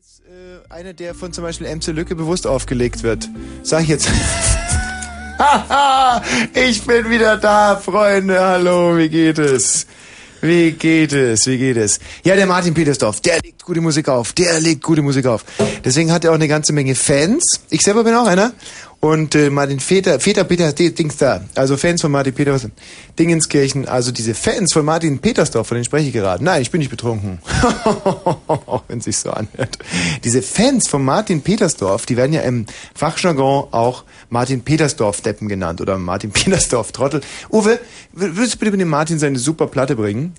ist äh, einer, der von zum Beispiel MC Lücke bewusst aufgelegt wird. Sag ich jetzt. Haha, ich bin wieder da, Freunde. Hallo, wie geht es? Wie geht es? Wie geht es? Ja, der Martin Petersdorf, der legt gute Musik auf. Der legt gute Musik auf. Deswegen hat er auch eine ganze Menge Fans. Ich selber bin auch einer. Und äh, Martin Peter, Peter, Peter, D- Dings da. Also Fans von Martin Petersdorf. Dingenskirchen, also diese Fans von Martin Petersdorf, von denen spreche ich gerade. Nein, ich bin nicht betrunken. Wenn es sich so anhört. Diese Fans von Martin Petersdorf, die werden ja im Fachjargon auch Martin Petersdorf-Deppen genannt oder Martin Petersdorf-Trottel. Uwe, w- würdest du bitte mit dem Martin seine super Platte bringen?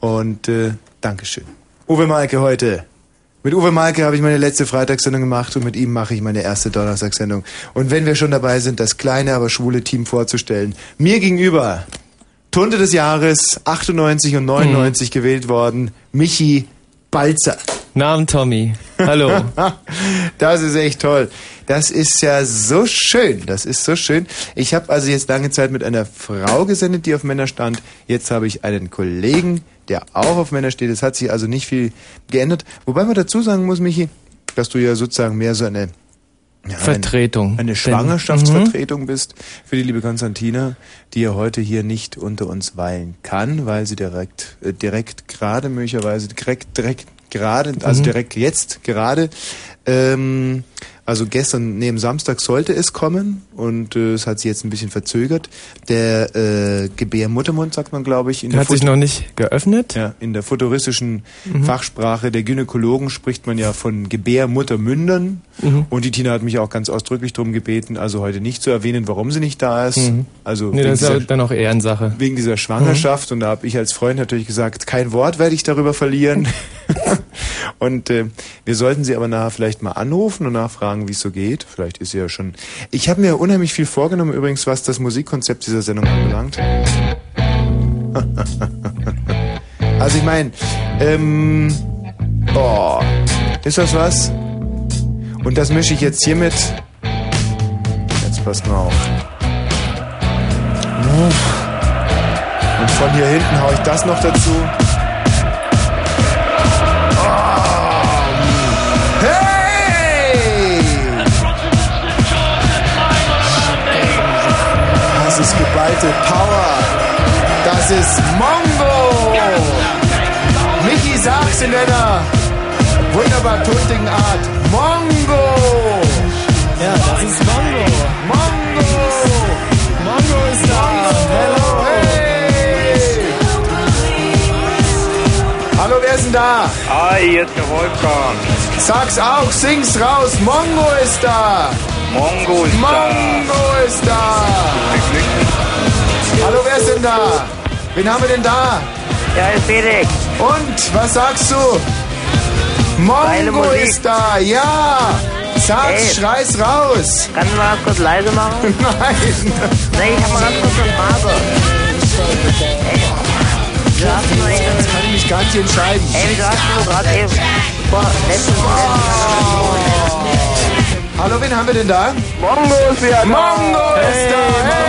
Und äh, Dankeschön. Uwe Malke heute. Mit Uwe Malke habe ich meine letzte Freitagssendung gemacht und mit ihm mache ich meine erste Donnerstagssendung. Und wenn wir schon dabei sind, das kleine, aber schwule Team vorzustellen, mir gegenüber, Tunte des Jahres, 98 und 99 gewählt worden, Michi Balzer. Namen Tommy. Hallo. das ist echt toll. Das ist ja so schön. Das ist so schön. Ich habe also jetzt lange Zeit mit einer Frau gesendet, die auf Männer stand. Jetzt habe ich einen Kollegen, der auch auf Männer steht. Es hat sich also nicht viel geändert. Wobei man dazu sagen muss, Michi, dass du ja sozusagen mehr so eine ja, Vertretung. Eine, eine Schwangerschaftsvertretung bist für die liebe Konstantina, die ja heute hier nicht unter uns weilen kann, weil sie direkt, äh, direkt gerade möglicherweise, direkt, direkt gerade, also Mhm. direkt jetzt gerade, ähm, also gestern neben Samstag sollte es kommen und äh, es hat sie jetzt ein bisschen verzögert. Der äh, Gebärmuttermund sagt man, glaube ich, in Hat sich Fut- noch nicht geöffnet? Ja, in der futuristischen Mhm. Fachsprache der Gynäkologen spricht man ja von Gebärmuttermündern. Mhm. Und die Tina hat mich auch ganz ausdrücklich darum gebeten, also heute nicht zu erwähnen, warum sie nicht da ist. Mhm. Also Nee, wegen, das ist dieser, ja dann auch Ehrensache. wegen dieser Mhm. Schwangerschaft. Und da habe ich als Freund natürlich gesagt, kein Wort werde ich darüber verlieren. und äh, wir sollten sie aber nachher vielleicht mal anrufen und nachfragen, wie es so geht. Vielleicht ist sie ja schon. Ich habe mir unheimlich viel vorgenommen, übrigens, was das Musikkonzept dieser Sendung anbelangt. Also ich meine, ähm, boah, ist das was? Und das mische ich jetzt hiermit. Jetzt passt mal auf. Uff. Und von hier hinten haue ich das noch dazu. Oh, hey! Das ist geballte Power. Das ist Mongo! Michi sag's in einer wunderbar tuntigen Art. Mongo! Ja, das ist Mongo. Mongo! Mongo ist da! Hello! Hey! Hallo, wer ist denn da? Hi, hier ist der Wolfgang. Sag's auch, sing's raus. Mongo ist da! Mongo ist Mongo ist da! Hallo, wer ist denn da? Wen haben wir denn da? da. Ja, ist Felix. Und was sagst du? Geile Mongo Musik. ist da, ja! Sag's, Ey. schrei's raus! Kannst du mal ganz kurz leise machen? Nein! Nee, ich hab mal ganz kurz eine Frage. Ey, wieso hast du nur eben- Jetzt kann ich mich gar nicht entscheiden. ey, wieso hast du nur Hm. gerade eben... Boah, letztes Hallo, wen haben wir denn da? Mongo ist wieder da. Mongo ist da! Hey.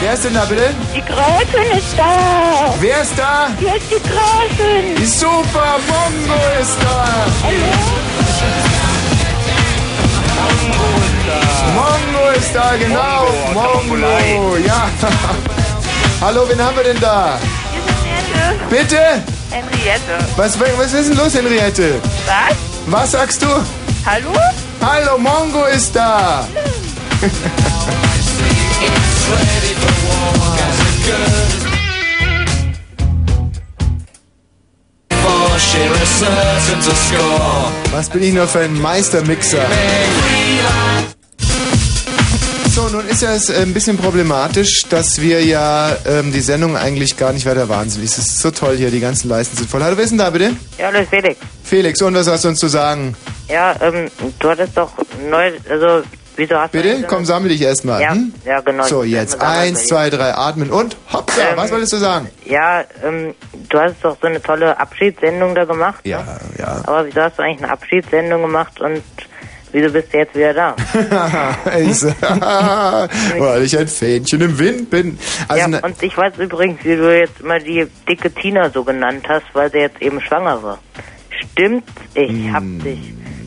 Wer ist denn da bitte? Die Gräfin ist da. Wer ist da? Hier ist die Gräfin. Super, Mongo ist da! Mongo ist da, genau! Mongo, ja! Hallo, wen haben wir denn da? Hier ist Henriette. Bitte? Henriette. Was, was ist denn los, Henriette? Was? Was sagst du? Hallo? Hallo, Mongo ist da! Hm. Was bin ich nur für ein Meistermixer? So, nun ist ja es äh, ein bisschen problematisch, dass wir ja ähm, die Sendung eigentlich gar nicht weiter wahnsinnig. Es ist so toll hier, die ganzen Leisten sind voll. Hallo, wer ist denn da bitte? Ja, das ist Felix. Felix, und was hast du uns zu sagen? Ja, ähm, du hattest doch neu... Also, wieso hast du... Bitte, komm, sammle dich erstmal. Ja, hm? ja, genau. So, Ich werd jetzt mal sammeln eins, bei dir. zwei, drei, atmen und hoppsa, Ähm, was wolltest du sagen? Ja, ähm, du hast doch so eine tolle Abschiedssendung da gemacht. Ja, ja. Aber wieso hast du eigentlich eine Abschiedssendung gemacht und wieso bist du jetzt wieder da? ich, so, weil ich ein Fähnchen im Wind bin. Also, ja, na, und ich weiß übrigens, wie du jetzt immer die dicke Tina so genannt hast, weil sie jetzt eben schwanger war. Stimmt, ich hab dich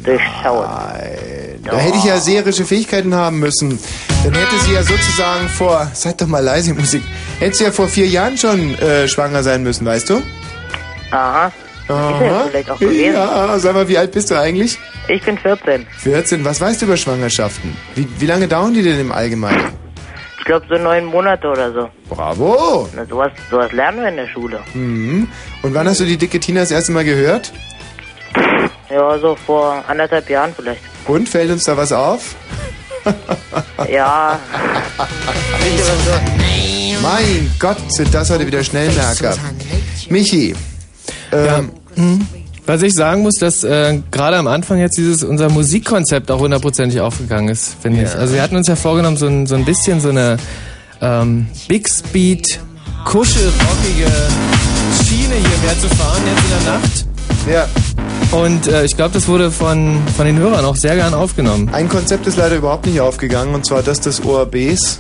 durchschaut. Hm. Da hätte ich ja seherische Fähigkeiten haben müssen. Dann hätte sie ja sozusagen vor, seid doch mal leise Musik, hätte sie ja vor vier Jahren schon äh, schwanger sein müssen, weißt du? Aha. Ist er vielleicht auch gewesen? Ja, sag mal, wie alt bist du eigentlich? Ich bin 14. 14. Was weißt du über Schwangerschaften? Wie, wie lange dauern die denn im Allgemeinen? Ich glaube so neun Monate oder so. Bravo! Na, sowas, sowas lernen wir in der Schule. Mhm. Und wann hast du die dicke Tina das erste Mal gehört? Ja, so vor anderthalb Jahren vielleicht. Und fällt uns da was auf? Ja. Mein Gott, sind das heute wieder Schnellmerker. Michi. Ähm, Mhm. Was ich sagen muss, dass äh, gerade am Anfang jetzt dieses unser Musikkonzept auch hundertprozentig aufgegangen ist, finde ich. Also wir hatten uns ja vorgenommen, so ein, so ein bisschen so eine ähm, Big Speed, kuschelrockige Schiene hierher zu fahren jetzt in der Nacht. Ja. Und äh, ich glaube, das wurde von, von den Hörern auch sehr gern aufgenommen. Ein Konzept ist leider überhaupt nicht aufgegangen, und zwar das des ORBs,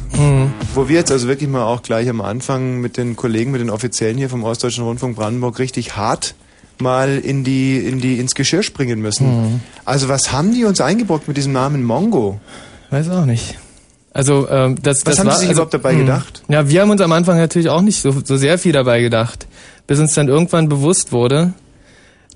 wo wir jetzt also wirklich mal auch gleich am Anfang mit den Kollegen, mit den Offiziellen hier vom Ostdeutschen Rundfunk Brandenburg richtig hart mal in die, in die, ins Geschirr springen müssen. Mhm. Also was haben die uns eingebrockt mit diesem Namen Mongo? Weiß auch nicht. Also ähm, das, Was das haben war, Sie sich also, überhaupt dabei mh. gedacht? Ja, wir haben uns am Anfang natürlich auch nicht so, so sehr viel dabei gedacht, bis uns dann irgendwann bewusst wurde,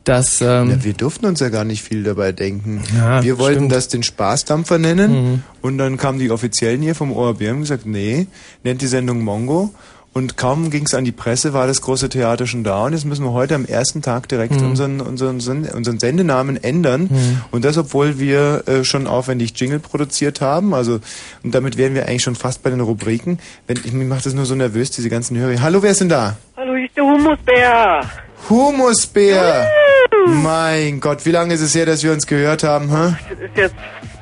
dass ähm, Wir durften uns ja gar nicht viel dabei Äh, denken. Ja, wir wollten stimmt. das den Spaßdampfer nennen Mhm. und dann kamen die Offiziellen hier vom ORB und haben gesagt, nee, nennt die Sendung Mongo. Und kaum ging's an die Presse, war das große Theater schon da und jetzt müssen wir heute am ersten Tag direkt Mhm. unseren, unseren, unseren, unseren Sendenamen ändern. Mhm. Und das, obwohl wir äh, schon aufwendig Jingle produziert haben. Also, und damit wären wir eigentlich schon fast bei den Rubriken. Wenn, ich, mich macht das nur so nervös, diese ganzen Hörer. Hallo, wer ist denn da? Hallo, hier ist der Humusbär. Humusbär! Mein Gott, wie lange ist es her, dass wir uns gehört haben, hä? Das ist jetzt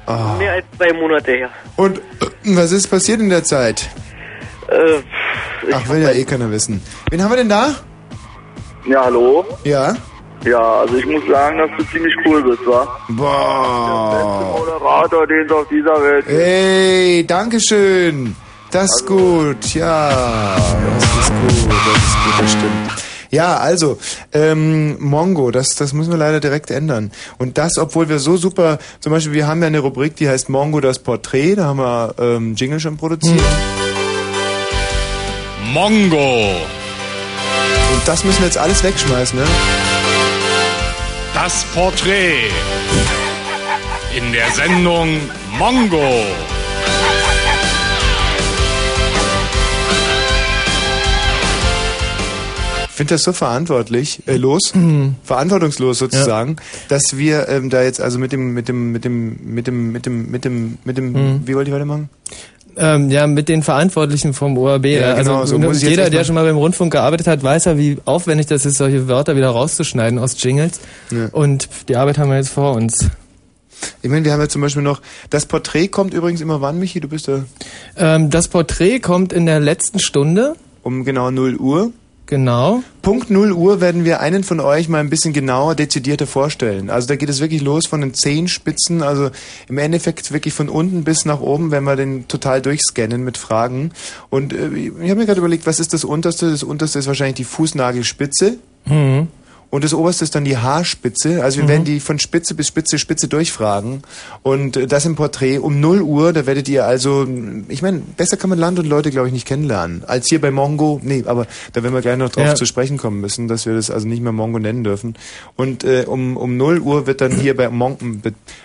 Ah. mehr als zwei Monate her. Und äh, was ist passiert in der Zeit? Äh, Ach, will ja eh keiner wissen. Wen haben wir denn da? Ja, hallo? Ja? Ja, also ich muss sagen, dass du ziemlich cool bist, wa? Boah. Moderator, den es auf dieser Welt gibt. Hey, Dankeschön. Das ist gut, ja. Das ist gut, das ist gut, das stimmt. Ja, also, ähm, Mongo, das, das müssen wir leider direkt ändern. Und das, obwohl wir so super, zum Beispiel, wir haben ja eine Rubrik, die heißt Mongo das Porträt, da haben wir ähm, Jingle schon produziert. Mongo. Und das müssen wir jetzt alles wegschmeißen, ne? Das Porträt. In der Sendung Mongo. Ich finde das so verantwortlich, äh, los, Mhm. verantwortungslos sozusagen, dass wir ähm, da jetzt also mit dem, mit dem, mit dem, mit dem, mit dem, mit dem, mit dem, Mhm. wie wollt ihr weitermachen? ähm, ja mit den Verantwortlichen vom ORB, Ja, genau, also so muss ich jetzt jeder, echt mal- der schon mal beim Rundfunk gearbeitet hat, weiß ja, wie aufwendig das ist, solche Wörter wieder rauszuschneiden aus Jingles. Und die Arbeit haben wir jetzt vor uns. Ich meine, wir haben ja zum Beispiel noch, das Porträt kommt übrigens immer wann, Michi, du bist da? Ähm, das Porträt kommt in der letzten Stunde. Um genau 0 Uhr. Genau. Punkt 0 Uhr werden wir einen von euch mal ein bisschen genauer, dezidierter vorstellen. Also da geht es wirklich los von den Zehenspitzen, also im Endeffekt wirklich von unten bis nach oben, wenn wir den total durchscannen mit Fragen. Und äh, ich habe mir gerade überlegt, was ist das Unterste? Das Unterste ist wahrscheinlich die Fußnagelspitze. Mhm. Und das oberste ist dann die Haarspitze. Also wir Mhm. werden die von Spitze bis Spitze, Spitze durchfragen. Und äh, das im Porträt um 0 Uhr, da werdet ihr also, ich meine, besser kann man Land und Leute, glaube ich, nicht kennenlernen. Als hier bei Mongo, nee, aber da werden wir gleich noch drauf Ja. zu sprechen kommen müssen, dass wir das also nicht mehr Mongo nennen dürfen. Und äh, um, um 0 Uhr wird dann hier bei Mongo,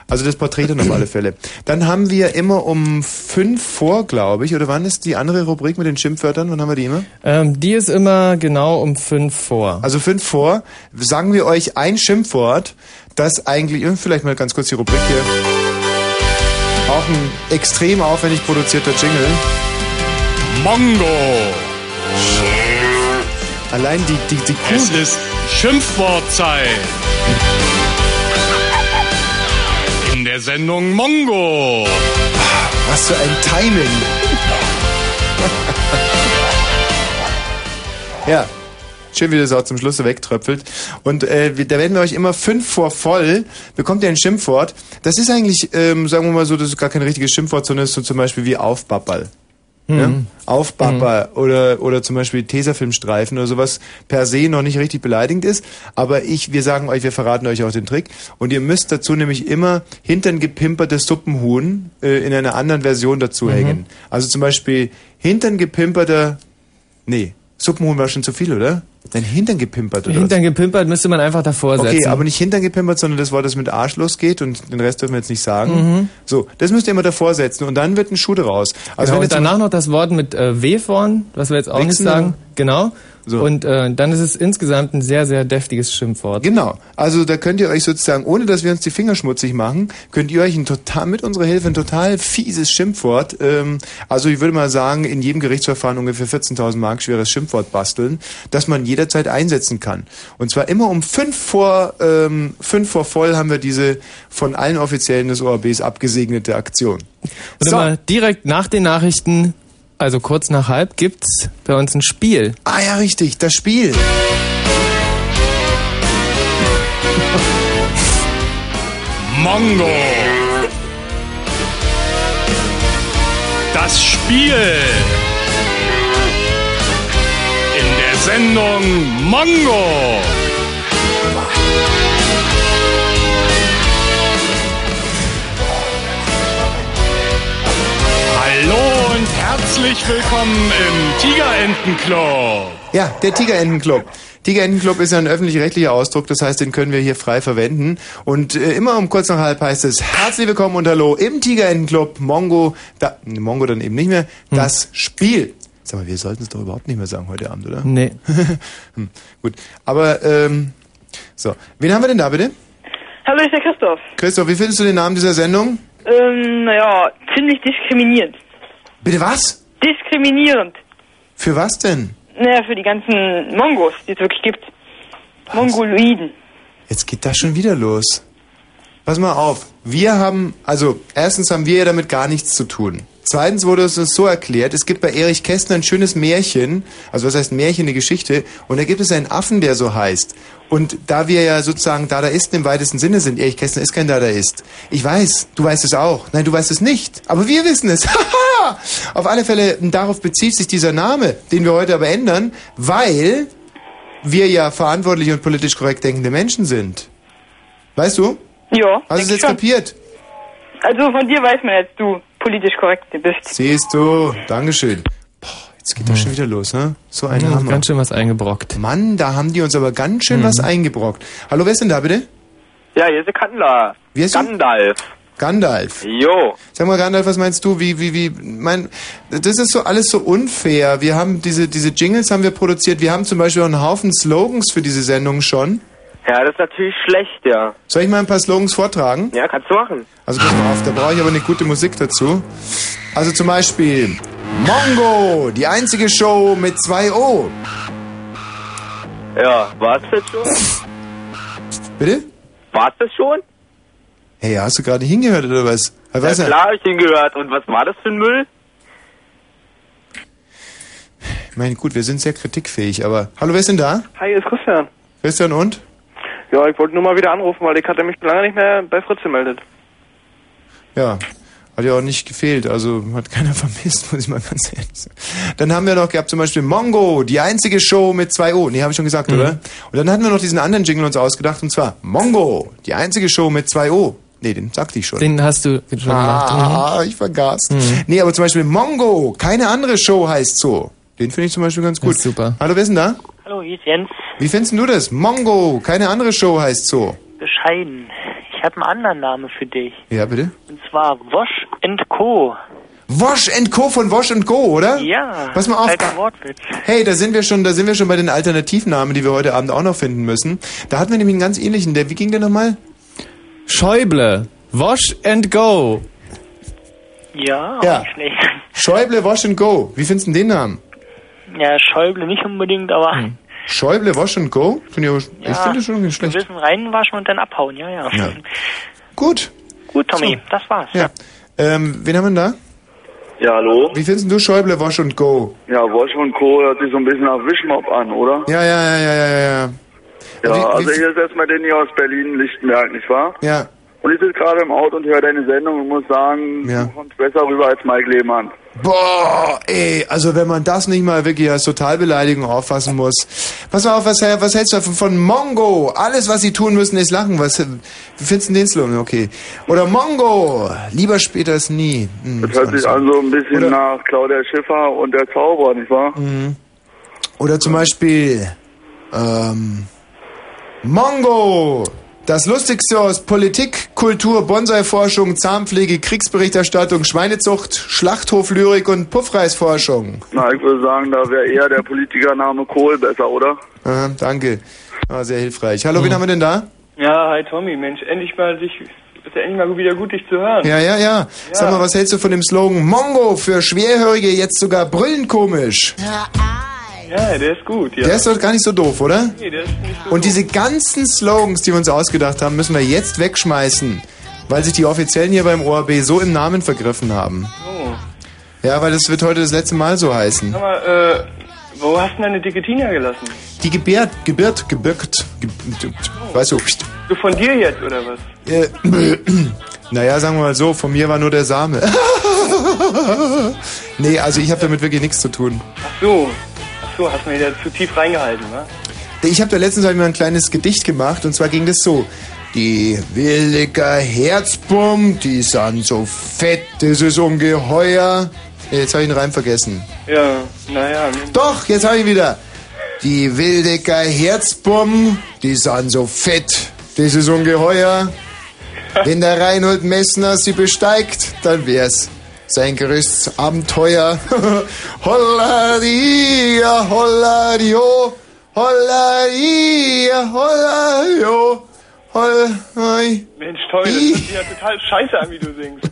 also das Porträt dann auf alle Fälle. Dann haben wir immer um 5 vor, glaube ich, oder wann ist die andere Rubrik mit den Schimpfwörtern? Wann haben wir die immer? Ähm, die ist immer genau um fünf vor. Also fünf vor. Sagen wir euch ein Schimpfwort, das eigentlich, und vielleicht mal ganz kurz die Rubrik hier. Auch ein extrem aufwendig produzierter Jingle. Mongo. Allein die, die, die Kuh. Es ist Schimpfwortzeit. In der Sendung Mongo. Was für ein Timing. ja. Schön, wie das auch zum Schluss so wegtröpfelt. Und äh, wir, da werden wir euch immer fünf vor voll, bekommt ihr ein Schimpfwort. Das ist eigentlich, ähm, sagen wir mal so, das ist gar kein richtiges Schimpfwort, sondern es ist so zum Beispiel wie Aufbabbal. Ja? Aufpapper oder, oder zum Beispiel Tesafilmstreifen oder sowas per se noch nicht richtig beleidigend ist. Aber ich, wir sagen euch, wir verraten euch auch den Trick. Und ihr müsst dazu nämlich immer hintern gepimpertes Suppenhuhn äh, in einer anderen Version dazu hängen. Also zum Beispiel hintern gepimperter, nee, Suppenhuhn war schon zu viel, oder? Dein Hintern gepimpert, oder? was? Hintern gepimpert müsste man einfach davor setzen. Okay, aber nicht hintern gepimpert, sondern das Wort, das mit Arsch losgeht und den Rest dürfen wir jetzt nicht sagen. Mhm. So, das müsst ihr immer davor setzen und dann wird ein Schuh draus. genau, Also wenn und jetzt zum- danach noch das Wort mit äh, W vorn, was wir jetzt auch nicht Wichsen, sagen. Genau. So. Und äh, dann ist es insgesamt ein sehr, sehr deftiges Schimpfwort. Genau. Also da könnt ihr euch sozusagen, ohne dass wir uns die Finger schmutzig machen, könnt ihr euch ein total, mit unserer Hilfe ein total fieses Schimpfwort, ähm, also ich würde mal sagen, in jedem Gerichtsverfahren ungefähr 14.000 Mark schweres Schimpfwort basteln, das man jederzeit einsetzen kann. Und zwar immer um fünf vor, ähm, fünf vor voll haben wir diese von allen Offiziellen des ORBs abgesegnete Aktion. Und immer direkt nach den Nachrichten, also kurz nach halb, gibt's bei uns ein Spiel. Ah ja, richtig, das Spiel. Mongo. Das Spiel. In der Sendung Mongo. Hallo und herzlich willkommen im Tigerentenclub. Ja, der Tigerentenclub. Tigerentenclub ist ja ein öffentlich-rechtlicher Ausdruck, das heißt, den können wir hier frei verwenden. Und äh, immer um kurz nach halb heißt es, herzlich willkommen und hallo im Tigerentenclub, Mongo, da, ne, Mongo dann eben nicht mehr, das Spiel. Sag mal, wir sollten es doch überhaupt nicht mehr sagen heute Abend, oder? Nee. hm, gut, aber, ähm, so. Wen haben wir denn da bitte? Hallo, ich bin der Christoph. Christoph, wie findest du den Namen dieser Sendung? Ähm, naja, ziemlich diskriminierend. Bitte was? Diskriminierend. Für was denn? Naja, für die ganzen Mongos, die es wirklich gibt. Mongoloiden. Jetzt geht das schon wieder los. Pass mal auf. Wir haben, also erstens haben wir ja damit gar nichts zu tun. Zweitens wurde es uns so erklärt, es gibt bei Erich Kästner ein schönes Märchen, also was heißt Märchen, eine Geschichte, und da gibt es einen Affen, der so heißt. Und da wir ja sozusagen Dadaisten im weitesten Sinne sind, Erich Kästner ist kein Dadaist. Ich weiß, du weißt es auch. Nein, du weißt es nicht. Aber wir wissen es. Haha! auf alle Fälle, darauf bezieht sich dieser Name, den wir heute aber ändern, weil wir ja verantwortliche und politisch korrekt denkende Menschen sind. Weißt du? Ja. Hast du es denk ich jetzt schon. kapiert? Also von dir weiß man, dass du politisch korrekt bist. Siehst du. Dankeschön. Boah, jetzt geht das schon wieder los, ne? So ein Hm. Ja, Hammer. ganz schön was eingebrockt. Hm. Mann, da haben die uns aber ganz schön was eingebrockt. Hallo, wer ist denn da bitte? Ja, hier ist der Kandler. Wie heißt du? Gandalf. Gandalf. Jo. Sag mal, Gandalf, was meinst du? Wie, wie, wie, mein, das ist so alles so unfair. Wir haben diese, diese Jingles haben wir produziert. Wir haben zum Beispiel auch einen Haufen Slogans für diese Sendung schon. Ja, das ist natürlich schlecht, ja. Soll ich mal ein paar Slogans vortragen? Ja, kannst du machen. Also pass mal auf, da brauche ich aber eine gute Musik dazu. Also zum Beispiel Mongo, die einzige Show mit zwei O. Ja, war's das schon? Bitte? War's das schon? Hey, hast du gerade hingehört oder was? Ja, Ja, was ja, klar, hab ich den gehört. Und was war das für ein Müll? ich meine, gut, wir sind sehr kritikfähig, aber hallo, wer ist denn da? Hi, hier ist Christian. Christian und? Ja, ich wollte nur mal wieder anrufen, weil ich hatte mich schon lange nicht mehr bei Fritz gemeldet. Ja, hat ja auch nicht gefehlt, also hat keiner vermisst, muss ich mal ganz ehrlich sagen. Dann haben wir noch gehabt zum Beispiel Mongo, die einzige Show mit zwei O. Nee, habe ich schon gesagt, oder? Und dann hatten wir noch diesen anderen Jingle uns ausgedacht und zwar Mongo, die einzige Show mit zwei O. Nee, den sagte ich schon. Den hast du schon gemacht. mhm. Ah, ich vergaß. Nee, aber zum Beispiel Mongo, keine andere Show heißt so. Den finde ich zum Beispiel ganz gut. super. Hallo, wer ist denn da? Hallo, hier ist Jens. Wie findest denn du das? Mongo, keine andere Show heißt so. Bescheiden. Ich habe einen anderen Namen für dich. Ja, bitte? Und zwar Wosch and Co. Wash and Co. von Wash and Co., oder? Ja. Pass mal auf. Alter Wortwitz. Hey, da sind wir schon, da sind wir schon bei den Alternativnamen, die wir heute Abend auch noch finden müssen. Da hatten wir nämlich einen ganz ähnlichen, der, wie ging der nochmal? Schäuble, Wash and Go. Ja, Ja. auch Oh, nicht schlecht. Schäuble, Wash and Go. Wie findest du denn den Namen? Ja, Schäuble nicht unbedingt, aber Hm. Schäuble, Wash and Go? Find ich, aber- ja, ich finde schon nicht schlecht. ein bisschen reinwaschen und dann abhauen, ja, ja. Ja. Gut. Gut, Tommy, das war's. Ja. Ähm, wen haben wir denn da? Ja, hallo? Wie findest du Schäuble, Wash und Go? Ja, Wosch und Co. hört sich so ein bisschen nach Wischmob an, oder? Ja, ja, ja, ja, ja, ja. Ja, wie- also wie- hier ist erstmal Danny aus Berlin-Lichtenberg, nicht wahr? Ja, Und ich sitze gerade im Auto und höre deine Sendung und muss sagen, Ja. du kommst besser rüber als Mike Lehmann. Boah, ey, also wenn man das nicht mal wirklich als Totalbeleidigung auffassen muss. Pass mal auf, was, was hältst du davon von Mongo? Alles, was sie tun müssen, ist lachen. Was, wie findest du den Slogan? Okay. Oder Mongo, lieber später als nie. Hm, Das hört sich also ein bisschen nach Claudia Schiffer und der Zauber, nicht wahr? Mhm. Oder zum Beispiel ähm, Mongo, das Lustigste aus Politik, Kultur, Bonsai-Forschung, Zahnpflege, Kriegsberichterstattung, Schweinezucht, Schlachthoflyrik und Puffreisforschung. Na, ich würde sagen, da wäre eher der Politikername Kohl besser, oder? Aha, danke, ah, sehr hilfreich. Hallo, Mhm. wen haben wir denn da? Ja, hi Tommy, Mensch, endlich mal dich, ist ja endlich mal wieder gut, dich zu hören. Ja, ja, ja. Sag mal, was hältst du von dem Slogan Mongo für Schwerhörige jetzt sogar brüllend komisch? Ja, der ist gut, ja. Der ist doch gar nicht so doof, oder? Nee, der ist nicht so Und diese ganzen Slogans, die wir uns ausgedacht haben, müssen wir jetzt wegschmeißen, weil sich die Offiziellen hier beim ORB so im Namen vergriffen haben. Oh. Ja, weil das wird heute das letzte Mal so heißen. Sag mal, äh, wo hast du denn deine dicke Tina gelassen? Die Gebärt, Gebirgt, gebirgt, ge, weißt du, pst, Du von dir jetzt, oder was? äh, naja, sagen wir mal so, von mir war nur der Same. nee, also ich habe damit wirklich nichts zu tun. Ach so, ach so, hast mir wieder zu tief reingehalten, ne? Ich habe da letztens hab ich mal ein kleines Gedicht gemacht und zwar ging das so. Die Williger Herzbum, die sind so fett, das ist ungeheuer. Nee, Jetzt habe ich den Reim vergessen. Ja, naja. Doch, jetzt habe ich ihn wieder. Die Wildecker Herzbum, die sind so fett, das ist ungeheuer. Wenn der Reinhold Messner sie besteigt, dann wär's sein größtes Abenteuer. holla dia, holla dio, holla dia, holla dio, holla dio. Mensch, Tommy, das hört sich ja total scheiße an, wie du singst.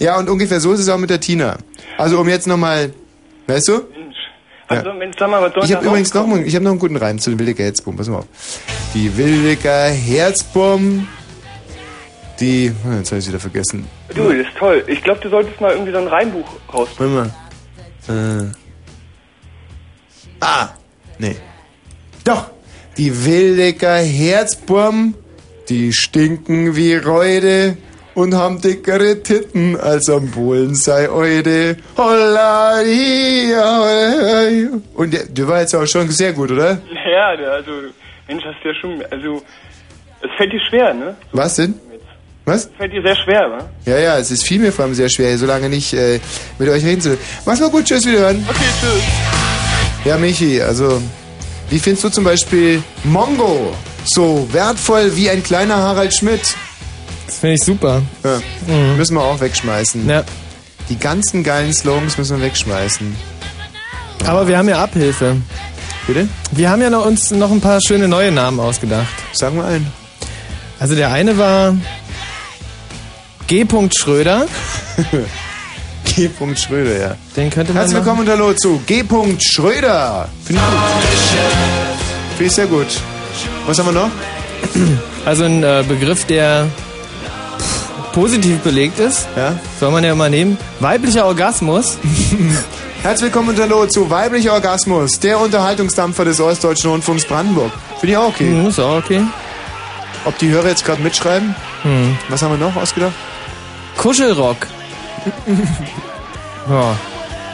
Ja, und ungefähr so ist es auch mit der Tina. Also um jetzt nochmal, weißt du? Also, Mensch, sag mal, was soll Ich habe da übrigens noch, ich hab noch einen guten Reim zu den Wildecker Herzbum. Pass mal auf. Die Wildecker Herzbum. Die. ah, Jetzt habe ich wieder vergessen. Du, das ist toll. Ich glaube, du solltest mal irgendwie so ein Reimbuch raus. Warte mal. Äh. Ah! Nee. Doch! Die Wildecker Herzbum. Die stinken wie Reude und haben dickere Titten als am Polen sei Eude. Holla, hia, holla, hia. Und der, der war jetzt auch schon sehr gut, oder? Ja, der, also, Mensch, hast du ja schon, also, es fällt dir schwer, ne? Was denn? Was? Es fällt dir sehr schwer, ne? Ja, ja, es ist viel mir vor allem sehr schwer, so lange nicht äh, mit euch reden zu dürfen. Mach's mal gut, tschüss, wiederhören. Okay, tschüss. Ja, Michi, also, wie findest du zum Beispiel Mongo so wertvoll wie ein kleiner Harald Schmidt? Das finde ich super. Mhm. Ja, müssen wir auch wegschmeißen. Ja. Die ganzen geilen Slogans müssen wir wegschmeißen. Aber wir haben ja Abhilfe. Bitte? Wir haben ja noch uns noch ein paar schöne neue Namen ausgedacht. Sagen wir einen. Also der eine war G. Schröder. G. Schröder, ja. Den könnte man Herzlich machen. willkommen und hallo zu G. Schröder. Finde ich gut. Finde ich sehr gut. Was haben wir noch? Also ein äh, Begriff, der pff, positiv belegt ist. Ja. Soll man ja mal nehmen. Weiblicher Orgasmus. Herzlich willkommen und hallo zu Weiblicher Orgasmus, der Unterhaltungsdampfer des Ostdeutschen Rundfunks Brandenburg. Finde ich auch okay. Mhm, ist auch okay. Ob die Hörer jetzt gerade mitschreiben? Hm. Was haben wir noch ausgedacht? Kuschelrock. ja.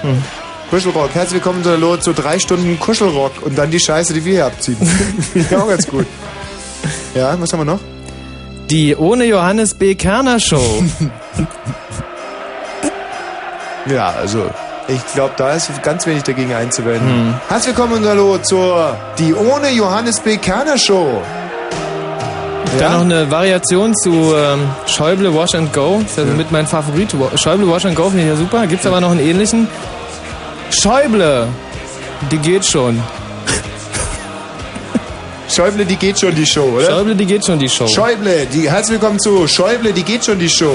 Hm. Kuschelrock. Herzlich willkommen und hallo zu drei Stunden Kuschelrock und dann die Scheiße, die wir hier abziehen. Finde ich auch ganz gut. Ja, was haben wir noch? Die ohne Johannes B. Kerner Show. Ja, also ich glaube, da ist ganz wenig dagegen einzuwenden. Hm. Herzlich willkommen und hallo zur Die ohne Johannes B. Kerner Show. Dann noch eine Variation zu ähm, Schäuble Wash and Go. Das ist also mit mein Favorit. Wa- Schäuble Wash and Go finde ich ja super. Gibt's aber noch einen ähnlichen. Schäuble, die geht schon. Schäuble, die geht schon die Show, oder? Schäuble, die geht schon die Show. Schäuble, die, herzlich willkommen zu Schäuble, die geht schon die Show.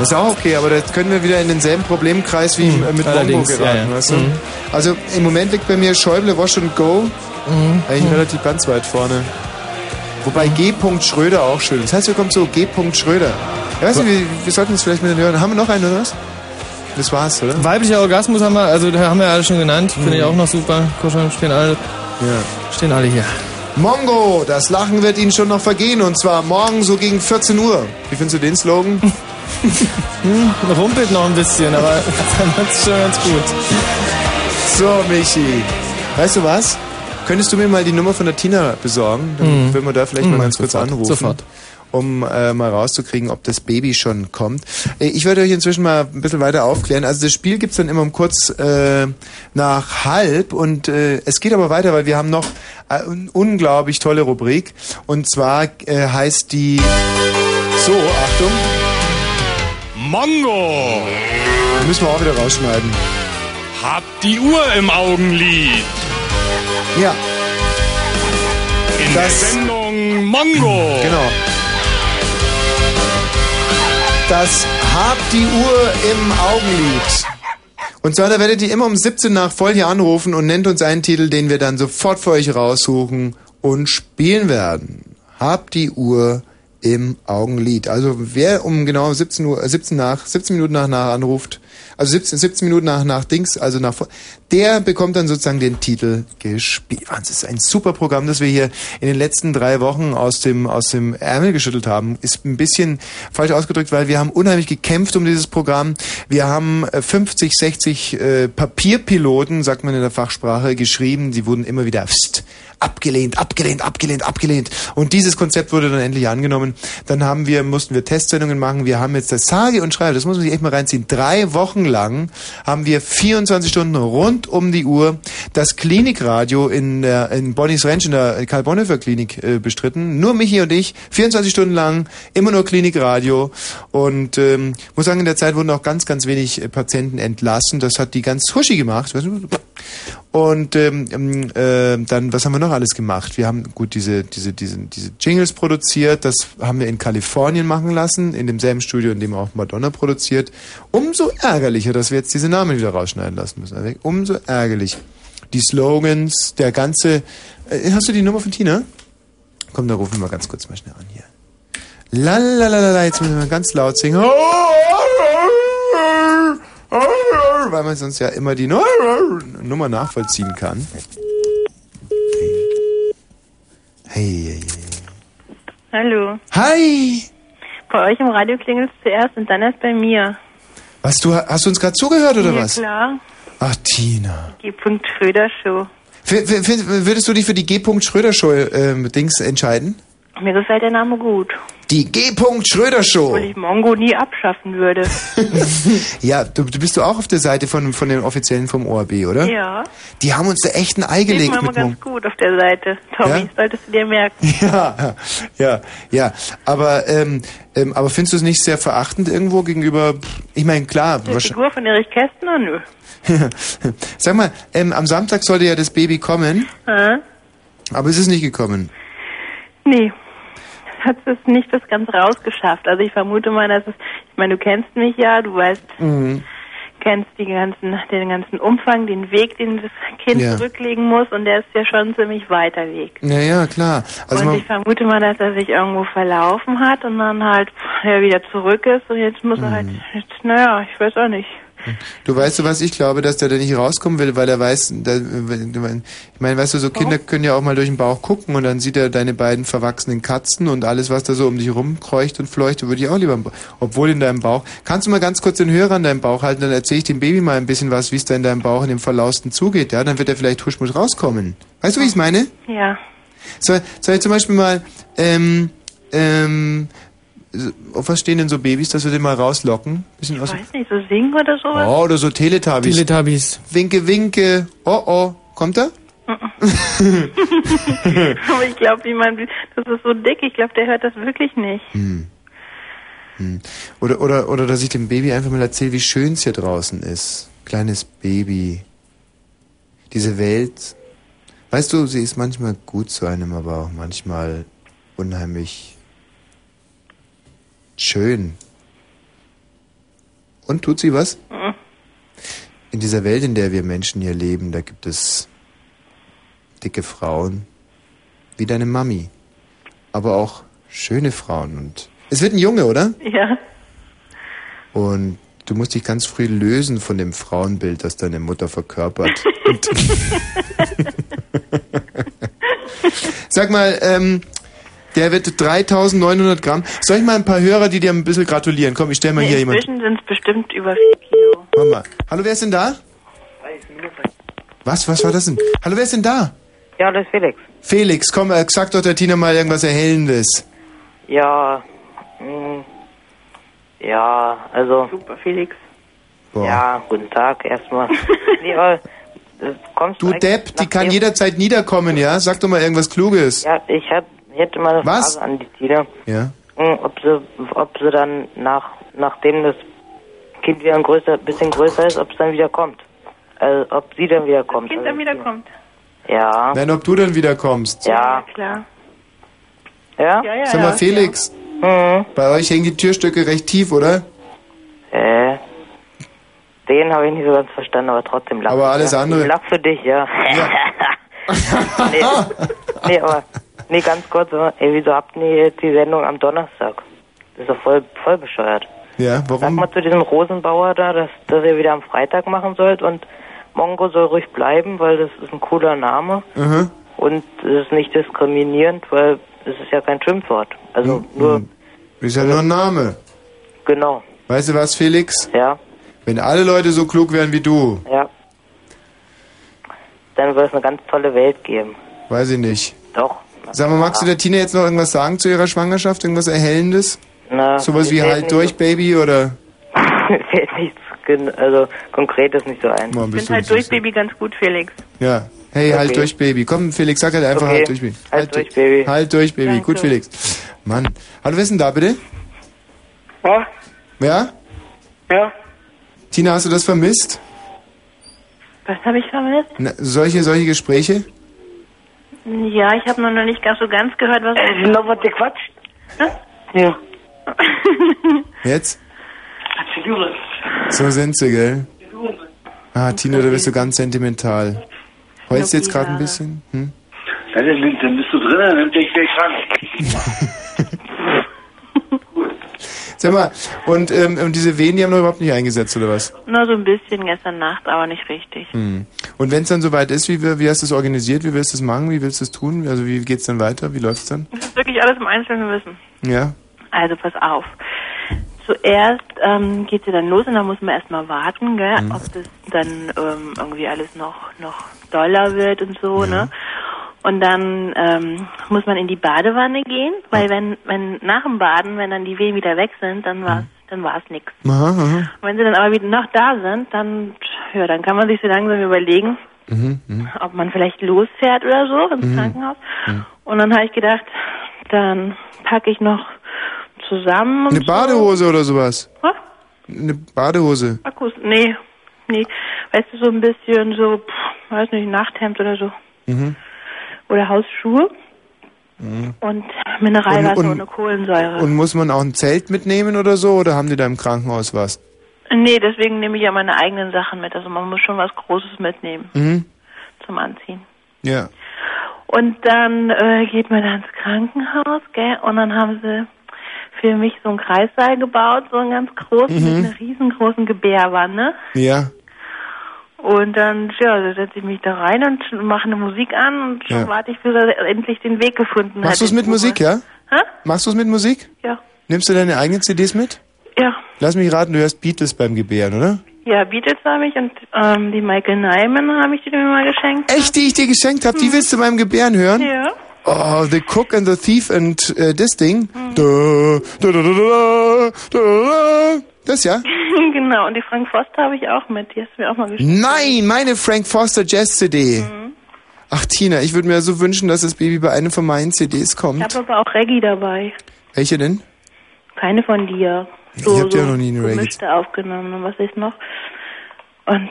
Das ist auch okay, aber da können wir wieder in denselben Problemkreis wie äh, mit Bombo Mhm. allerdings, ja, geraten. ja. Weißt du? Mhm. Also im Moment liegt bei mir Schäuble, Wash and Go Mhm. eigentlich relativ ganz weit vorne. Wobei G. Schröder auch schön ist. Herzlich willkommen zu G. Schröder. Ja, weiß nicht, wir, wir sollten es vielleicht mit den Hörern. Haben wir noch einen oder was? Das war's, oder? Weiblicher Orgasmus haben wir, also haben wir alle schon genannt. Finde ich auch noch super. Kuscheln stehen alle, stehen alle hier. Mongo, das Lachen wird Ihnen schon noch vergehen und zwar morgen so gegen 14 Uhr. Wie findest du den Slogan? Hm, rumpelt noch ein bisschen, aber dann wird's schon ganz gut. So, Michi. Weißt du was? Könntest du mir mal die Nummer von der Tina besorgen? Dann Mhm. würden wir da vielleicht Mhm, mal ganz sofort, kurz anrufen. sofort. Um äh, mal rauszukriegen, ob das Baby schon kommt. Äh, Ich werde euch inzwischen mal ein bisschen weiter aufklären. Also das Spiel gibt's dann immer um kurz äh, nach halb und äh, es geht aber weiter, weil wir haben noch äh, eine unglaublich tolle Rubrik. Und zwar äh, heißt die... So, Achtung. Mongo! Die müssen wir auch wieder rausschneiden. Hab die Uhr im Augenlid. Ja. In Das- der Sendung Mongo. Genau. Das Hab die Uhr im Augenlid. Und zwar, da werdet ihr immer um 17 nach voll hier anrufen und nennt uns einen Titel, den wir dann sofort für euch raussuchen und spielen werden. Hab die Uhr im Augenlid. Also wer um genau 17 Uhr, äh, 17 nach, 17 Minuten nach, nach anruft, also 17, 17 Minuten nach, nach Dings, also nach, vor- der bekommt dann sozusagen den Titel gespielt. Wahnsinn, Das ist ein super Programm, das wir hier in den letzten drei Wochen aus dem, aus dem Ärmel geschüttelt haben. Ist ein bisschen falsch ausgedrückt, weil wir haben unheimlich gekämpft um dieses Programm. Wir haben äh, 50, 60 äh, Papierpiloten, sagt man in der Fachsprache, geschrieben. Die wurden immer wieder pst, abgelehnt, abgelehnt, abgelehnt, abgelehnt. Und dieses Konzept wurde dann endlich angenommen. Dann haben wir, mussten wir Testsendungen machen. Wir haben jetzt das sage und schreibe, das muss man sich echt mal reinziehen. Drei Wochen lang haben wir 24 Stunden rund um die Uhr das Klinikradio in, der, in Bonnies Ranch, in der Karl-Bonhoeffer-Klinik äh, bestritten. Nur Michi und ich, 24 Stunden lang, immer nur Klinikradio. Und ähm, muss sagen, in der Zeit wurden auch ganz, ganz wenig äh, Patienten entlassen. Das hat die ganz huschi gemacht. Und ähm, ähm, äh, dann, was haben wir noch alles gemacht? Wir haben gut diese, diese, diese, diese Jingles produziert, das haben wir in Kalifornien machen lassen, in demselben Studio, in dem auch Madonna produziert. Umso ärgerlicher, dass wir jetzt diese Namen wieder rausschneiden lassen müssen. Also, umso ärgerlich. Die Slogans, der ganze. Äh, hast du die Nummer von Tina? Komm, da rufen wir ganz kurz mal schnell an hier. La la la la la, jetzt müssen wir ganz laut singen. Weil man sonst ja immer die Nu- Nummer nachvollziehen kann. Hey, hey, hey. Hallo. Hi! Bei euch im Radio klingelt zuerst und dann erst bei mir. Was, du, hast du uns gerade zugehört oder ja, was? klar. Ach, Tina. Die Punkt Schröder Show. F f- f- würdest du dich für die G. Schröder Show ähm, Dings entscheiden? Mir gefällt der Name gut. Die G. Schröder Show. Obwohl ich Mongo nie abschaffen würde. Ja, du, du bist du auch auf der Seite von, von den Offiziellen vom ORB, oder? Ja. Die haben uns da echt ein Ei Sieht gelegt man immer mit Mo ganz gut auf der Seite. Tommy, Ja? solltest du dir merken. Ja, ja, ja. Aber, ähm, ähm, aber findest du es nicht sehr verachtend irgendwo gegenüber? Ich meine, klar, Die wahrscheinlich. Figur von Erich Kästner? Nö. Sag mal, ähm, am Samstag sollte ja das Baby kommen, Äh? aber es ist nicht gekommen. Nee. Hat es nicht bis ganz rausgeschafft. Also ich vermute mal, dass es, ich meine, du kennst mich ja, du weißt, Mhm. kennst die ganzen, den ganzen Umfang, den Weg, den das Kind Ja. zurücklegen muss und der ist ja schon ein ziemlich weiter Weg. Naja, klar. Also und man, ich vermute mal, dass er sich irgendwo verlaufen hat und dann halt pff, ja, wieder zurück ist und jetzt muss er halt, jetzt, naja, ich weiß auch nicht. du weißt du was, ich glaube, dass der da nicht rauskommen will, weil er weiß, da, ich meine, weißt du, so Kinder können ja auch mal durch den Bauch gucken und dann sieht er deine beiden verwachsenen Katzen und alles, was da so um dich rumkreucht und fleucht, würde ich auch lieber, im Ba- obwohl in deinem Bauch. Kannst du mal ganz kurz den Hörer an deinem Bauch halten, dann erzähle ich dem Baby mal ein bisschen was, wie es da in deinem Bauch in dem Verlausten zugeht, ja, dann wird er vielleicht huschmusch rauskommen. Weißt du, wie ich es meine? Ja. Soll, soll ich zum Beispiel mal, ähm, ähm, so- auf was stehen denn so Babys, dass wir den mal rauslocken? Bisschen aus Weiß nicht, so singen oder sowas? Oh, oder so Teletubbies. Teletubbies. Winke, winke. Oh, oh. Kommt er? Aber ich glaube, jemand, das ist so dick, ich glaube, der hört das wirklich nicht. Hm. Hm. Oder, oder, oder dass ich dem Baby einfach mal erzähle, wie schön es hier draußen ist. Kleines Baby. Diese Welt. Weißt du, sie ist manchmal gut zu einem, aber auch manchmal unheimlich schön. Und tut sie was? Mhm. In dieser Welt, in der wir Menschen hier leben, da gibt es dicke Frauen, wie deine Mami, aber auch schöne Frauen. Und es wird ein Junge, oder? Ja. Und du musst dich ganz früh lösen von dem Frauenbild, das deine Mutter verkörpert. Und Sag mal, ähm, Der wird 3900 Gramm. Soll ich mal ein paar Hörer, die dir ein bisschen gratulieren? Komm, ich stell mal hier jemanden. Inzwischen sind es bestimmt über 4 Kilo. Warte mal. Hallo, wer ist denn da? Was, was war das denn? Hallo, wer ist denn da? Ja, das ist Felix. Felix, komm, äh, sag doch der Tina mal irgendwas Erhellendes. Ja. mm, Ja, also. Super, Felix. Boah. Ja, guten Tag erstmal. nee, aber, äh, kommst Du eigentlich Depp, die nach kann dem- jederzeit niederkommen, ja? Sag doch mal irgendwas Kluges. Ja, ich hab, hätte mal eine Was? Frage an die Tina. Ja. Mm, Ob sie, ob sie dann nach, nachdem das Kind wieder ein größer, bisschen größer ist, ob es dann wieder kommt. Also, ob sie dann wieder kommt. Kind also, dann wieder kommt. ja. Nein, ob du dann wieder kommst. Ja. Klar. Ja? Hm. Ja, ja, Sag mal, Felix, bei euch hängen die Türstücke recht tief, oder? Äh, den habe ich nicht so ganz verstanden, aber trotzdem lach. Aber alles ja. andere- Ich lach für dich, ja. nee, nee, aber, nee, ganz kurz, aber, ey, wieso habt ihr jetzt die Sendung am Donnerstag? Das ist doch voll, voll bescheuert. Ja, Sag warum? mal zu diesem Rosenbauer da, dass, dass ihr wieder am Freitag machen sollt und Mongo soll ruhig bleiben, weil das ist ein cooler Name Mhm. und es ist nicht diskriminierend, weil es ist ja kein Schimpfwort. Also nur, Hm, Ist ja nur ein Name. genau, Weißt du was, Felix? Ja. Wenn alle Leute so klug wären wie du, ja. Dann wird es eine ganz tolle Welt geben. weiß ich nicht. Doch. Sag mal, magst du der Tina jetzt noch irgendwas sagen zu ihrer Schwangerschaft? Irgendwas Erhellendes? Na, Sowas wie mir fällt halt nicht durch, Baby, oder? Mir fällt nichts gen- also Konkretes nicht so ein. Mann, Ich bist finde du halt durch Baby ganz gut, Felix. Ja. Hey, halt Okay. durch, Baby. Komm, Felix, sag halt einfach Okay. halt durch, Baby. Halt durch, Baby. Halt durch, Baby. Danke. Gut, Felix. Mann. Hallo, wer ist denn da, bitte? Was? Ja? Ja? Tina, hast du das vermisst? Was habe ich vermisst? Na, solche, solche Gespräche? Ja, ich habe nur noch nicht ganz so ganz gehört, was... Äh, noch was gequatscht? Ja. Jetzt? Jure. So sind sie, gell? Ah, Tina, da bist du ganz sentimental. Heulst du jetzt gerade ein bisschen? Hm? Ja, dann, dann bist du drin, dann nimmt dich gleich krank. Sag mal, und, ähm, und diese Wehen, die haben noch überhaupt nicht eingesetzt, oder was? Nur so ein bisschen gestern Nacht, aber nicht richtig. Hm. Und wenn es dann soweit ist, wie, wir- wie hast du es organisiert? Wie willst du es machen? Wie willst du es tun? Also wie geht's dann weiter? Wie läuft's dann? Das ist wirklich alles im Einzelnen wissen. Ja? Also pass auf. Zuerst ähm, geht sie dann los und dann muss man erstmal warten, gell, Mhm. ob das dann ähm, irgendwie alles noch noch doller wird und so, ne? Und dann ähm, muss man in die Badewanne gehen, weil wenn wenn nach dem Baden, wenn dann die Wehen wieder weg sind, dann war's dann war's nix. Aha, aha. Wenn sie dann aber wieder noch da sind, dann ja, dann kann man sich so langsam überlegen, Mhm, mhm. ob man vielleicht losfährt oder so ins Mhm. Krankenhaus. Und dann habe ich gedacht, dann packe ich noch zusammen. und Eine Badehose oder sowas? Was? Eine Badehose. So. Akkus, nee, nee. Weißt du, so ein bisschen so, pff, weiß nicht, Nachthemd oder so. Mhm. Oder Hausschuhe Mhm. und Mineralwasser Und- und, und- Kohlensäure. Und muss man auch ein Zelt mitnehmen oder so? Oder haben die da im Krankenhaus was? nee, deswegen nehme ich ja meine eigenen Sachen mit. Also man muss schon was Großes mitnehmen Mhm. zum Anziehen. Ja. Und dann äh, geht man da ins Krankenhaus, gell? Und dann haben sie für mich so einen Kreissaal gebaut, so einen ganz großen, Mhm. mit einer riesengroßen Gebärwanne. Ja. Und dann, ja, da setze ich mich da rein und mache eine Musik an und schon Ja. warte ich, bis er endlich den Weg gefunden hat. Machst du es mit Musik, ja? Hä? Machst du es mit Musik? Ja. Nimmst du deine eigenen CDs mit? Ja. Lass mich raten, du hörst Beatles beim Gebären, oder? Ja, Beatles habe ich und ähm, die Michael Nyman habe ich die mir mal geschenkt. Mhm. Echt, die ich dir geschenkt habe? Die willst du beim Gebären hören? Ja. Oh, The Cook and the Thief and äh, this Ding. Da, da, da, da, da, da, da, da. Das ja? genau, und die Frank Foster habe ich auch mit, die hast du mir auch mal geschenkt. Nein, meine Frank Foster Jazz CD. Ach Tina, ich würde mir so wünschen, dass das Baby bei einer von meinen CDs Ich kommt. habe aber auch Reggae dabei. Welche denn? Keine von dir. Ich hab dir noch nie einen Reggae- gemischte aufgenommen und was ist noch? Und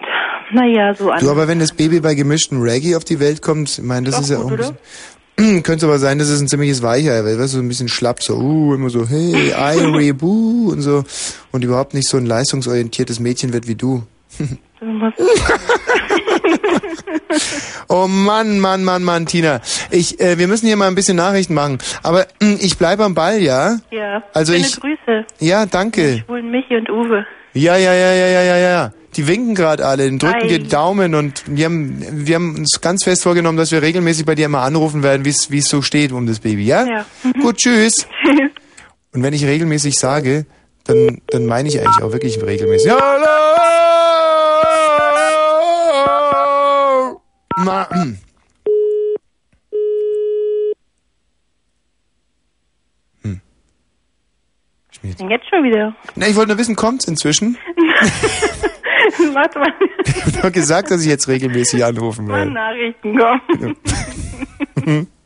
naja, so an. Du, aber wenn das Baby bei gemischtem Reggae auf die Welt kommt, ich meine, das Doch, ist ja auch gut, ein bisschen, könnte aber sein, dass es ein ziemliches Weicher wird, weißt du, so ein bisschen schlapp, so, uh, immer so, hey, Irie, buh, und so. Und überhaupt nicht so ein leistungsorientiertes Mädchen wird wie du. Du musst- Oh Mann, Mann, Mann, Mann, Tina. Ich, äh, wir müssen hier mal ein bisschen Nachrichten machen. Aber mh, ich bleibe am Ball, ja? ja, Also schöne ich- Grüße. Ja, danke. Schwulen Michi und Uwe. Ja, ja, ja, ja, ja, ja, ja. Die winken gerade alle und drücken Ei. dir Daumen und wir haben, wir haben uns ganz fest vorgenommen, dass wir regelmäßig bei dir mal anrufen werden, wie es wie es so steht um das Baby, ja? Ja. Gut, tschüss. Und wenn ich regelmäßig sage, dann, dann meine ich eigentlich auch wirklich regelmäßig. Ja, Hallo! Ma hm. Und Jetzt schon wieder. Na, ich wollte nur wissen, kommt's inzwischen? Warte mal, Ich hab doch gesagt, dass ich jetzt regelmäßig anrufen mal werde. Nachrichten kommen.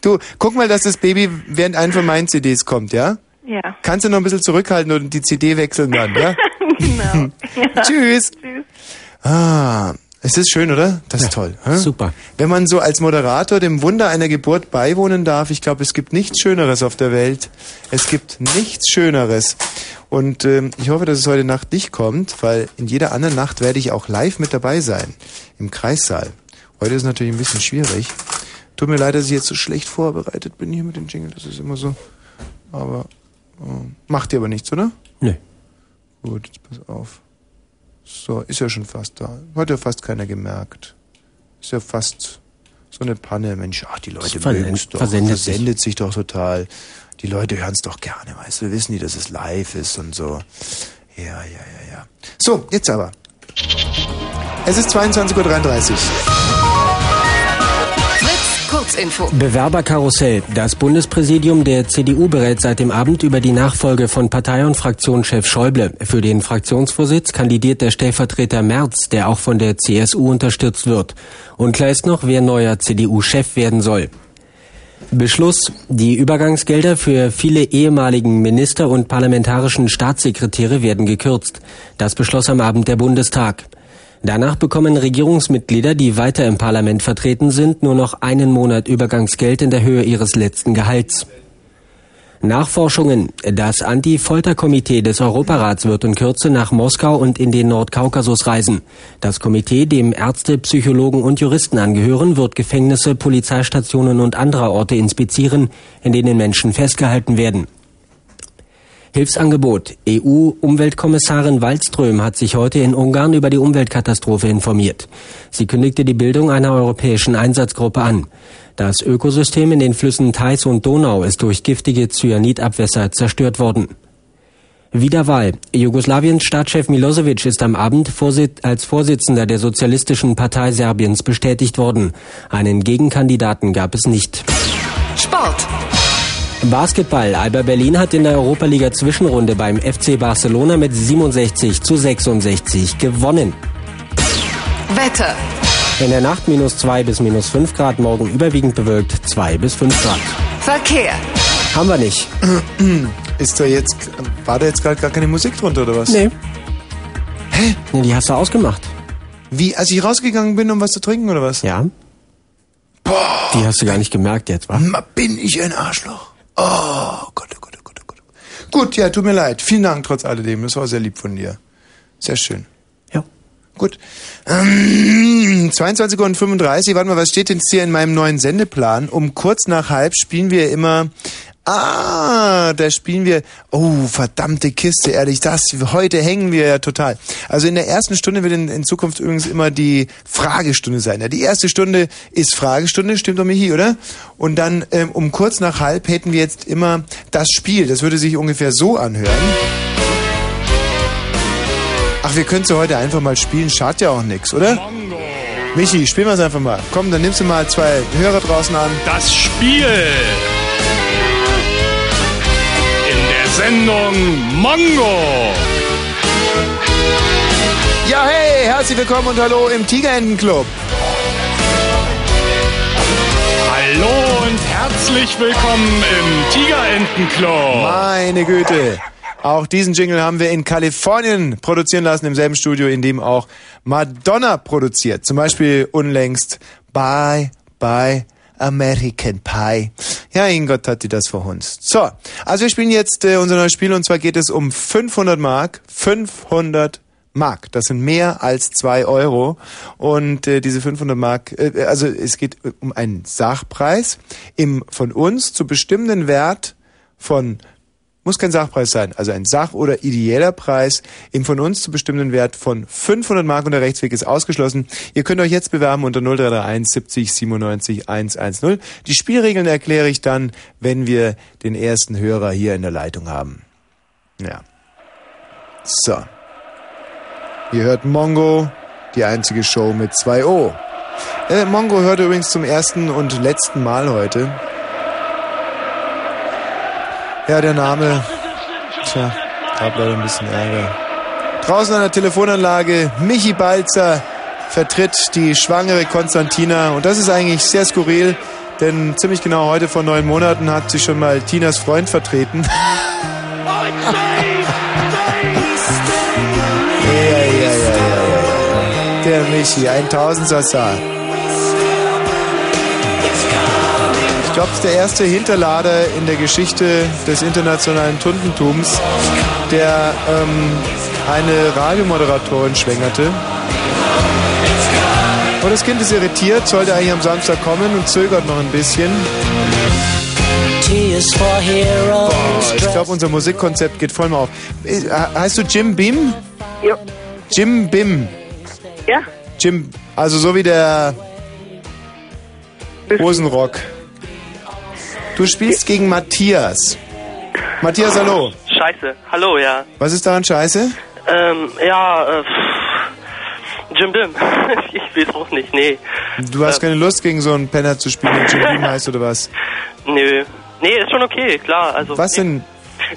Du, guck mal, dass das Baby während einen von meinen CDs kommt, ja? Ja. Kannst du noch ein bisschen zurückhalten und die CD wechseln dann, ja? genau. Ja. Tschüss. Ah, es ist schön, oder? Das ist toll. Hä? Super. Wenn man so als Moderator dem Wunder einer Geburt beiwohnen darf, ich glaube, es gibt nichts Schöneres auf der Welt. Es gibt nichts Schöneres. Und ähm, ich hoffe, dass es heute Nacht nicht kommt, weil in jeder anderen Nacht werde ich auch live mit dabei sein. Im Kreissaal. Heute ist natürlich ein bisschen schwierig. Tut mir leid, dass ich jetzt so schlecht vorbereitet bin hier mit dem Jingle. Das ist immer so. Aber oh, macht dir aber nichts, oder? Nee. Gut, jetzt pass auf. So, ist ja schon fast da. Hat ja fast keiner gemerkt. Ist ja fast so eine Panne. Mensch, ach, die Leute Es verlen- mögen's doch. versendet sich. versendet sich doch total. Die Leute hören's doch gerne, weißt du. Wissen die, dass es live ist und so. Ja, ja, ja, ja. So, jetzt aber. Es ist 22.33 Uhr. Fritz, Kurzinfo. Bewerberkarussell. Das Bundespräsidium der CDU berät seit dem Abend über die Nachfolge von Partei- und Fraktionschef Schäuble. Für den Fraktionsvorsitz kandidiert der Stellvertreter Merz, der auch von der CSU unterstützt wird. Unklar ist noch, wer neuer CDU-Chef werden soll. Beschluss. Die Übergangsgelder für viele ehemaligen Minister und parlamentarischen Staatssekretäre werden gekürzt. Das beschloss am Abend der Bundestag. Danach bekommen Regierungsmitglieder, die weiter im Parlament vertreten sind, nur noch einen Monat Übergangsgeld in der Höhe ihres letzten Gehalts. Nachforschungen. Das Anti-Folter-Komitee des Europarats wird in Kürze nach Moskau und in den Nordkaukasus reisen. Das Komitee, dem Ärzte, Psychologen und Juristen angehören, wird Gefängnisse, Polizeistationen und andere Orte inspizieren, in denen Menschen festgehalten werden. Hilfsangebot. EU-Umweltkommissarin Wallström hat sich heute in Ungarn über die Umweltkatastrophe informiert. Sie kündigte die Bildung einer europäischen Einsatzgruppe an. Das Ökosystem in den Flüssen Theiß und Donau ist durch giftige Cyanidabwässer zerstört worden. Wiederwahl. Jugoslawiens Staatschef Milosevic ist am Abend Vorsi- als Vorsitzender der Sozialistischen Partei Serbiens bestätigt worden. Einen Gegenkandidaten gab es nicht. Sport. Basketball. Alba Berlin hat in der Europaliga Zwischenrunde beim FC Barcelona mit 67 zu 66 gewonnen. Wetter. In der Nacht minus 2 bis minus 5 Grad, morgen überwiegend bewölkt 2 bis 5 Grad. Verkehr. Haben wir nicht. Ist da jetzt, war da jetzt gerade gar keine Musik drunter oder was? Nee. Hä? Nee, die hast du ausgemacht. Wie, als ich rausgegangen bin, um was zu trinken oder was? Ja. Die hast du gar nicht gemerkt jetzt, wa? Bin ich ein Arschloch? Oh Gott, oh Gott, oh Gott, oh Gott. Gut, ja, tut mir leid. Vielen Dank trotz alledem. Das war sehr lieb von dir. Sehr schön. Ja. Gut. Ähm, 22 Uhr und 35. Warte mal, was steht denn jetzt hier in meinem neuen Sendeplan? Um kurz nach halb spielen wir immer. Ah, da spielen wir. Oh, verdammte Kiste, ehrlich. Das, heute hängen wir ja total. Also in der ersten Stunde wird in, in Zukunft übrigens immer die Fragestunde sein. Ja, die erste Stunde ist Fragestunde, stimmt doch Michi, oder? Und dann ähm, um kurz nach halb hätten wir jetzt immer das Spiel. Das würde sich ungefähr so anhören. Ach, wir können sie heute einfach mal spielen, schadet ja auch nix, oder? Michi, spielen wir es einfach mal. Komm, dann nimmst du mal zwei Hörer draußen an. Das Spiel. In der Sendung Mongo. Ja, hey, herzlich willkommen und hallo im Tigerentenclub. Hallo und herzlich willkommen im Tigerentenclub. Meine Güte. Auch diesen Jingle haben wir in Kalifornien produzieren lassen, im selben Studio, in dem auch Madonna produziert. Zum Beispiel unlängst Bye, Bye, American Pie. Ja, in Gott hat die das verhunzt. So, also wir spielen jetzt äh, unser neues Spiel und zwar geht es um 500 Mark. 500 Mark. Das sind mehr als zwei Euro. Und äh, diese 500 Mark, äh, also es geht um einen Sachpreis im von uns zu bestimmenden Wert von Muss kein Sachpreis sein. Also ein Sach- oder ideeller Preis im von uns zu bestimmenden Wert von 500 Mark und der Rechtsweg ist ausgeschlossen. Ihr könnt euch jetzt bewerben unter 0331 70 97 110. Die Spielregeln erkläre ich dann, wenn wir den ersten Hörer hier in der Leitung haben. Ja. So. Ihr hört Mongo, die einzige Show mit 2O. Äh, Mongo hört übrigens zum ersten und letzten Mal heute. Ja, der Name. Tja, hab leider ein bisschen Ärger. Draußen an der Telefonanlage, Michi Balzer vertritt die schwangere Konstantina. Und das ist eigentlich sehr skurril, denn ziemlich genau heute vor neun Monaten hat sie schon mal Tinas Freund vertreten. Ja, ja, ja, ja, ja. Der Michi, 1000 Sasa. Ich glaube, der erste Hinterlader in der Geschichte des internationalen Tuntentums, der ähm, eine Radiomoderatorin schwängerte. Und das Kind ist irritiert, sollte eigentlich am Samstag kommen und zögert noch ein bisschen. Boah, ich glaube, unser Musikkonzept geht voll mal auf. Äh, Heißt du Jim Bim? Jo. Jim Bim. Ja. Jim, also so wie der Hosenrock. Du spielst gegen Matthias. Matthias, hallo. Scheiße, hallo, ja. Was ist daran scheiße? Ähm, ja, äh, pff, Jim Bim. ich weiß auch nicht, nee. Du Äh. hast keine Lust, gegen so einen Penner zu spielen, der Jim Bim heißt oder was? Nö. Nee, ist schon okay, klar. Also, Was denn?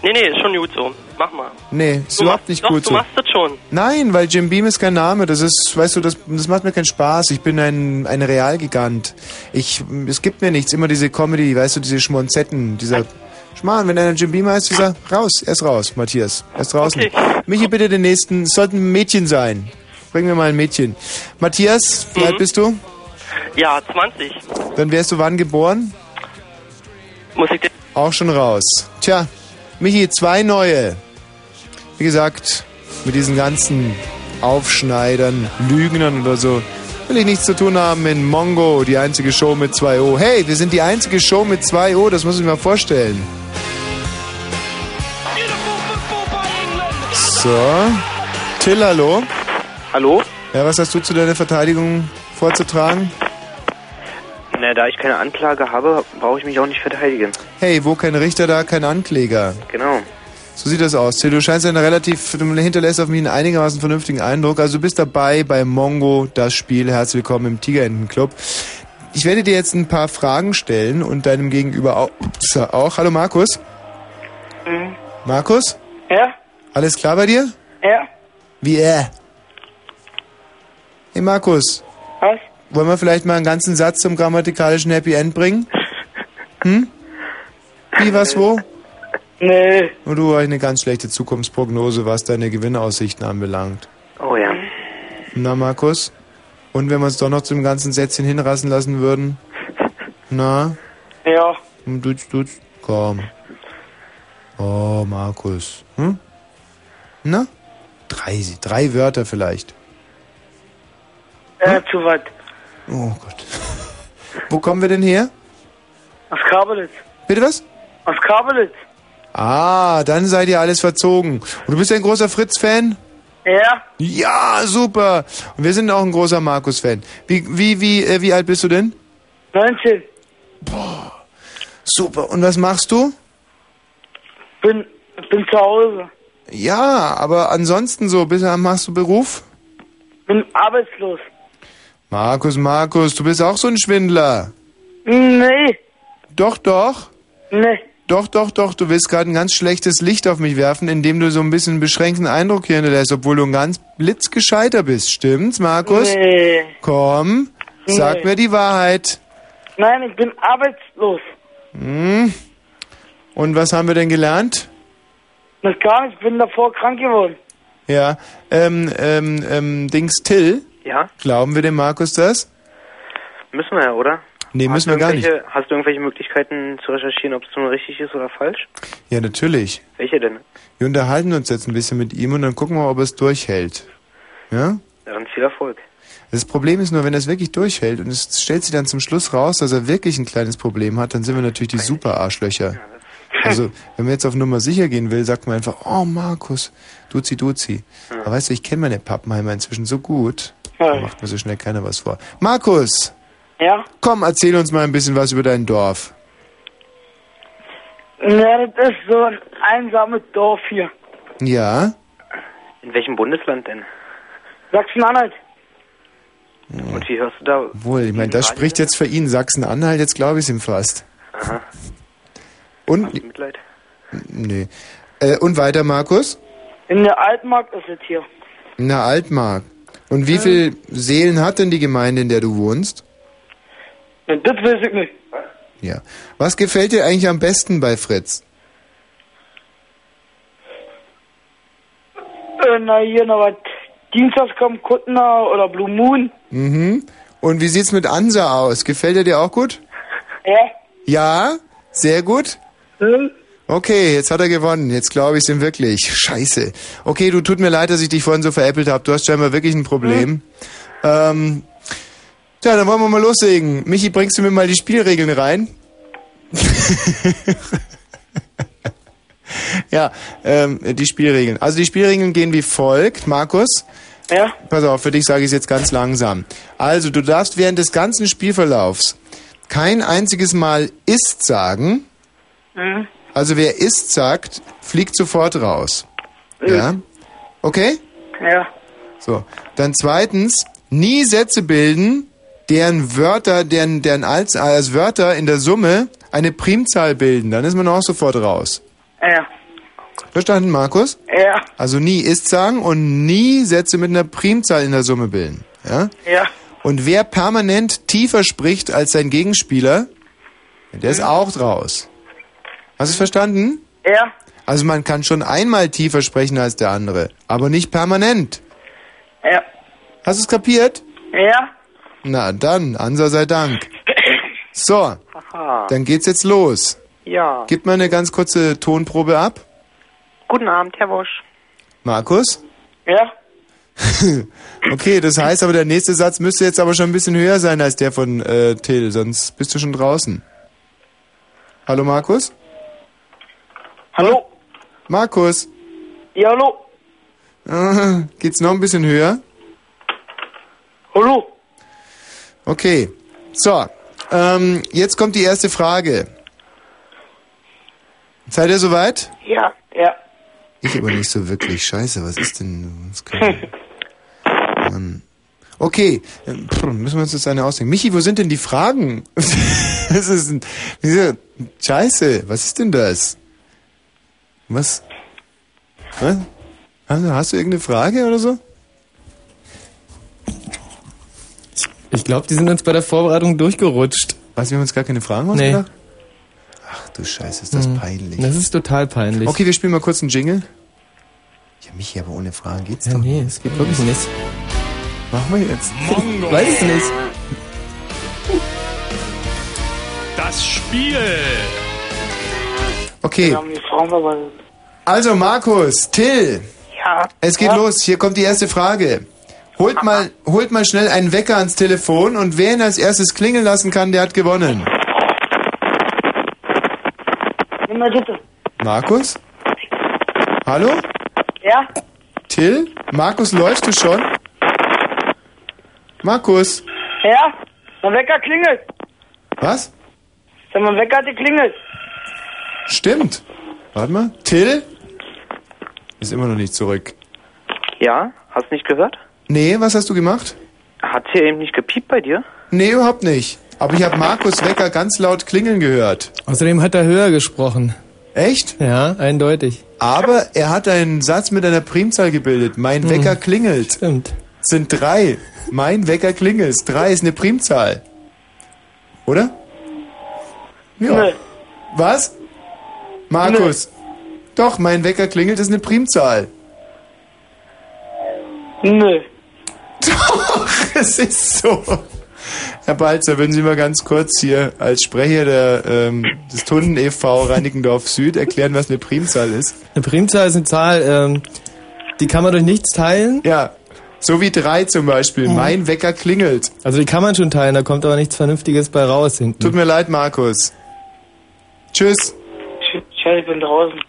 Nee, nee, ist schon gut so. Mach mal. Nee, ist Du überhaupt machst- nicht doch, gut du so. machst das schon. Nein, weil Jim Beam ist kein Name. Das ist, weißt du, das, das macht mir keinen Spaß. Ich bin ein, ein Realgigant. Ich, es gibt mir nichts. Immer diese Comedy, weißt du, diese Schmonzetten, dieser Schmarrn. Wenn einer Jim Beam heißt, dieser raus, erst raus, Matthias, erst draußen. Michi, bitte den nächsten. Es sollten ein Mädchen sein. Bring mir mal ein Mädchen. Matthias, wie alt bist du? Ja, 20. Dann wärst du wann geboren? Muss ich dir. Auch schon raus. Tja, Michi, zwei neue. Wie gesagt, mit diesen ganzen Aufschneidern, Lügnern oder so, will ich nichts zu tun haben in Mongo, die einzige Show mit 2O. Hey, wir sind die einzige Show mit 2O, das muss ich mir mal vorstellen. So, Till, hallo. Hallo? Ja, was hast du zu deiner Verteidigung vorzutragen? Na, da ich keine Anklage habe, brauche ich mich auch nicht verteidigen. Hey, wo kein Richter, da kein Ankläger. Genau. So sieht das aus, Till. Du scheinst ja eine relativ, du hinterlässt auf mich einen einigermaßen vernünftigen Eindruck. Also du bist dabei bei Mongo, das Spiel. Herzlich willkommen im Tigerentenclub. Ich werde dir jetzt ein paar Fragen stellen und deinem Gegenüber auch. ups, auch. Hallo Markus. Markus? Mhm. Ja? Alles klar bei dir? Ja? Wie er? Hey Markus. Was? Wollen wir vielleicht mal einen ganzen Satz zum grammatikalischen Happy End bringen? Hm? Wie, was, wo? Nee. Und du hast eine ganz schlechte Zukunftsprognose, was deine Gewinnaussichten anbelangt. Oh ja. Na, Markus? Und wenn wir uns doch noch zum ganzen Sätzchen hinrassen lassen würden? Na? Hm, Ja. Dutsch, dutsch. Komm. Oh, Markus. Hm? Na? Drei, drei Wörter vielleicht. Hm? Äh, zu weit. Oh Gott. Wo kommen wir denn her? Aus Kabelitz. Bitte was? Aus Kabelitz. Ah, dann seid ihr alles verzogen. Und du bist ein großer Fritz-Fan? Ja? Ja, super. Und wir sind auch ein großer Markus-Fan. Wie, wie, wie, äh, wie alt bist du denn? 19. Boah, super. Und was machst du? Bin, bin zu Hause. Ja, aber ansonsten so, bist, du- machst du Beruf? Bin arbeitslos. Markus, Markus, du bist auch so ein Schwindler. Nee. Doch, doch. Nee. Doch, doch, doch, du willst gerade ein ganz schlechtes Licht auf mich werfen, indem du so ein bisschen beschränkten Eindruck hier hinterlässt, obwohl du ein ganz blitzgescheiter bist. Stimmt's, Markus? Nee. Komm, sag Nee. mir die Wahrheit. Nein, ich bin arbeitslos. Hm. Und was haben wir denn gelernt? Das gar nicht. Ich bin davor krank geworden. Ja, ähm, ähm, ähm, Dings Till, Ja, glauben wir dem Markus das? müssen wir ja, oder? Nee, müssen wir gar nicht. Irgendwelche- Hast du irgendwelche Möglichkeiten zu recherchieren, ob es nun richtig ist oder falsch? Ja, natürlich. Welche denn? Wir unterhalten uns jetzt ein bisschen mit ihm und dann gucken wir, ob er es durchhält. Ja? Dann viel Erfolg. Das Problem ist nur, wenn er es wirklich durchhält und es stellt sich dann zum Schluss raus, dass er wirklich ein kleines Problem hat, dann sind wir natürlich die super Arschlöcher. Also, wenn man jetzt auf Nummer sicher gehen will, sagt man einfach, oh Markus, duzi duzi. Aber weißt du, ich kenne meine Pappenheimer inzwischen so gut, da macht mir so schnell keiner was vor. Markus! Ja? Komm, erzähl uns mal ein bisschen was über dein Dorf. Ja, das ist so ein einsames Dorf hier. Ja? In welchem Bundesland denn? Sachsen-Anhalt. Und wie hörst du da? Wohl, ich meine, das spricht jetzt für ihn. Sachsen-Anhalt, jetzt glaube ich es ihm fast. Aha. Und, Mitleid. nee. Äh, und weiter, Markus? In der Altmark ist es hier. Hm. Na, Altmark. Und wie viel Seelen hat denn die Gemeinde, in der du wohnst? Und das weiß ich nicht. Ja. Was gefällt dir eigentlich am besten bei Fritz? Äh, na, hier noch was. Dienstags kommt Kuttner oder Blue Moon. Mhm. Und wie sieht's mit Ansa aus? Gefällt er dir auch gut? Ja? Ja? Sehr gut? Okay, jetzt hat er gewonnen. Jetzt glaube ich ihm wirklich. Scheiße. Okay, du tut mir leid, dass ich dich vorhin so veräppelt habe. Du hast scheinbar wirklich ein Problem. Ähm, tja, dann wollen wir mal loslegen. Michi, bringst du mir mal die Spielregeln rein? ja, ähm, die Spielregeln. Also die Spielregeln gehen wie folgt, Markus. Ja. Pass auf, für dich sage ich es jetzt ganz langsam. Also du darfst während des ganzen Spielverlaufs kein einziges Mal ist sagen. Mhm. Also wer ist sagt, fliegt sofort raus. Ja? Okay? Ja. So. Dann zweitens, nie Sätze bilden, deren Wörter, deren, deren als, als Wörter in der Summe eine Primzahl bilden. Dann ist man auch sofort raus. Ja. Verstanden, Markus? Ja. Also nie ist sagen und nie Sätze mit einer Primzahl in der Summe bilden. Ja? Ja. Und wer permanent tiefer spricht als sein Gegenspieler, der Mhm. ist auch draus. Hast du es verstanden? Ja. Also man kann schon einmal tiefer sprechen als der andere, aber nicht permanent. Ja. Hast du es kapiert? Ja. Na dann, Ansa sei Dank. So, Aha. dann geht's jetzt los. Ja. Gib mal eine ganz kurze Tonprobe ab. Guten Abend, Herr Wosch. Markus? Ja? okay, das heißt aber, der nächste Satz müsste jetzt aber schon ein bisschen höher sein als der von äh, Till, sonst bist du schon draußen. Hallo Markus? Hallo? Markus? Ja, hallo? Äh, geht's noch ein bisschen höher? Hallo? Okay, so, ähm, jetzt kommt die erste Frage. Seid ihr soweit? Ja. Ja. Ich aber nicht so wirklich. Scheiße, was ist denn? Was kann Mann. Okay, ähm, pff, müssen wir uns jetzt eine ausdenken. Michi, wo sind denn die Fragen? das ist ein, diese, Scheiße, was ist denn das? Was? Was? Hast du- hast du irgendeine Frage oder so? Ich glaube, die sind uns bei der Vorbereitung durchgerutscht. Was, wir haben uns gar keine Fragen Nee. ausgedacht? Ach du Scheiße, ist das Mhm. peinlich. Das ist total peinlich. Okay, wir spielen mal kurz einen Jingle. Ja, Michi, aber ohne Fragen geht's doch Nee, es geht wirklich nicht. Machen wir jetzt. Mongo. Weiß ich nicht. Das Spiel. Okay. Also Markus, Till. Ja. Es geht los. Hier kommt die erste Frage. Holt mal, holt mal schnell einen Wecker ans Telefon und wer ihn als erstes klingeln lassen kann, der hat gewonnen. Nimm mal bitte. Markus? Hallo? Ja? Till? Markus, läufst du schon? Markus? Ja? Mein Wecker klingelt. Was? Sag, mein Wecker hat geklingelt. Stimmt. Warte mal. Till? Ist immer noch nicht zurück. Ja, hast nicht gehört? Nee, was hast du gemacht? Hat's hier eben nicht gepiept bei dir? Nee, überhaupt nicht. Aber ich habe Markus Wecker ganz laut klingeln gehört. Außerdem hat er höher gesprochen. Echt? Ja, eindeutig. Aber er hat einen Satz mit einer Primzahl gebildet. Mein Wecker klingelt. Hm. Stimmt. Sind drei. Mein Wecker klingelt. Drei ist eine Primzahl. Oder? Ja. Nö. Was? Markus. Doch, mein Wecker klingelt ist eine Primzahl. Nö. Doch, es ist so. Herr Balzer, würden Sie mal ganz kurz hier als Sprecher der, ähm, des Tunden e.V. Reinickendorf Süd erklären, was eine Primzahl ist? Eine Primzahl ist eine Zahl, ähm, die kann man durch nichts teilen. Mhm. Ja, so wie drei zum Beispiel. Mein Wecker klingelt. Also die kann man schon teilen, da kommt aber nichts Vernünftiges bei raus hinten. Tut mir leid, Markus. Tschüss. Tsch- fertig bin draußen.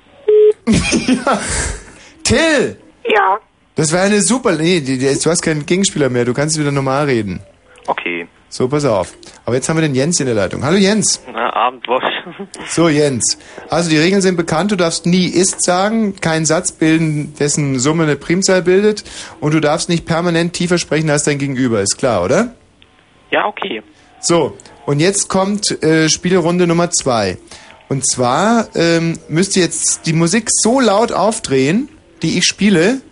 Till! Ja. Das war eine super. Nee, die- die- du hast keinen Gegenspieler mehr, du kannst wieder normal reden. Okay. So, pass auf. Aber jetzt haben wir den Jens in der Leitung. Hallo Jens. Na, Abendwurst. So, Jens. Also die Regeln sind bekannt. Du darfst nie ist sagen, keinen Satz bilden, dessen Summe eine Primzahl bildet. Und du darfst nicht permanent tiefer sprechen als dein Gegenüber. Ist klar, oder? Ja, okay. So, und jetzt kommt äh, Spielrunde Nummer zwei. Und zwar ähm, müsst ihr jetzt die Musik so laut aufdrehen, die ich spiele,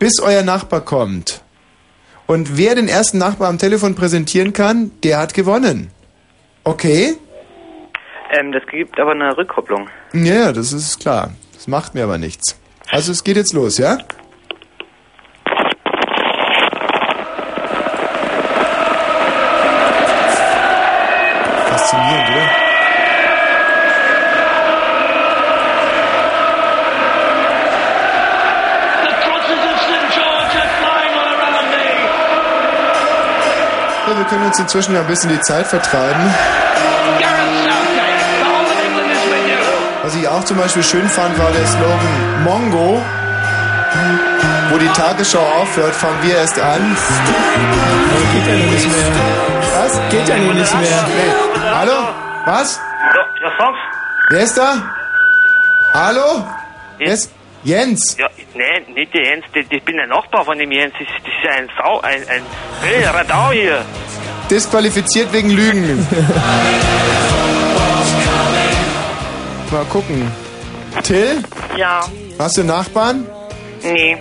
bis euer Nachbar kommt. Und wer den ersten Nachbar am Telefon präsentieren kann, der hat gewonnen. Okay? Ähm, das gibt aber eine Rückkopplung. Ja, ja, das ist klar. Das macht mir aber nichts. Also es geht jetzt los, ja? Faszinierend, oder? Ja, wir können uns inzwischen ja ein bisschen die Zeit vertreiben. Was ich auch zum Beispiel schön fand, war der Slogan Mongo. Wo die Tagesschau aufhört, fangen wir erst an. Geht ja nun nicht mehr. Was? Geht ja nun nicht mehr. Nee. Hallo? Was? Ja, Songs? Wer ist da? Hallo? Wer ist? Jens? Ja, nein, nicht der Jens, das, das bin der Nachbar von dem Jens, das, das ist ein Sau, ein, ein hey, Radau hier. Disqualifiziert wegen Lügen. Mal gucken. Till? Ja. Hast du einen Nachbarn? Nee.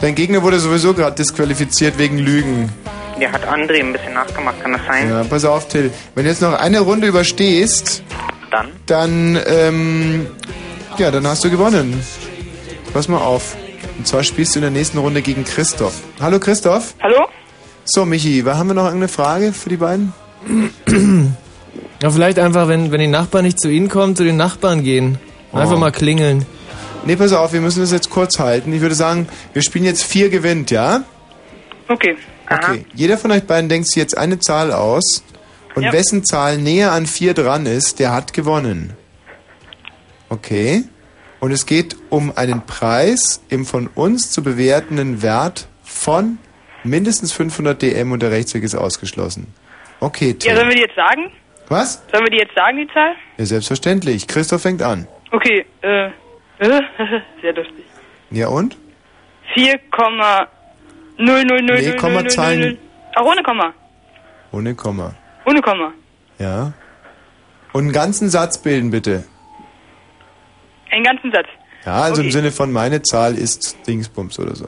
Dein Gegner wurde sowieso gerade disqualifiziert wegen Lügen. Der hat André ein bisschen nachgemacht, kann das sein? Ja, pass auf, Till. Wenn du jetzt noch eine Runde überstehst, Dann? dann, ähm, ja, dann hast du gewonnen. Pass mal auf. Und zwar spielst du in der nächsten Runde gegen Christoph. Hallo Christoph. Hallo. So, Michi, wa- haben wir noch irgendeine Frage für die beiden? Ja, vielleicht einfach, wenn, wenn die Nachbarn nicht zu Ihnen kommen, zu den Nachbarn gehen. Einfach Oh. mal klingeln. Nee, pass auf, wir müssen das jetzt kurz halten. Ich würde sagen, wir spielen jetzt vier gewinnt, ja? Okay. Okay. Jeder von euch beiden denkt sich jetzt eine Zahl aus. Und Ja. wessen Zahl näher an vier dran ist, der hat gewonnen. Okay. Und es geht um einen Preis im von uns zu bewertenden Wert von mindestens 500 DM und der Rechtsweg ist ausgeschlossen. Okay, Tim. Ja, sollen wir die jetzt sagen? Was? Sollen wir die jetzt sagen, die Zahl? Ja, selbstverständlich. Christoph fängt an. Okay, äh, äh, sehr lustig. Ja und? 4,000. Nee, Kommazahlen. Ach, ohne Komma. Ohne Komma. Ohne Komma. Ja. Und einen ganzen Satz bilden, bitte. Einen ganzen Satz. Ja, also im Sinne von meine Zahl ist Dingsbums oder so.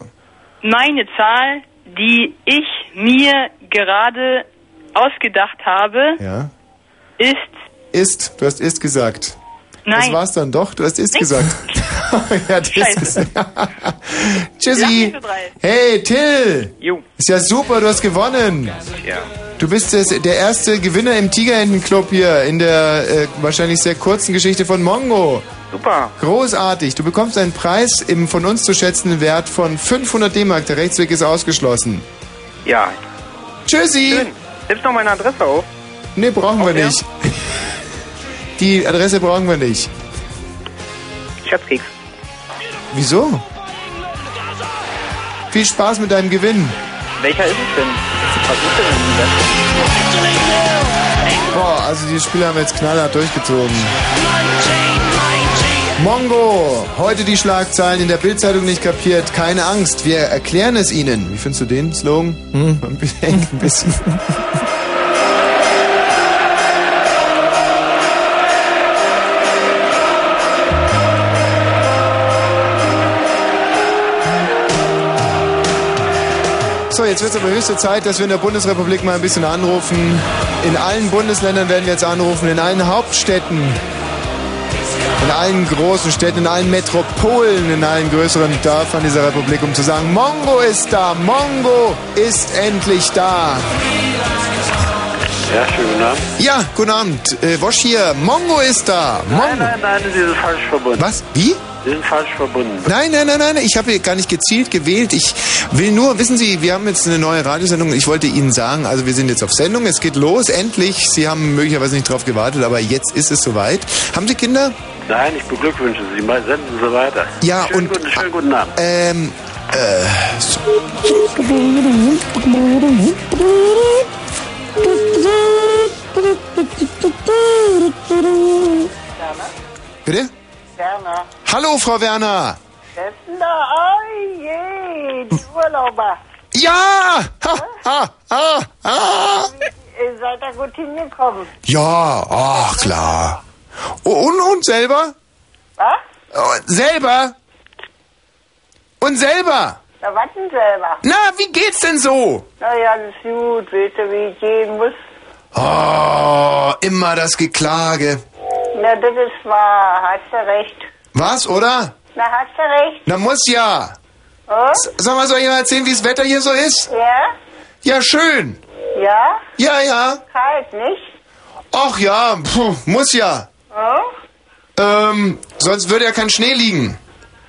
Meine Zahl, die ich mir gerade ausgedacht habe, Ja. ist. Ist, du hast ist gesagt. Nein. Das war's dann doch, du hast ist gesagt. ja, das ist. Tschüssi. Hey, Till. Jo. Ist ja super, du hast gewonnen. Ja. Du bist das, der erste Gewinner im Tigerentenclub hier in der äh, wahrscheinlich sehr kurzen Geschichte von Mongo. Super. Großartig. Du bekommst einen Preis im von uns zu schätzenden Wert von 500 D-Mark. Der Rechtsweg ist ausgeschlossen. Ja. Tschüssi. Schön. Nimmst noch meine Adresse auf? Nee, brauchen wir nicht. Die Adresse brauchen wir nicht. Schatzkeks. Wieso? Viel Spaß mit deinem Gewinn. Welcher ist es denn? Was ist denn Boah, also die Spiele haben wir jetzt knallhart durchgezogen. Mongo! Heute die Schlagzeilen in der Bildzeitung nicht kapiert. Keine Angst, wir erklären es Ihnen. Wie findest du den Slogan? Hm. Ein bisschen. So, jetzt wird es aber höchste Zeit, dass wir in der Bundesrepublik mal ein bisschen anrufen. In allen Bundesländern werden wir jetzt anrufen, in allen Hauptstädten, in allen großen Städten, in allen Metropolen, in allen größeren Dörfern dieser Republik, um zu sagen, Mongo ist da, Mongo ist endlich da. Ja, schönen Abend. Ja, guten Abend, äh, Wosch hier, Mongo ist da, Nein, Mongo. nein, nein, Sie sind falsch verbunden. Was? Wie? Sie sind falsch verbunden. Nein, nein, nein, nein, ich habe hier gar nicht gezielt gewählt. Ich will nur, wissen Sie, wir haben jetzt eine neue Radiosendung. Ich wollte Ihnen sagen, also wir sind jetzt auf Sendung, es geht los, endlich. Sie haben möglicherweise nicht drauf gewartet, aber jetzt ist es soweit. Haben Sie Kinder? Nein, ich beglückwünsche Sie. Mal senden Sie weiter. Ja, schönen und- Guten, schönen guten Abend. Ähm, äh, so. Bitte? Werner, Hallo, Frau Werner. wer ist denn da? Oh je, die Urlauber. Ja! Ah, Ha, ha, ha, ha. Ihr seid da gut hingekommen. Ja, ach klar. Und, und selber? Was? Oh, Selber? Und selber? Na, warten selber. Na, wie geht's denn so? Na ja, das ist gut, wisst ihr, wie ich gehen muss. Oh, immer das Geklage. Na, das ist wahr, hast du recht. Was, oder? Na, hast du recht. Na muss ja. Oh? Sag mal, soll ich mal erzählen, wie das Wetter hier so ist? Ja? Ja, schön. Ja? Ja, ja. Kalt, nicht? Ach ja, puh, muss ja. Oh? Ähm, sonst würde ja kein Schnee liegen.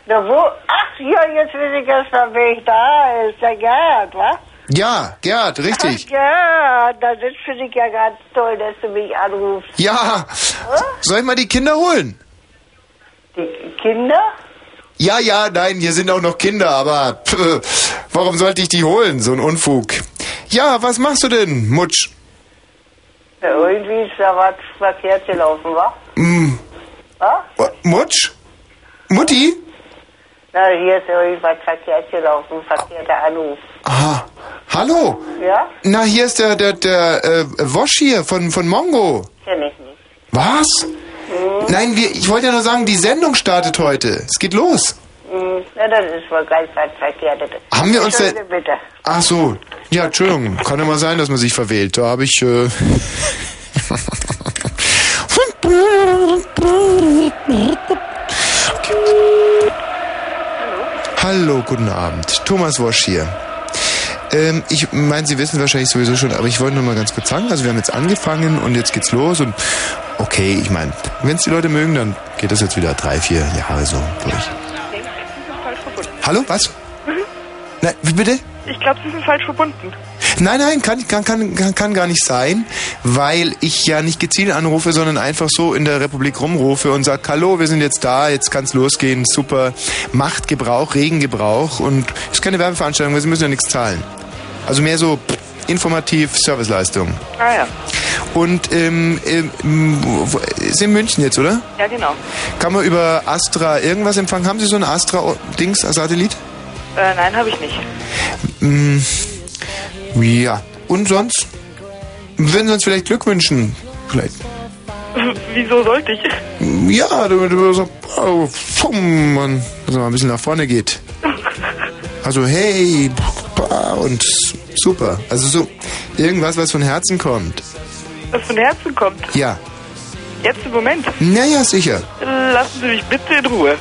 Na, wo? Ach, ja, jetzt weiß ich erst mal, wer ich da ist. Der Gerd, was? Ja, Gerd, richtig. Ja, das ist für dich ja ganz toll, dass du mich anrufst. Ja. Soll ich mal die Kinder holen? Die Kinder? Ja, ja, nein, hier sind auch noch Kinder, aber pff, warum sollte ich die holen? So ein Unfug. Ja, was machst du denn, Mutsch? Na, irgendwie ist da was verkehrt gelaufen, wa? Hm, Was? Mutsch? Mutti? Na, hier ist irgendwas verkehrt gelaufen, verkehrter Anruf. Aha. Hallo? Ja? Na, hier ist der, der, der äh, Wosch hier von, von Mongo. Kenn ich nicht. Hm, Was? Nein, wir, ich wollte ja nur sagen, die Sendung startet heute. Es geht los. Hm, na, das ist wohl ganz was verkehrtes. Haben wir uns denn- Entschuldige bitte. Ach so. Ja, Entschuldigung. Kann ja mal sein, dass man sich verwählt. Da habe ich... Äh Hallo, guten Abend. Thomas Wosch hier. Ähm, ich meine, Sie wissen wahrscheinlich sowieso schon, aber ich wollte nur mal ganz kurz sagen, also wir haben jetzt angefangen und jetzt geht's los und okay, ich meine, wenn es die Leute mögen, dann geht das jetzt wieder drei, vier Jahre so durch. Hallo, was? Nein, wie bitte? Ich glaube, Sie sind falsch verbunden. Nein, nein, kann, kann, kann, kann, kann gar nicht sein, weil ich ja nicht gezielt anrufe, sondern einfach so in der Republik rumrufe und sage, hallo, wir sind jetzt da, jetzt kann's losgehen, super, macht Gebrauch, Regengebrauch und ist keine Werbeveranstaltung, weil Sie müssen ja nichts zahlen. Also mehr so pff, informativ Serviceleistung. Ah ja. Und ähm, ähm, wo- wo- ist in München jetzt, oder? Ja, genau. Kann man über Astra irgendwas empfangen? Haben Sie so ein Astra-Dings, ein Satellit? Äh, nein, habe ich nicht. Mm, ja. Und sonst? Wenn Sie uns vielleicht Glück wünschen. Vielleicht. Wieso sollte ich? Ja, damit wir so, oh, fumm, man, dass man ein bisschen nach vorne geht. Also hey bah, und super. Also so irgendwas, was von Herzen kommt. Was von Herzen kommt. Ja. Jetzt im Moment. Naja, sicher. Lassen Sie mich bitte in Ruhe.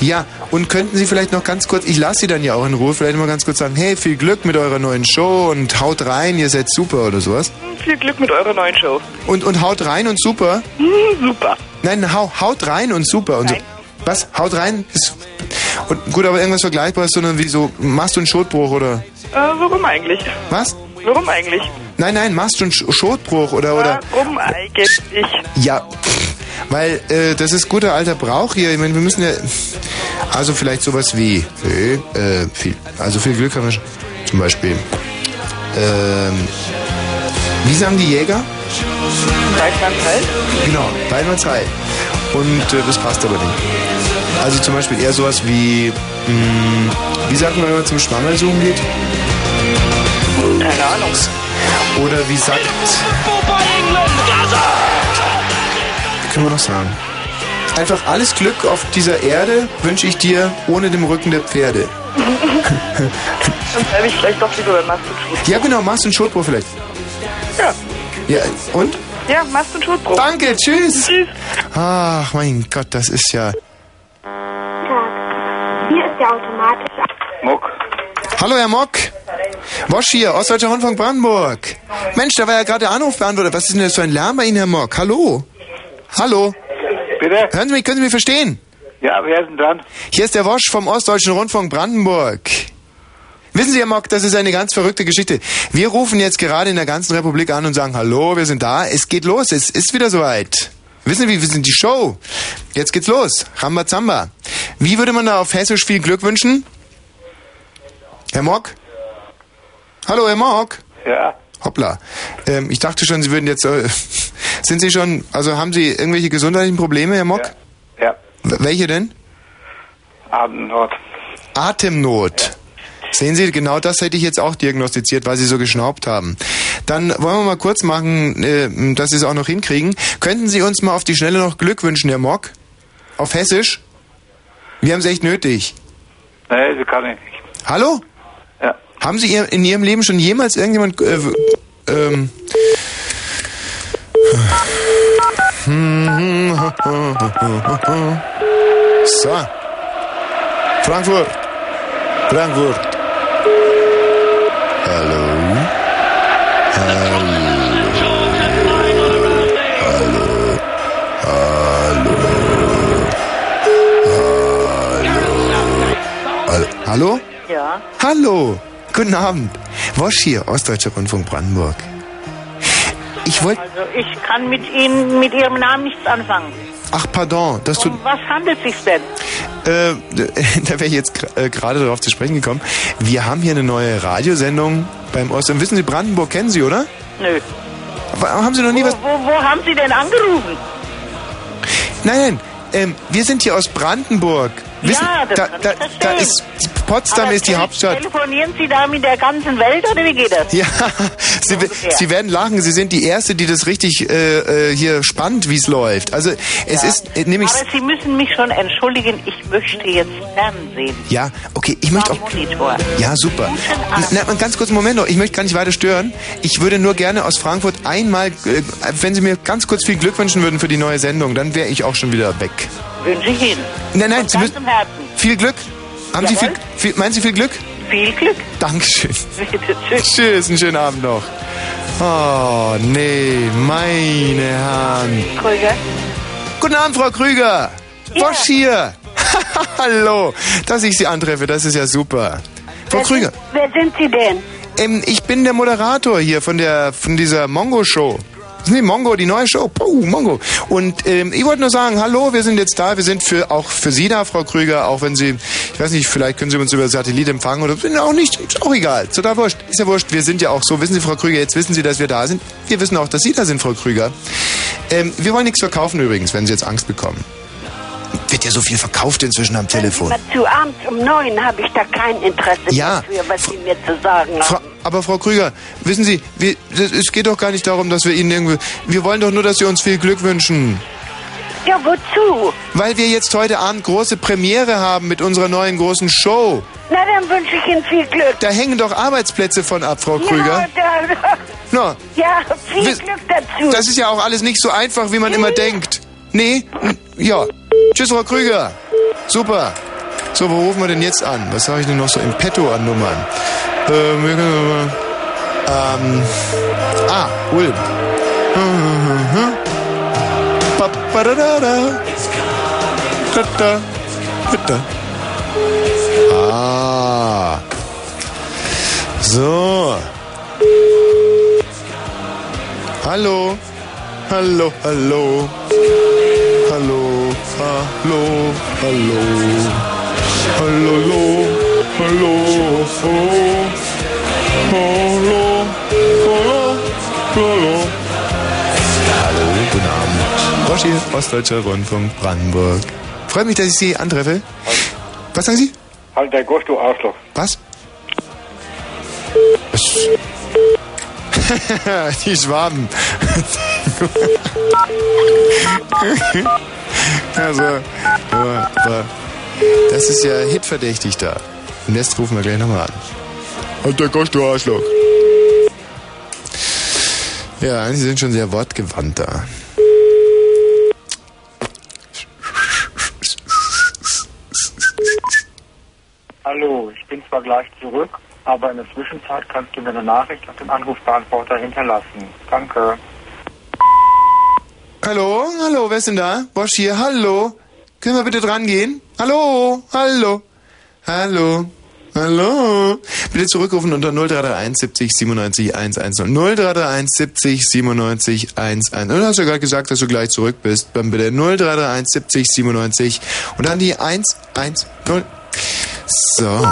Ja, und könnten Sie vielleicht noch ganz kurz, ich lasse Sie dann ja auch in Ruhe, vielleicht mal ganz kurz sagen, hey, viel Glück mit eurer neuen Show und haut rein, ihr seid super oder sowas. Viel Glück mit eurer neuen Show. Und, und haut rein und super? super. Nein, hau, haut rein und super. Und so. Was? Haut rein? Ist, und gut, aber irgendwas Vergleichbares, sondern wie so, machst du einen Schotbruch oder? Äh, warum eigentlich? Was? Warum eigentlich? Nein, nein, machst du einen Sch- Schotbruch oder, oder? Warum eigentlich? Ja, pff, weil äh, das ist guter alter Brauch hier. Ich meine, wir müssen ja. Also vielleicht sowas wie. Äh, äh, viel, also viel Glück haben wir schon. Zum Beispiel. Ähm, wie sagen die Jäger? Genau, Weinmannsheil. Und äh, das passt aber nicht. Also zum Beispiel eher sowas wie. Mh, wie sagt man, wenn man zum Schwammersuchen geht? Keine Ahnung. Oder wie sagt. Können wir noch sagen. Einfach alles Glück auf dieser Erde wünsche ich dir ohne dem Rücken der Pferde. Dann bleibe ich vielleicht doch lieber bei Mastenschuh. Ja, genau, machst du einen Schotbruch vielleicht. Ja. Ja, und? Ja, Mastenschutzbruch. Danke, tschüss. Tschüss. Ach, mein Gott, das ist ja. Hier ist der automatische. Mock. Hallo, Herr Mock. Wosch hier, Ostdeutscher Rundfunk Brandenburg. Mensch, da war ja gerade der Anruf beantwortet. Was ist denn das für ein Lärm bei Ihnen, Herr Mock? Hallo? Hallo? Bitte? Hören Sie mich, können Sie mich verstehen? Ja, wer ist denn dran? Hier ist der Wosch vom Ostdeutschen Rundfunk Brandenburg. Wissen Sie, Herr Mock, das ist eine ganz verrückte Geschichte. Wir rufen jetzt gerade in der ganzen Republik an und sagen, hallo, wir sind da, es geht los, es ist wieder soweit. Wissen wir, wir sind die Show. Jetzt geht's los. Rambazamba. Wie würde man da auf Hessisch viel Glück wünschen? Herr Mock? Hallo, Herr Mock? Ja. Hoppla. Ähm, ich dachte schon, Sie würden jetzt. Äh, sind Sie schon. Also haben Sie irgendwelche gesundheitlichen Probleme, Herr Mock? Ja. W- Welche denn? Abendnot. Atemnot. Sehen Sie, genau das hätte ich jetzt auch diagnostiziert, weil Sie so geschnaubt haben. Dann wollen wir mal kurz machen, äh, dass Sie es auch noch hinkriegen. Könnten Sie uns mal auf die Schnelle noch Glück wünschen, Herr Mock? Auf Hessisch? Wir haben es echt nötig. Nee, so kann ich nicht. Hallo? Ja. Haben Sie ihr- in Ihrem Leben schon jemals irgendjemand... Äh, w- ähm, Hm. so. Frankfurt. Frankfurt. Hallo. Hallo. Hallo. Hallo. Hallo. Hallo? Ja. Hallo, guten Abend. Wosch hier, Ostdeutscher Rundfunk Brandenburg. Ich wollte. Also ich kann mit Ihnen, mit Ihrem Namen nichts anfangen. Ach, pardon, dass du. Was handelt es sich denn? Äh, da wäre ich jetzt gra- äh, gerade darauf zu sprechen gekommen. Wir haben hier eine neue Radiosendung beim Ostern. Wissen Sie, Brandenburg kennen Sie, oder? Nö. Aber haben Sie noch nie was. Wo, wo haben Sie denn angerufen? Nein, nein. Ähm, wir sind hier aus Brandenburg. Wissen, Ja, das da, kann ich da, da verstehen. ist Potsdam Aber ist die tele- Hauptstadt. Telefonieren Sie da mit der ganzen Welt oder wie geht das? Ja, Sie, we- ungefähr. Sie werden lachen. Sie sind die Erste, die das richtig äh, äh, hier spannt, wie es läuft. Also es ist äh, nämlich. Aber Sie müssen mich schon entschuldigen, ich möchte jetzt Fernsehen. Ja, okay, ich möchte auch. Monitor. Ja, super. Na, na, ganz kurz, Moment noch. Ich möchte gar nicht weiter stören. Ich würde nur gerne aus Frankfurt einmal, äh, wenn Sie mir ganz kurz viel Glück wünschen würden für die neue Sendung, dann wäre ich auch schon wieder weg. Wünsche ich Ihnen. Nein, nein, Sie müssen. Zum Herzen. Viel Glück. Haben Sie viel, Jawohl. viel, meinen Sie viel Glück? Viel Glück. Dankeschön. Tschüss. Tschüss, einen schönen Abend noch. Oh, nee, meine Herren. Krüger. Guten Abend, Frau Krüger. Bosch hier. Hallo. Dass ich Sie antreffe, das ist ja super. Frau Krüger. Wer sind Sie denn? Ähm, ich bin der Moderator hier von der von dieser Mongo Show. Sind die Mongo, die neue Show? Puh, Mongo. Und ähm, ich wollte nur sagen, hallo, wir sind jetzt da, wir sind für auch für Sie da, Frau Krüger, auch wenn Sie, ich weiß nicht, vielleicht können Sie uns über Satellit empfangen oder sind auch nicht, ist auch egal, ist total wurscht, ist ja wurscht, wir sind ja auch so, wissen Sie, Frau Krüger, jetzt wissen Sie, dass wir da sind, wir wissen auch, dass Sie da sind, Frau Krüger. Ähm, wir wollen nichts verkaufen übrigens, wenn Sie jetzt Angst bekommen. Wird ja so viel verkauft inzwischen am Telefon. Aber zu abends um neun habe ich da kein Interesse Ja. dafür, was Sie mir zu sagen haben. Fra aber Frau Krüger, wissen Sie, wir, das, es geht doch gar nicht darum, dass wir Ihnen irgendwie... Wir wollen doch nur, dass Sie uns viel Glück wünschen. Ja, wozu? Weil wir jetzt heute Abend große Premiere haben mit unserer neuen großen Show. Na, dann wünsche ich Ihnen viel Glück. Da hängen doch Arbeitsplätze von ab, Frau Krüger. Ja, da, Na, ja viel Wiss- Glück dazu. das ist ja auch alles nicht so einfach, wie man immer denkt. Nee? N- Ja. Tschüss, Frau Krüger. Super. So, wo rufen wir denn jetzt an? Was habe ich denn noch so im Petto an Nummern? Ähm, wir können mal- ähm, ah, Ulm. Papadadada. Tada. Tada. Ah. So. Hallo. Hallo, hallo. Hallo, hallo, hallo. Hallo, hallo, hallo. Oh. Hallo, hallo, hallo. Hallo, guten Abend. Roshi, Ostdeutscher Rundfunk Brandenburg. Freut mich, dass ich Sie antreffe. Was sagen Sie? Halt der Gosch, du Arschloch. Was? Die Schwaben. also, ja, aber das ist ja hitverdächtig da. Den Rest rufen wir gleich nochmal an. Alter Gosch, Halt du Arschloch. Ja, sie sind schon sehr wortgewandt da. Hallo, ich bin zwar gleich zurück, aber in der Zwischenzeit kannst du mir eine Nachricht auf dem Anrufbeantworter hinterlassen. Danke. Hallo, hallo, wer ist denn da? Bosch hier, hallo. Können wir bitte dran gehen? Hallo, hallo, hallo. Hallo. Bitte zurückrufen unter 0331 70 97 110. 0331 70 97 110. Du hast ja gerade gesagt, dass du gleich zurück bist. Dann bitte 0331 70 97 und dann die 110. So.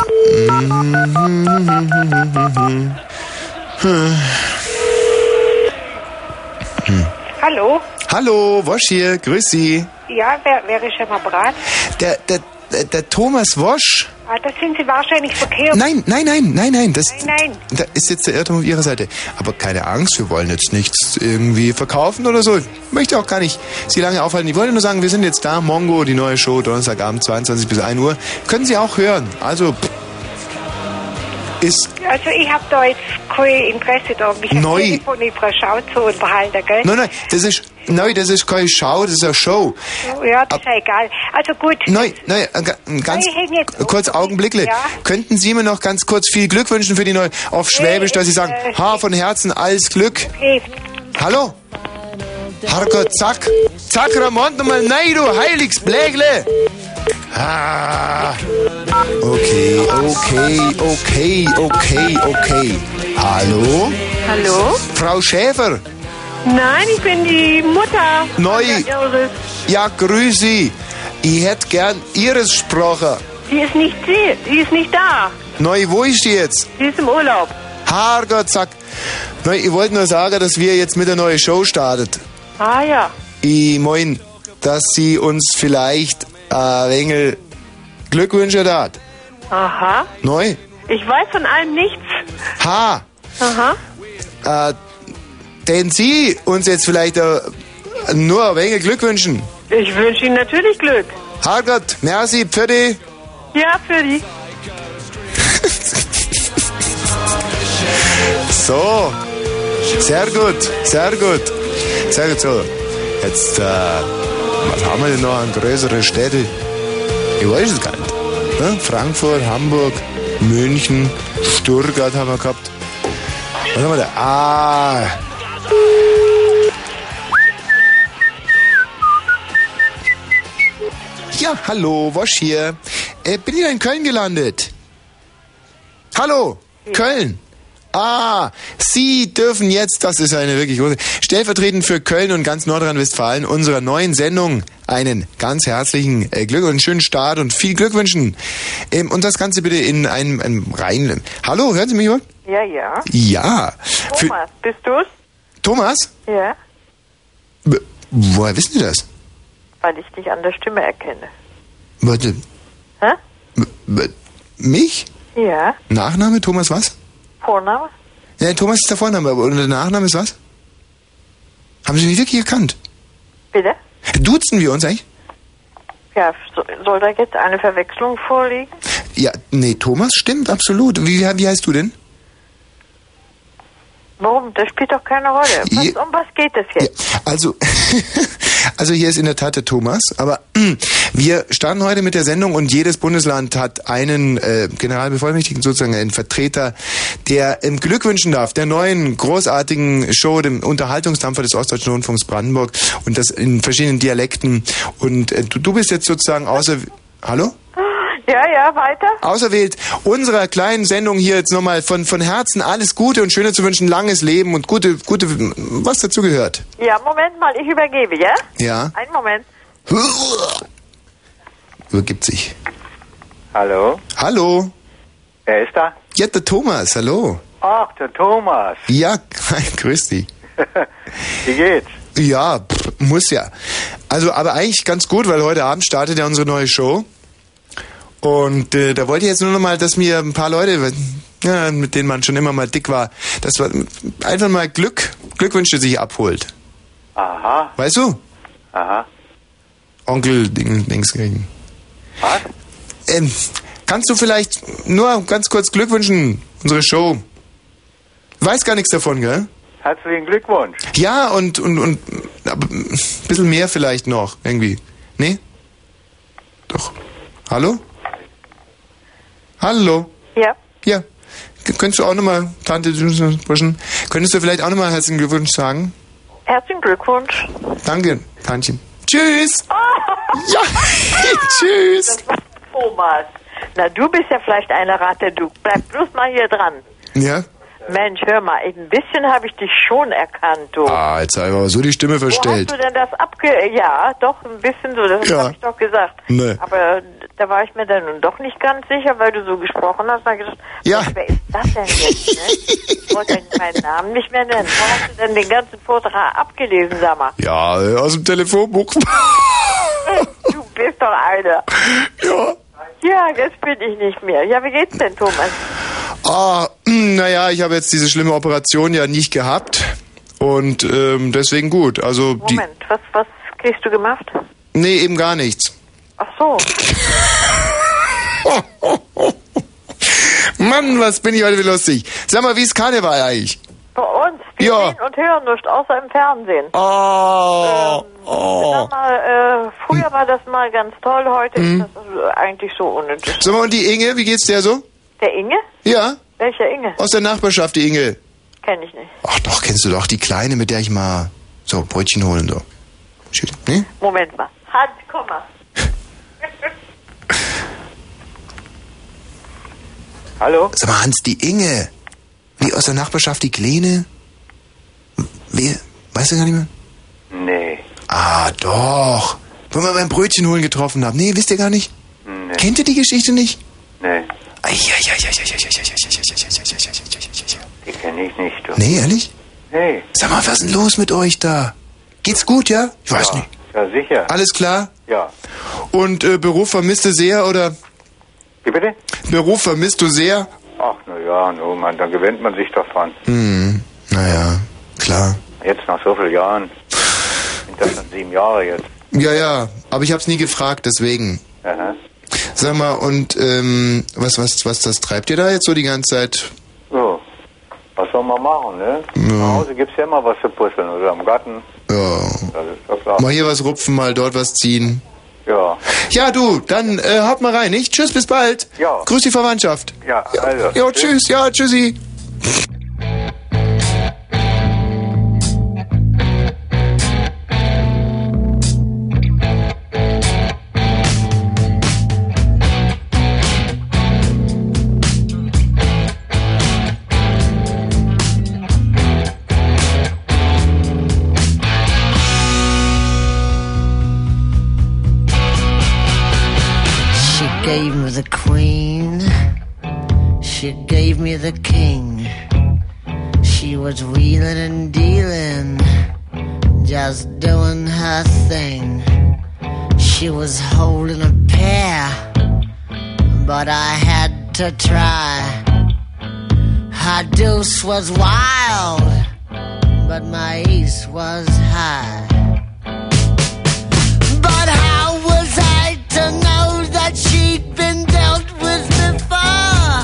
Hallo? Hallo, Wosch hier, grüß Sie. Ja, wer wäre schon mal bereit? Der, der, der- der Thomas Wosch? Ah, das sind Sie wahrscheinlich verkehrt. Nein, nein, nein, nein, nein. Das, Nein, nein. Da ist jetzt der Irrtum auf Ihrer Seite. Aber keine Angst, wir wollen jetzt nichts irgendwie verkaufen oder so. Ich möchte auch gar nicht Sie lange aufhalten. Ich wollte nur sagen, wir sind jetzt da. Mongo, die neue Show, Donnerstagabend, 22 bis 1 Uhr. Können Sie auch hören. Also, pff, ist... Also ich habe da jetzt kein Interesse da, mich am Neu. Telefon über Schau zu unterhalten, gell? Nein, nein, das ist... Nein, das ist keine Show, das ist eine Show. Ja, das ist ja egal. Also gut. Nein, nein, äh, ga- äh, ganz Nein, ich häng jetzt auf. kurz Augenblickle. Ja. Könnten Sie mir noch ganz kurz viel Glück wünschen für die neue auf Schwäbisch, dass Sie sagen, äh, Ha von Herzen, alles Glück. Okay. Hallo? Harko, zack. Zack, Ramon, nochmal, nein, du heiliges Blägle. Ah. Okay, okay, okay, okay, okay. Hallo? Hallo? Frau Schäfer, Nein, ich bin die Mutter. neu. Ja, Iris. Ja, grüß Sie. Ich hätte gern Ihres Sprache. Die ist nicht sie, die ist nicht da. Neu, wo ist die jetzt? Die ist im Urlaub. Hargott, zack. Neu, ich wollte nur sagen, dass wir jetzt mit der neuen Show startet. Ah ja. Ich moin, dass Sie uns vielleicht ein wenig Glückwünsche da. Aha. Neu? Ich weiß von allem nichts. Ha! Aha. Äh, denn Sie uns jetzt vielleicht äh, nur ein wenig Glück wünschen. Ich wünsche Ihnen natürlich Glück. Hargott, merci, Pfirdi. Ja, für die. So, sehr gut, sehr gut. Sehr gut, so. Jetzt, äh, was haben wir denn noch an größeren Städten? Ich weiß es gar nicht. Ne? Frankfurt, Hamburg, München, Stuttgart haben wir gehabt. Was haben wir da? Ah. Ja, hallo, Wosch hier. Äh, bin ich da in Köln gelandet? Hallo, Köln. Ah, Sie dürfen jetzt, das ist eine wirklich große, stellvertretend für Köln und ganz Nordrhein-Westfalen unserer neuen Sendung einen ganz herzlichen äh, Glück und schönen Start und viel Glück wünschen. Ähm, und das Ganze bitte in einem, einem rein. Hallo, hören Sie mich wohl? Ja, ja. Ja. Für, Thomas, bist du's? Thomas? Ja, B- Woher wissen Sie das? weil ich dich an der Stimme erkenne. Warte. Hä? B- b- Mich? Ja, Nachname Thomas was? Vorname? Ja, Thomas ist der Vorname, aber und der Nachname ist was? Haben Sie mich wirklich erkannt? Bitte? Duzen wir uns eigentlich? Ja, so, soll da jetzt eine Verwechslung vorliegen? Ja, nee, Thomas stimmt, absolut. Wie, wie heißt du denn? Warum? Das spielt doch keine Rolle. Was, um was geht es jetzt? Also, also hier ist in der Tat der Thomas, aber mm, wir starten heute mit der Sendung und jedes Bundesland hat einen äh, Generalbevollmächtigten, sozusagen einen Vertreter, der ähm, Glück wünschen darf, der neuen großartigen Show, dem Unterhaltungsdampfer des Ostdeutschen Rundfunks Brandenburg und das in verschiedenen Dialekten. Und äh, du, du bist jetzt sozusagen außer... Hallo? Ja, ja, weiter. Auserwählt unserer kleinen Sendung hier jetzt nochmal von, von Herzen alles Gute und Schöne zu wünschen, langes Leben und gute, gute, was dazu gehört. Ja, Moment mal, ich übergebe, ja? Ja. Einen Moment. Übergibt sich. Hallo? Hallo. Wer ist da? Ja, der Thomas, hallo. Ach, der Thomas. Ja, grüß dich. Wie geht's? Ja, pff, muss ja. Also, aber eigentlich ganz gut, weil heute Abend startet ja unsere neue Show. Und äh, da wollte ich jetzt nur noch mal, dass mir ein paar Leute, ja, mit denen man schon immer mal dick war, dass man einfach mal Glück, Glückwünsche sich abholt. Aha, Weißt du? aha. Onkel Ding, Dings kriegen. Was? Ähm, kannst du vielleicht nur ganz kurz Glück wünschen, unsere Show? Weiß gar nichts davon, gell? Herzlichen Glückwunsch. Ja, und, und, und, aber ein bisschen mehr vielleicht noch, irgendwie. Nee? Doch. Hallo? Hallo? Ja. Ja. K- Könntest du auch nochmal, Tante Brüschen, könntest du vielleicht auch nochmal herzlichen Glückwunsch sagen? Herzlichen Glückwunsch. Ah! Danke, Tantchen. Tschüss! Ja, tschüss! Thomas, Na, du bist ja vielleicht eine Ratte, du. Bleib bloß mal hier dran. Ja? Mensch, hör mal, ein bisschen habe ich dich schon erkannt, du. Ah, jetzt habe ich aber so die Stimme Wo hast verstellt. du denn das abge... Ja, doch, ein bisschen so, das Ja. habe ich doch gesagt. Nö. Aber äh, da war ich mir dann nun doch nicht ganz sicher, weil du so gesprochen hast. Da hab ich gedacht, Ja. Mensch, wer ist das denn jetzt, ne? Ich wollte eigentlich meinen Namen nicht mehr nennen. Wo hast du denn den ganzen Vortrag abgelesen, sag mal? Ja, äh, aus dem Telefonbuch. Du bist doch einer. Ja. Ja, jetzt bin ich nicht mehr. Ja, wie geht's denn, Thomas? Ah, naja, ich habe jetzt diese schlimme Operation ja nicht gehabt. Und ähm, deswegen gut. Also die. Moment, was, was kriegst du gemacht? Nee, eben gar nichts. Ach so. Mann, was bin ich heute wieder lustig. Sag mal, wie ist Karneval eigentlich? Bei uns, wir Ja. sehen und hören nichts, außer im Fernsehen. Oh, Sag mal, äh, früher war das mal ganz toll, heute Hm. ist das äh, eigentlich so unnötig. Sag mal, und die Inge, wie geht's der so? Der Inge? Ja? Welcher Inge? Aus der Nachbarschaft, die Inge. Kenn ich nicht. Ach doch, kennst du doch die Kleine, mit der ich mal so Brötchen holen so. Schön, ne? Moment mal. Hans, komm mal. Hallo? Sag mal, Hans, die Inge. Wie aus der Nachbarschaft, die Kleine. Wer? Weißt du gar nicht mehr? Nee. Ah, doch. Wo wir beim Brötchen holen getroffen haben. Nee, wisst ihr gar nicht? Nee. Kennt ihr die Geschichte nicht? Nee. Die kenne ich nicht, du. Nee, ehrlich? Nee. Sag mal, was ist denn los mit euch da? Geht's gut, ja? Ich weiß nicht. Ja, sicher. Alles klar? Ja. Und äh, Beruf vermisst du sehr, oder? Wie bitte? Beruf vermisst du sehr? Ach, na ja, no, man, da gewöhnt man sich davon. Hm, naja, klar. Jetzt nach so vielen Jahren. Sind das schon sieben Jahre jetzt. Ja, ja, aber ich hab's nie gefragt, deswegen. Aha. Sag mal, und ähm, was, was, was, das treibt ihr da jetzt so die ganze Zeit? So. Was soll man machen, ne? Ja. Zu Hause gibt's ja immer was zu puzzeln oder im Garten. Ja. Das ist doch klar. Mal hier was rupfen, mal dort was ziehen. Ja. Ja, du, dann äh, haut mal rein, nicht? Tschüss, bis bald. Ja. Grüß die Verwandtschaft. Ja, also. Jo, tschüss, ja, tschüssi. She gave me the queen. She gave me the king. She was wheeling and dealing, just doing her thing. She was holding a pair, but I had to try. Her deuce was wild, but my ace was high. But how was I to know that she'd been dealt with before?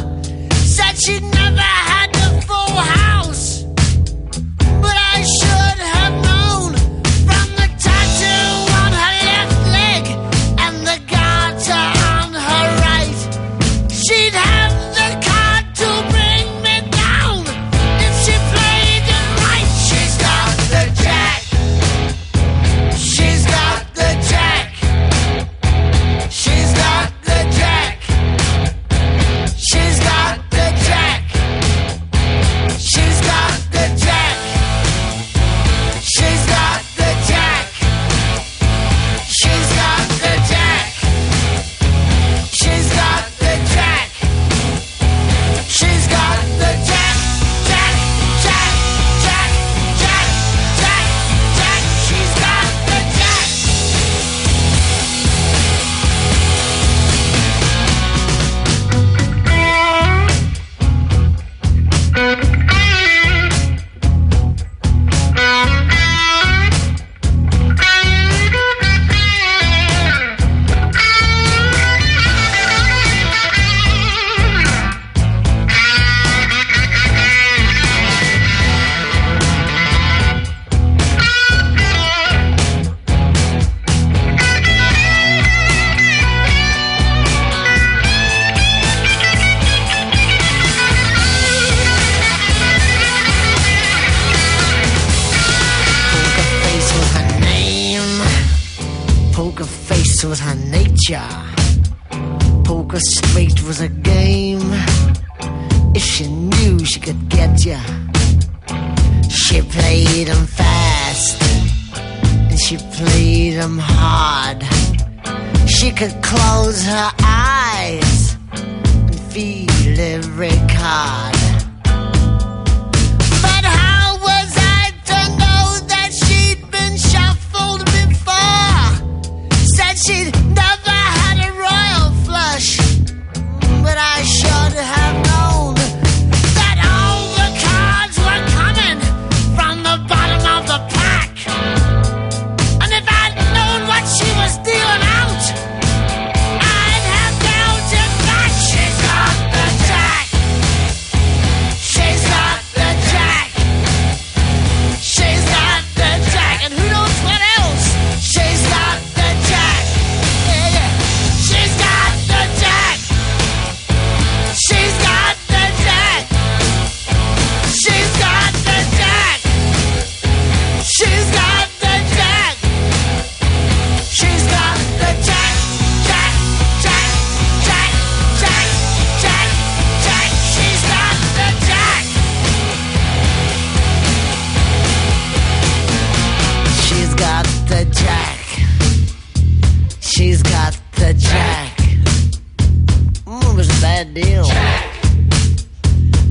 Said she never had a full house. But I should have known from the tattoo on her left leg and the garter on her right. She'd have the card to bring me down. If she played it right, she's got the jack. She's got the jack. She's got the jack. She's got the jack. She's got the jack. She's got the jack. She's got the jack. She's got the jack. She's got the jack. Jack, jack, jack, jack, jack, jack. She's got the jack. Poker face was her name. Poker face was her nature. Poker poker straight was a game. If she knew she could get ya, she played 'em fast and she played 'em hard. She could close her eyes and feel every card. But how was I to know that she'd been shuffled before? Said she'd never had a royal flush, but I should have known that all the cards were coming from the bottom of the pack. And if I'd known what she was dealing out, I'd have dealt it back. She's got the jack. She's got the jack. She's got the jack. And who knows what else? She's got the jack. Yeah, yeah. She's got the jack. She's got the jack. She's got the jack. She's got the jack. She's got the jack. Jack, jack, jack, jack, jack, jack. She's got the jack. She's got the jack. She's got the jack. Mm, it was a bad deal.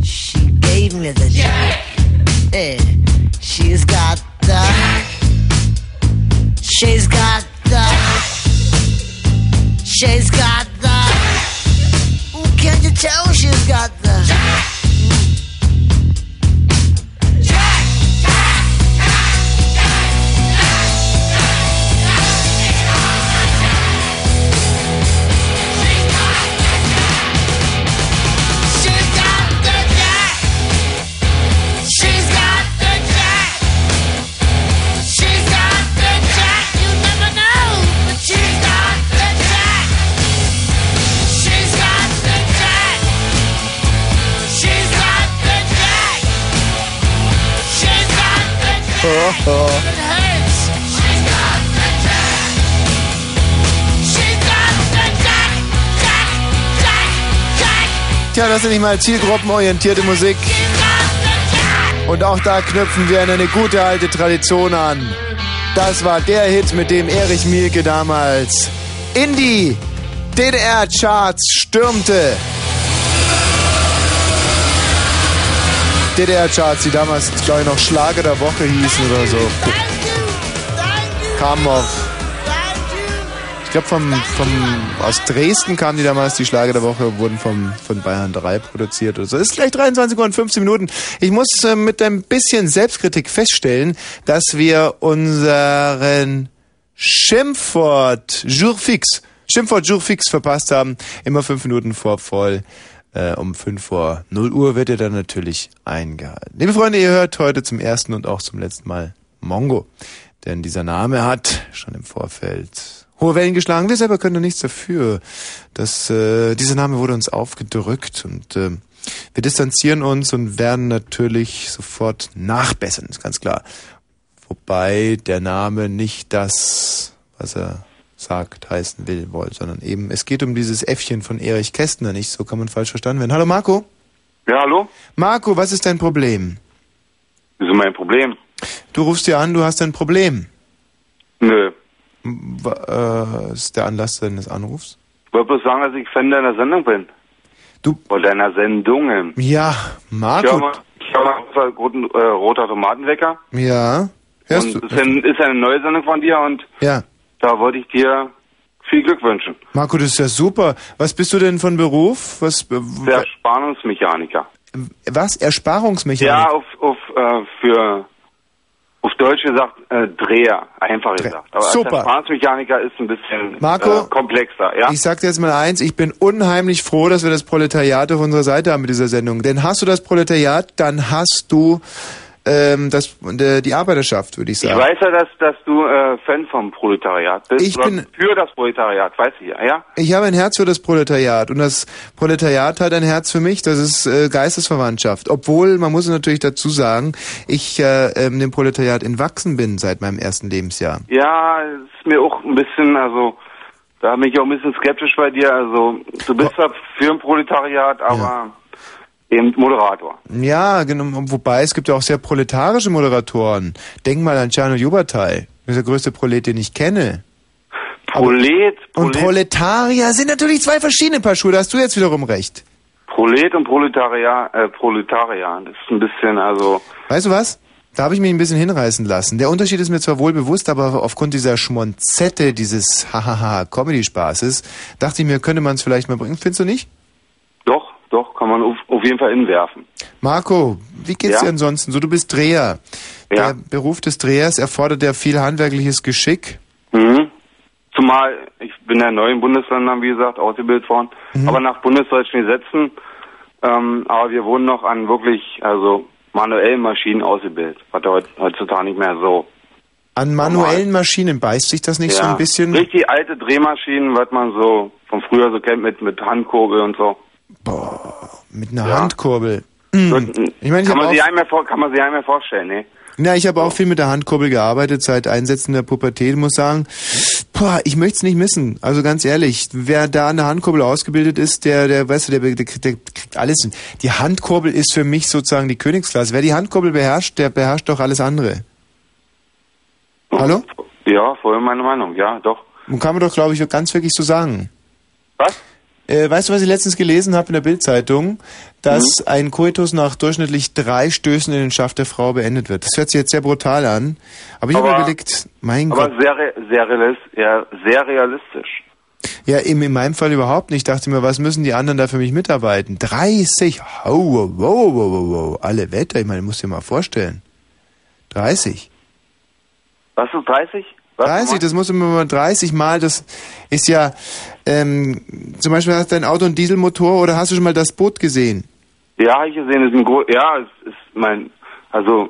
She gave me the jack. Yeah. She's got the. She's got the. She's got the. Mm, Can't you tell she's got the? She's got the jack. She's got the jack. She's got the jack. You never know, but she's got the jack. She's got the jack. She's got the jack. She's got the jack. It hurts. She's got the jack. She's got the jack. Jack, jack, jack. Tja, das ist nicht mal zielgruppenorientierte Musik. Und auch da knüpfen wir an eine gute alte Tradition an. Das war der Hit, mit dem Erich Mielke damals in die DDR-Charts stürmte. DDR-Charts, die damals, glaube ich, noch Schlager der Woche hießen oder so. Kamen auch. Ich glaube, vom, vom, aus Dresden kamen die damals, die Schlager der Woche, wurden vom, von Bayern 3 produziert oder so. Es ist gleich 23 Uhr und 15 Minuten. Ich muss äh, mit ein bisschen Selbstkritik feststellen, dass wir unseren Schimpfwort Jourfix, Schimpfwort Jourfix verpasst haben. Immer fünf Minuten vor voll. Äh, um 5 vor 0 Uhr wird er dann natürlich eingehalten. Liebe Freunde, ihr hört heute zum ersten und auch zum letzten Mal Mongo. Denn dieser Name hat schon im Vorfeld hohe Wellen geschlagen. Wir selber können da nichts dafür. Dass, äh, dieser Name wurde uns aufgedrückt und äh, wir distanzieren uns und werden natürlich sofort nachbessern, ist ganz klar. Wobei der Name nicht das, was er sagt, heißen will, wollte, sondern eben, es geht um dieses Äffchen von Erich Kästner nicht, so kann man falsch verstanden werden. Hallo Marco. Ja, hallo? Marco, was ist dein Problem? Das ist mein Problem. Du rufst dir an, du hast ein Problem. Nö. W äh, ist der Anlass deines Anrufs? Ich wollte bloß sagen, dass ich Fan deiner Sendung bin. Du? Von deiner Sendungen. Ja, Ich höre Marco. mal, ich hör mal auf der roten, äh, roter Tomatenwecker. Ja. Hörst und es ist, ein, ist eine neue Sendung von dir und Ja. da wollte ich dir viel Glück wünschen. Marco, das ist ja super. Was bist du denn von Beruf? Was, äh, Der Spannungsmechaniker. was? Ersparungsmechanik? Ja, auf, auf, äh, für, auf Deutsch gesagt, äh, Dreher, einfach gesagt. Aber Super. der Spannungsmechaniker ist ein bisschen Marco, äh, komplexer, ja? Ich sag dir jetzt mal eins, ich bin unheimlich froh, dass wir das Proletariat auf unserer Seite haben mit dieser Sendung. Denn hast du das Proletariat, dann hast du ähm, das, de, die Arbeiterschaft, würde ich Ich sagen. weiß ja, dass, dass du äh, Fan vom Proletariat bist. Ich oder bin- für das Proletariat, weiß ich ja, ja? Ich habe ein Herz für das Proletariat und das Proletariat hat ein Herz für mich. Das ist äh, Geistesverwandtschaft. Obwohl, man muss natürlich dazu sagen, ich äh, ähm, dem Proletariat entwachsen bin seit meinem ersten Lebensjahr. Ja, es ist mir auch ein bisschen, also Da bin ich auch ein bisschen skeptisch bei dir. Also, du bist zwar für ein Proletariat, aber eben Moderator. Ja, genau. Wobei es gibt ja auch sehr proletarische Moderatoren. Denk mal an Ciano Jubertai. Das ist der größte Prolet, den ich kenne. Prolet, Und Proletarier sind natürlich zwei verschiedene Paar Schuhe. Da hast du jetzt wiederum recht. Prolet und Proletarier, äh, Proletarier. Das ist ein bisschen, also, Weißt du was? Da habe ich mich ein bisschen hinreißen lassen. Der Unterschied ist mir zwar wohl bewusst, aber aufgrund dieser Schmonzette, dieses Hahaha-Comedy-Spaßes, dachte ich mir, könnte man es vielleicht mal bringen. Findest du nicht? doch, doch, kann man auf, auf jeden Fall inwerfen. Marco, wie geht's Ja? dir ansonsten? So, du bist Dreher. Der Beruf des Drehers erfordert ja viel handwerkliches Geschick. Mhm. Zumal, ich bin ja neu in Bundesländern, wie gesagt, ausgebildet worden, Mhm. aber nach bundesdeutschen Gesetzen, ähm, aber wir wurden noch an wirklich, also, manuellen Maschinen ausgebildet, was heut- heutzutage nicht mehr so. An manuellen Maschinen beißt sich das nicht so ein bisschen? Richtig alte Drehmaschinen, was man so von früher so kennt mit, mit Handkurbel und so. Mit einer Handkurbel. Hm. Ich meine, ich kann, habe man auch, sich einem mehr vor, kann man sich einem mehr vorstellen, ne? na, ich habe auch viel mit der Handkurbel gearbeitet seit Einsetzen der Pubertät, muss sagen, boah, ich möchte es nicht missen. Also ganz ehrlich, wer da an der Handkurbel ausgebildet ist, der, der, weißt du, der, der, der kriegt alles hin. Die Handkurbel ist für mich sozusagen die Königsklasse. Wer die Handkurbel beherrscht, der beherrscht doch alles andere. Hallo? Ja, voll meine Meinung, ja, doch. Nun kann man doch, glaube ich, ganz wirklich so sagen. Was? Äh, weißt du, was ich letztens gelesen habe in der Bildzeitung? Dass Mhm. ein Koitus nach durchschnittlich drei Stößen in den Schaft der Frau beendet wird. Das hört sich jetzt sehr brutal an. Aber ich habe mir Aber- überlegt, mein Aber Gott. sehr, re- sehr, realis- ja, sehr realistisch. Ja, eben in meinem Fall überhaupt nicht. Ich dachte mir, was müssen die anderen da für mich mitarbeiten? 30? Wow, wow, wow, wow, wow. Alle Wetter. Ich meine, musst dir mal vorstellen. 30. Was ist 30? 30, das muss immer mal 30 Mal, das ist ja, ähm, zum Beispiel hast du dein Auto einen Dieselmotor oder hast du schon mal das Boot gesehen? Ja, hab ich gesehen, ist ein Gro ja, es ist mein, also,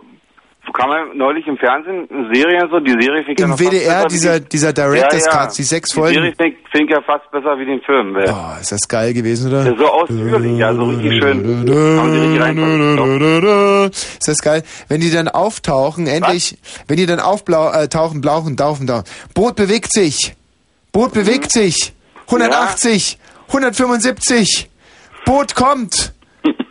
kam man neulich im Fernsehen, eine Serie und so, die Serie fing ja Im noch fast WDR, besser wie dieser, die- dieser Director's ja, ja. Cut, die sechs Die Folgen. Ah, Serie fing, fing ja fast besser wie den Film, weil Boah, ist das geil gewesen, oder? so ausführlich, ja, so richtig schön. Haben sie richtig reinpassen. Ist das geil? Wenn die dann auftauchen, endlich, wenn die dann auftauchen, äh, tauchen, blauchen, tauchen, tauchen. Boot bewegt sich. Boot Mhm. bewegt sich. 180, 175. Boot kommt.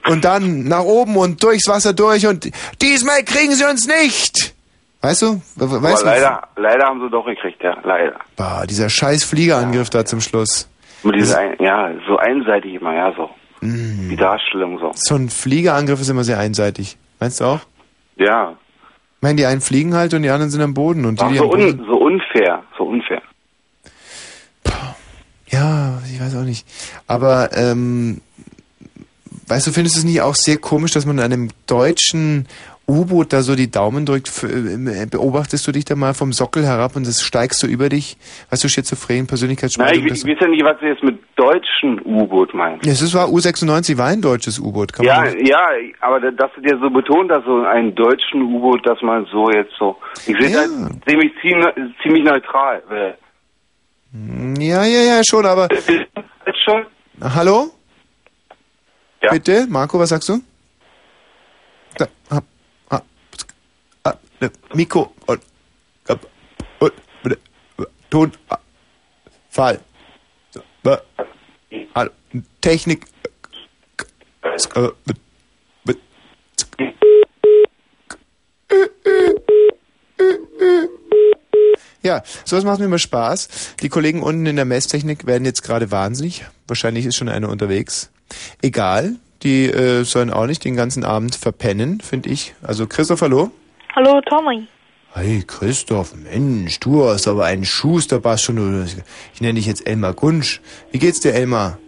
Und dann nach oben und durchs Wasser durch und diesmal kriegen sie uns nicht. Weißt du? We- we- Weißt Aber du? leider, leider haben sie doch gekriegt, ja, leider. Bah, dieser scheiß Fliegerangriff da zum Schluss. Mit dieser ein, ja, so einseitig immer, ja, so. Hm. Die Darstellung so. So ein Fliegerangriff ist immer sehr einseitig. Meinst du auch? Ja. Ich meine, die einen fliegen halt und die anderen sind am Boden. Und die, Ach, die so, am Boden un, so unfair, so unfair. Ja, ich weiß auch nicht. Aber, ähm, weißt du, findest du es nicht auch sehr komisch, dass man einem deutschen U-Boot da so die Daumen drückt? F- äh, Beobachtest du dich da mal vom Sockel herab und das steigst so über dich? Weißt du, schizophren, Na, ich, Persönlichkeitsspaltung? ich weiß ja nicht, was sie jetzt mit deutschen U-Boot meinen. das- Es ist- war U96, war ein deutsches U-Boot. kann Ja, man nicht- ja, aber da- dass du dir so betont, dass so einen deutschen U-Boot, dass man so jetzt so. Ich sehe das seh mich ziemlich, ziemlich neutral. äh, weil- ja, ja, ja, schon, aber... schon? Hallo? Bitte, Marco, was sagst du? Da, hab, hab, ah, ne, Mikro und, ab, und bitte, Ton ah, Fall. Ba- Hallo, Technik. äh, äh, mit- mit- Ja, sowas macht mir immer Spaß. Die Kollegen unten in der Messtechnik werden jetzt gerade wahnsinnig. Wahrscheinlich ist schon einer unterwegs. Egal, die äh, sollen auch nicht den ganzen Abend verpennen, finde ich. Also Christoph, hallo? Hallo Tommy. Hey Christoph, Mensch, du hast aber einen Schusterbass schon. du- Ich nenne dich jetzt Elmar Gunsch. Wie geht's dir, Elmar?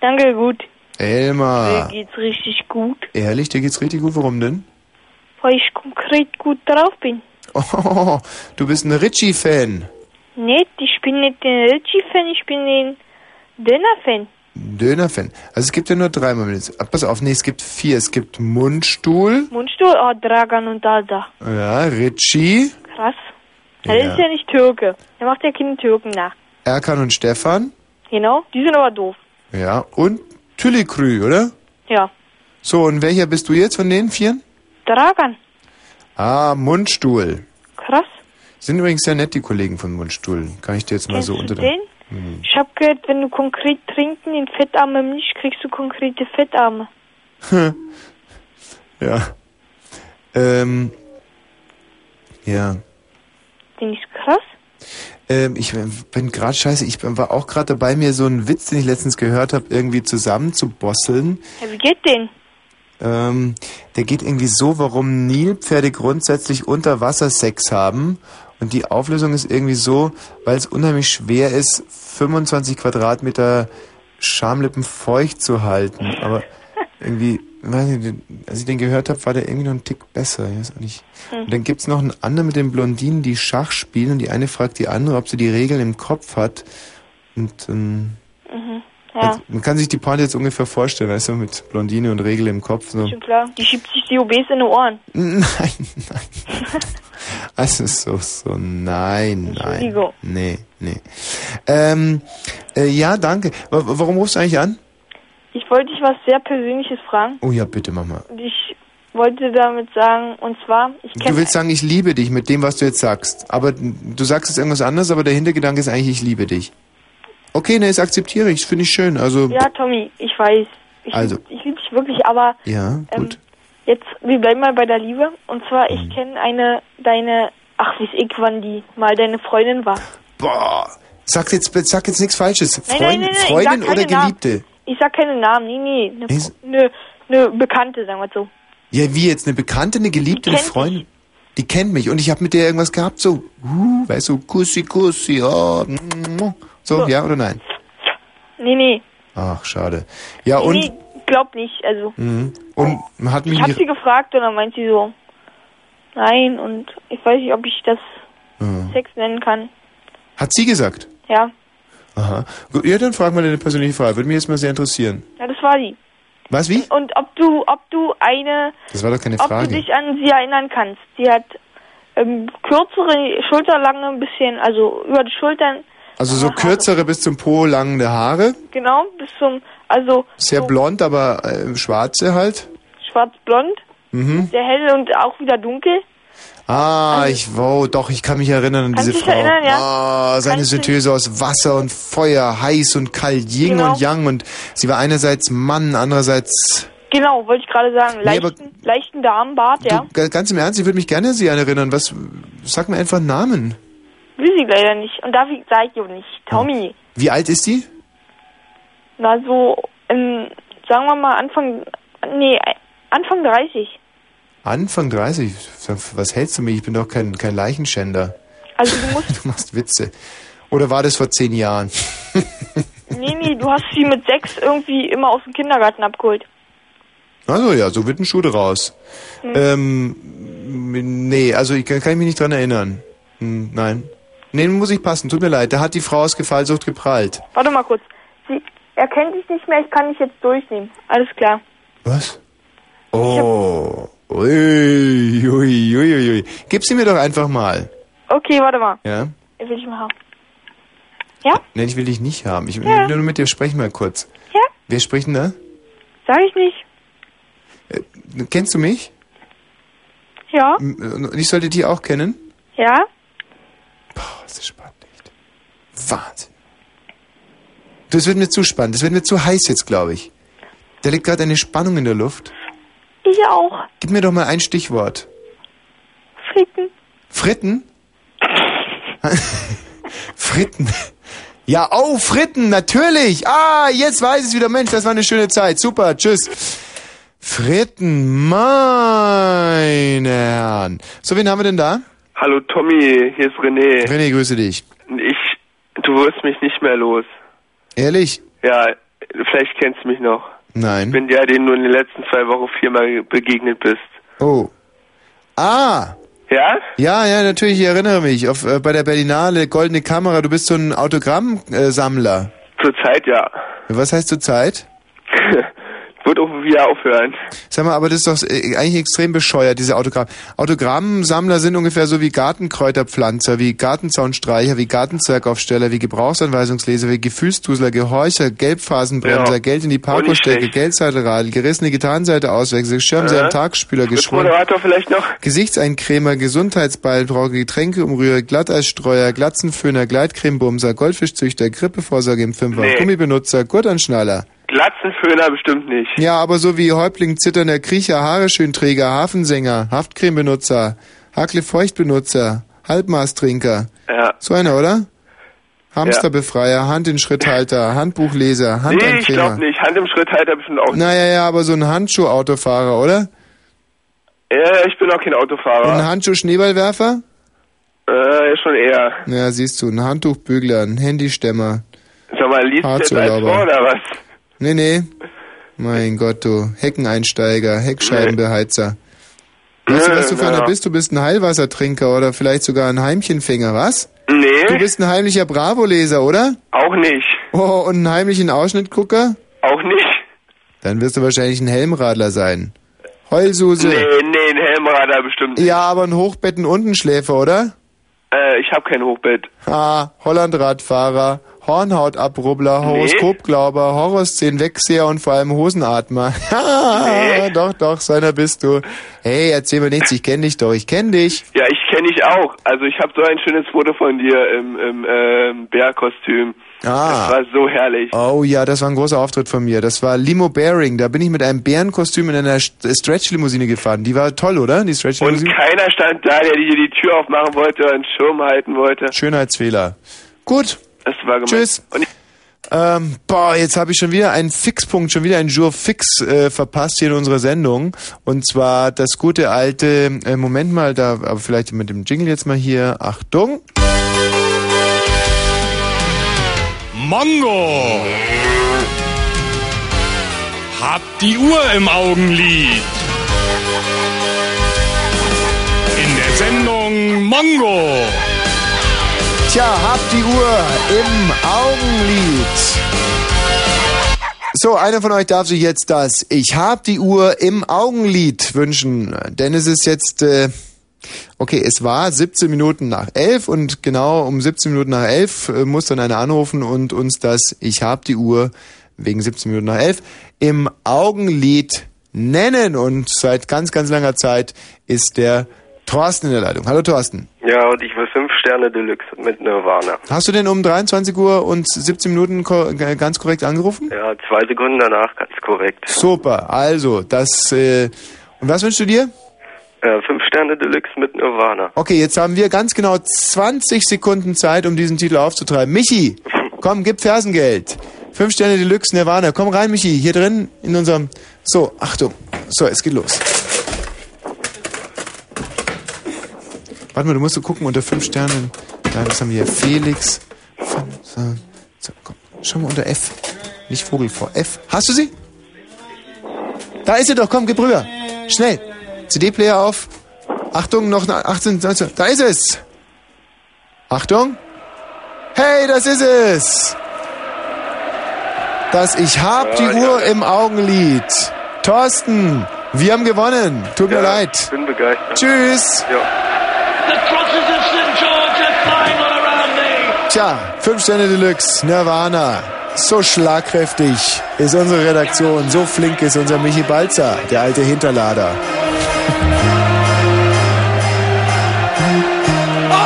Danke, gut. Mir Elmar, geht's richtig gut, ehrlich, dir geht's richtig gut. Warum denn? weil ich konkret gut drauf bin. Oh, du bist ein Ritchie-Fan. Nicht, ich bin nicht ein Ritchie-Fan, ich bin ein Döner-Fan. Ein Döner-Fan. Also es gibt ja nur drei Moments. Ah, Pass auf, nee, es gibt vier. Es gibt Mundstuhl, Mundstuhl, oh, Dragan und Alda. ja, Ritchie, Krass. Er Ja. ist ja nicht Türke. Er macht ja keinen Türken nach. Erkan und Stefan, Genau, die sind aber doof. ja, und Tüllikrü, oder? Ja. So, und welcher bist du jetzt von den vieren? Dragan, Ah, Mundstuhl. Krass. Sind übrigens sehr nett, die Kollegen von Mundstuhl. Kann ich dir jetzt mal so unter den? Mhm. Ich habe gehört, wenn du konkret trinken den Fettarme nicht, kriegst du konkrete Fettarme. ja. Ähm, ja. Den ist krass. Ähm, ich bin gerade scheiße, ich bin- war auch gerade dabei, mir so einen Witz, den ich letztens gehört habe, irgendwie zusammenzubosseln. Ja, wie geht denn? Ähm, der geht irgendwie so, warum Nilpferde grundsätzlich unter Wasser Sex haben. Und die Auflösung ist irgendwie so, weil es unheimlich schwer ist, 25 Quadratmeter Schamlippen feucht zu halten. Aber irgendwie, weiß nicht, als ich den gehört habe, war der irgendwie noch ein Tick besser. Ich weiß auch nicht. Hm. Und dann gibt's noch einen anderen mit den Blondinen, die Schach spielen. Und die eine fragt die andere, ob sie die Regeln im Kopf hat. Und ähm, Mhm. Ja, man kann sich die Party jetzt ungefähr vorstellen, weißt du, mit Blondine und Regel im Kopf. So. schon klar. Die schiebt sich die OBs in die Ohren. Nein, nein. Also so, so, nein, nein. Entschuldigung. Nee, nee. Ähm, äh, ja, danke. Wa- wa- warum rufst du eigentlich an? Ich wollte dich was sehr Persönliches fragen. Oh ja, bitte, Mama. Und ich wollte damit sagen, und zwar, ich Du kenne willst sagen, ich liebe dich mit dem, was du jetzt sagst. Aber du sagst jetzt irgendwas anderes, aber der Hintergedanke ist eigentlich, ich liebe dich. Okay, ne, das akzeptiere ich. Finde ich schön. Also, Ja, Tommy, ich weiß. Ich, Also. ich liebe dich wirklich, aber ja, ähm, gut. jetzt, wir bleiben mal bei der Liebe. Und zwar, Mhm. ich kenne eine, deine, ach, wie ich, wann die mal deine Freundin war. Boah, sag jetzt, sag jetzt nichts Falsches. Nein, Freund- nein, nein, nein, ich Freundin sag keine oder Geliebte? Ich sag keine Namen, nee, nee, eine, Nee, s- eine, eine Bekannte, sagen wir so. Ja, wie jetzt? Eine Bekannte, eine Geliebte, eine Freundin? Die kennt mich und ich habe mit der irgendwas gehabt, so, uh, weißt du, Kussi, Kussi, oh, mm, so, So. ja oder nein? Nee, nee, Ach, schade. Ja, und? nee, glaub nicht, also. Mhm. Und hat mich Ich hab nicht- sie gefragt und dann meint sie so, nein, und ich weiß nicht, ob ich das Mhm. Sex nennen kann. Hat sie gesagt? Ja, Aha. Gut, ja, dann frag mal deine persönliche Frage. Würde mich jetzt mal sehr interessieren. ja das war sie. Was, wie? Und ob du, ob du eine, Das war doch keine ob du Frage. dich an sie erinnern kannst. Sie hat ähm, kürzere, schulterlange ein bisschen, also über die Schultern, Also so kürzere bis zum Po langende Haare, genau, bis zum, also sehr blond, aber äh, schwarze halt. schwarz-blond, Mhm. sehr hell und auch wieder dunkel. Ah, ich, wow, doch, ich kann mich erinnern an Also diese Kannst dich Frau. erinnern, ja? Ah, seine Synthese aus Wasser und Feuer, heiß und kalt, Yin Genau. und Yang und sie war einerseits Mann, andererseits, Genau, wollte ich gerade sagen, Nee, aber- leichten, leichten Damenbart, ja. Ga- ganz im Ernst, ich würde mich gerne an sie erinnern. Was, sag mir einfach einen Namen. Will sie leider nicht. Und dafür sage ich auch nicht. Tommy, Wie alt ist die? na so, ähm, sagen wir mal Anfang, nee, Anfang 30. Anfang 30. Was hältst du mich? Ich bin doch kein, kein Leichenschänder. Also du musst, Du machst Witze. Oder war das vor zehn Jahren? nee, nee, du hast sie mit sechs irgendwie immer aus dem Kindergarten abgeholt. Also ja, so wird ein Schuh raus. Hm. Ähm, nee, also ich kann, kann ich mich nicht dran erinnern. Hm, nein. Nee, muss ich passen, tut mir leid. Da hat die Frau aus Gefallsucht geprallt. Warte mal kurz. Sie, er kennt dich nicht mehr, ich kann dich jetzt durchnehmen. Alles klar. Was? Oh. Ui, ui, ui, ui, ui. Gib sie mir doch einfach mal. Okay, warte mal. Ja? Will ich mal haben. Nein, ich will dich nicht haben. Ich will Ja. nur mit dir sprechen mal kurz. ne? Ja? Wer spricht denn da? Sag ich nicht. Kennst du mich? Ja? M- Ich sollte dich auch kennen? Ja? Boah, ist das spannend, echt. Wahnsinn. Das wird mir zu spannend. Das wird mir zu heiß jetzt, glaube ich. Da liegt gerade eine Spannung in der Luft. Ich auch. Gib mir doch mal ein Stichwort. Ficken. Fritten? Fritten. Ja, oh, Fritten, natürlich. Ah, jetzt weiß ich wieder. Mensch, das war eine schöne Zeit. Super, tschüss. Fritten, meine Herren. So, wen haben wir denn da? Hallo Tommy, hier ist René. René, grüße dich. Ich, du wirst mich nicht mehr los. Ehrlich? Ja, vielleicht kennst du mich noch. Nein. Ich bin der, den du in den letzten zwei Wochen viermal begegnet bist. Oh. Ah. Ja? Ja, ja, natürlich, ich erinnere mich. Auf, äh, bei der Berlinale, Goldene Kamera, du bist so ein Autogrammsammler. Zurzeit ja. Was heißt zurzeit? Du wird auch wieder aufhören. Sag mal, aber das ist doch äh, eigentlich extrem bescheuert, diese Autogramm. Autogrammsammler sind ungefähr so wie Gartenkräuterpflanzer, wie Gartenzaunstreicher, wie Gartenzwergaufsteller, wie Gebrauchsanweisungsleser, wie Gefühlsdusler, Gehorcher, Gelbphasenbremser, Ja. Geld in die Oh, nicht Parkostecke, schlecht. Geldsadelradel, gerissene Gitarrenseite auswechseln, Schirmseil, Äh, Tagspüler, geschwungen. Moderator vielleicht noch? Gesichtseincremer, Gesundheitsball, brauche Getränkeumrührer, Glatteisstreuer, Glatzenföhner, Gleitcremebumser, Goldfischzüchter, Grippevorsorge im Fünfer, Nee. Gummibenutzer, Gurtanschnaller. Glatzenföhner bestimmt nicht. Ja, aber so wie Häuptling, Zitternder Kriecher, Haareschönträger, Hafensänger, Haftcremebenutzer, Haklefeuchtbenutzer, Halbmaßtrinker. Ja. So einer, oder? Hamsterbefreier, Hand in Schritthalter, Nee, Handbuchleser, ich Handeinfänger. glaube nicht. Hand im Schritt halt er bestimmt auch nicht. naja, ja, aber so ein Handschuhautofahrer, oder? Äh, ich bin auch kein Und Autofahrer. ein Handschuh-Schneeballwerfer? Äh, schon eher. Ja, siehst du, ein Handtuchbügler, ein Handystemmer. Sag mal, liest du jetzt als Harzurlauber. vor oder was? Nee, nee. Mein Gott, du. Heckeneinsteiger, Heckscheibenbeheizer. Weißt du, was du für naja. einer bist? Du bist ein Heilwassertrinker oder vielleicht sogar ein Heimchenfänger, was? Nee. Du bist ein heimlicher Bravo-Leser, oder? Auch nicht. Oh, und einen heimlichen Ausschnittgucker? Auch nicht? Dann wirst du wahrscheinlich ein Helmradler sein. Heulsuse. Nee, nee, ein Helmradar bestimmt nicht. Ja, aber ein Hochbetten und ein Schläfer, oder? Äh, ich hab kein Hochbett. Ah, Hollandradfahrer, Hornhautabrubbler, Horoskopglauber, Horrorszenenwegseher und vor allem Hosenatmer. Nee. Doch, doch, so einer bist du. Hey, erzähl mir nichts, ich kenne dich doch, ich kenne dich. Ja, ich kenne dich auch. Also ich habe so ein schönes Foto von dir im, im ähm, Bärkostüm. Das Ah. war so herrlich. Oh ja, das war ein großer Auftritt von mir. Das war Limo Bearing. Da bin ich mit einem Bärenkostüm in einer St- Stretch-Limousine gefahren. Die war toll, oder? Die Und Stretch-Limousine. keiner stand da, der dir die Tür aufmachen wollte und Schirm halten wollte. Schönheitsfehler. Gut. Das war gemein. Tschüss. Und ich, Ähm, boah, jetzt habe ich schon wieder einen Fixpunkt, schon wieder einen Jour fix äh, verpasst hier in unserer Sendung. Und zwar das gute alte, äh, Moment mal, da, aber vielleicht mit dem Jingle jetzt mal hier. Achtung. Mongo! Hab die Uhr im Augenlid. In der Sendung Mongo. Tja, hab die Uhr im Augenlid. So, einer von euch darf sich jetzt das Ich hab die Uhr im Augenlid wünschen. Denn es ist jetzt, äh, okay, es war 17 Minuten nach 11 und genau um 17 Minuten nach 11 äh, muss dann einer anrufen und uns das Ich hab die Uhr wegen 17 Minuten nach 11 im Augenlid nennen. Und seit ganz, ganz langer Zeit ist der Thorsten in der Leitung. Hallo Thorsten. Ja, und ich will fünf Sterne Deluxe mit Nirvana. Hast du denn um 23 Uhr und 17 Minuten ko g- ganz korrekt angerufen? Ja, zwei Sekunden danach, ganz korrekt. Super, also das. Äh, und was wünschst du dir? Äh, fünf Sterne Deluxe mit Nirvana. Okay, jetzt haben wir ganz genau 20 Sekunden Zeit, um diesen Titel aufzutreiben. Michi, komm, gib Fersengeld. Fünf Sterne Deluxe Nirvana. Komm rein, Michi, hier drin in unserem. So, Achtung. So, es geht los. Warte mal, du musst so gucken unter fünf Sternen. Nein, das haben wir hier. Felix. Fun- So, so, komm, schau mal unter F. Nicht Vogel vor F. Hast du sie? Da ist sie doch, komm, gib rüber. Schnell. CD-Player auf. Achtung, noch eine 18, 19. Da ist es. Achtung. Hey, das ist es. Das Ich hab die Uhr im Augenlid. Thorsten, wir haben gewonnen. Tut mir leid. Bin begeistert. Tschüss. Tja, 5 Sterne Deluxe, Nirvana. So schlagkräftig ist unsere Redaktion, so flink ist unser Michi Balzer, der alte Hinterlader. Oh,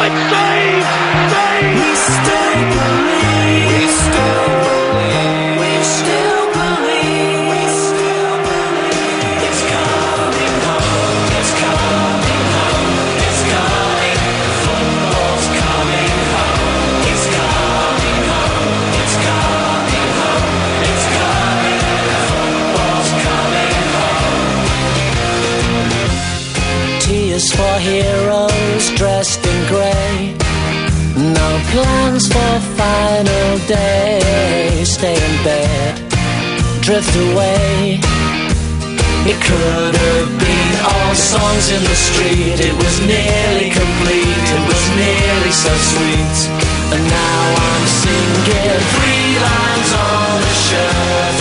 Tears for heroes dressed in grey. No plans for final day. Stay in bed, drift away. It could have been all songs in the street. It was nearly complete. It was nearly so sweet. And now I'm singing three lines on the shirt.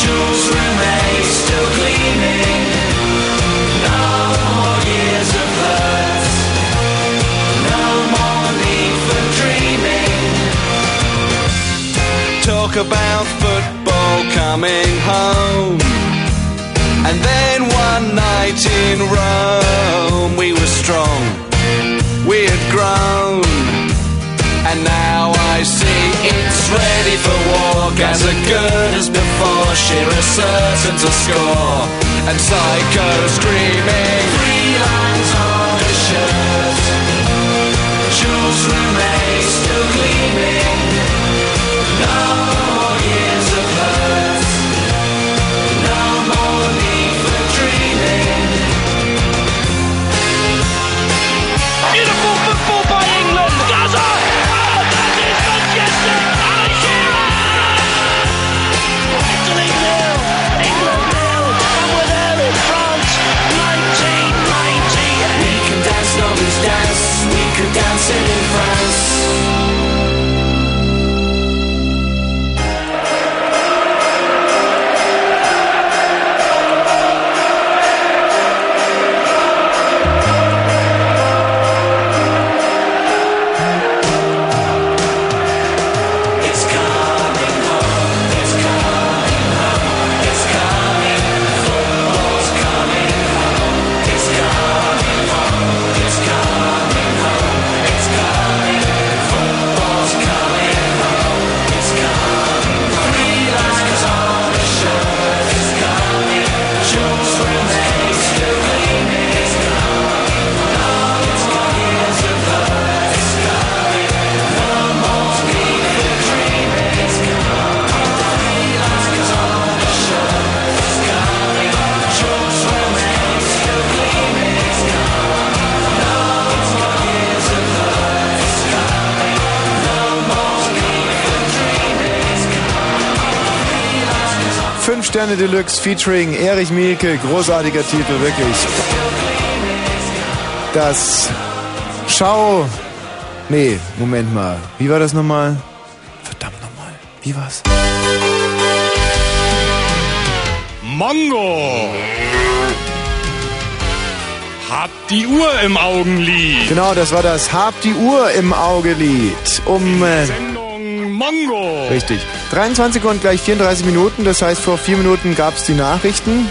Jules Renner. And then one night in Rome, we were strong, we had grown. And now I see it's ready for war, as good as before. Shearer certain to score, and Psycho screaming, Three lines on his shirt, jewels remain still gleaming. No more years of hurt, no more need for dreaming. Beautiful football by England. Gaza! Oh, that is Manchester! Al Shearer! Italy nil, England nil, and we're there in France, 1998. We can dance, nobody's dance. We could dance it in France. It's coming home. It's coming home. It's coming. Football's coming home. It's coming home. It's coming home. It's coming. Football's coming home. It's coming home. Three lines on the shirt. It's coming. Jules remains still gleaming. It's coming home. It's coming. It's coming. It's coming. No more need for dreaming. It's coming. Three lines on the shirt. It's coming. Jules remains still gleaming. It's coming. No more need for dreaming. It's coming. No more need for dreaming. It's coming. Fünf Sterne Deluxe featuring Erich Mielke. Großartiger Titel, wirklich. Das Schau. Nee, Moment mal. Wie war das nochmal? Verdammt nochmal. Wie war's? Mongo! Hab die Uhr im Augenlid. Genau, das war das Hab die Uhr im Auge-Lied. Um. Äh, Mongo! Richtig. 23 und gleich 34 Minuten, das heißt, vor vier Minuten gab es die Nachrichten.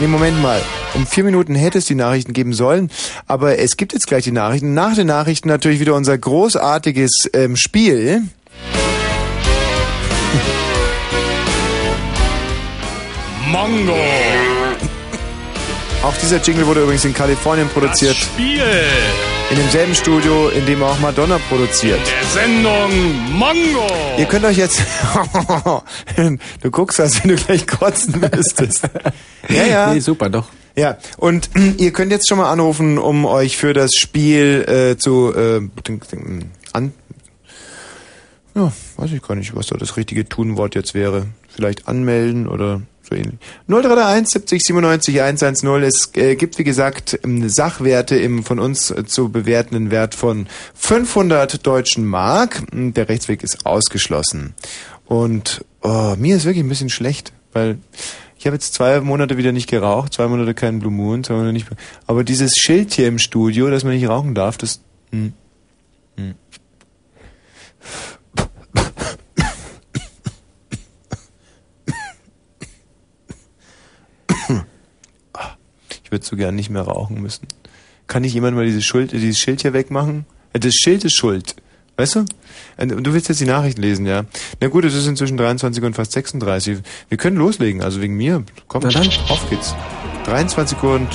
Nee, Moment mal. Um vier Minuten hätte es die Nachrichten geben sollen, aber es gibt jetzt gleich die Nachrichten. Nach den Nachrichten natürlich wieder unser großartiges ähm, Spiel. Mongo! Auch dieser Jingle wurde übrigens in Kalifornien produziert. Spiel! In demselben Studio, in dem auch Madonna produziert. Der Sendung Mongo! Ihr könnt euch jetzt. du guckst, als wenn du gleich kotzen müsstest. ja, ja. Nee, super, doch. Ja, und ihr könnt jetzt schon mal anrufen, um euch für das Spiel äh, zu äh, an. Ja, weiß ich gar nicht, was da das richtige Tunwort jetzt wäre. Vielleicht anmelden oder so ähnlich. 0331 70 97 110. Es äh, gibt, wie gesagt, ähm, Sachwerte im von uns äh, zu bewertenden Wert von 500 deutschen Mark. Der Rechtsweg ist ausgeschlossen. Und oh, mir ist wirklich ein bisschen schlecht, weil ich habe jetzt zwei Monate wieder nicht geraucht, zwei Monate keinen Blue Moon, zwei Monate nicht. Aber dieses Schild hier im Studio, dass man nicht rauchen darf, das. Hm. Hm. Ich würde so gern nicht mehr rauchen müssen. Kann nicht jemand mal dieses, Schuld, dieses Schild hier wegmachen? Äh, Das Schild ist schuld. Weißt du? Und und du willst jetzt die Nachrichten lesen, ja? Na gut, es ist inzwischen 23 und fast 36. Wir können loslegen, also wegen mir. Komm, Na dann. auf geht's. 23 Uhr und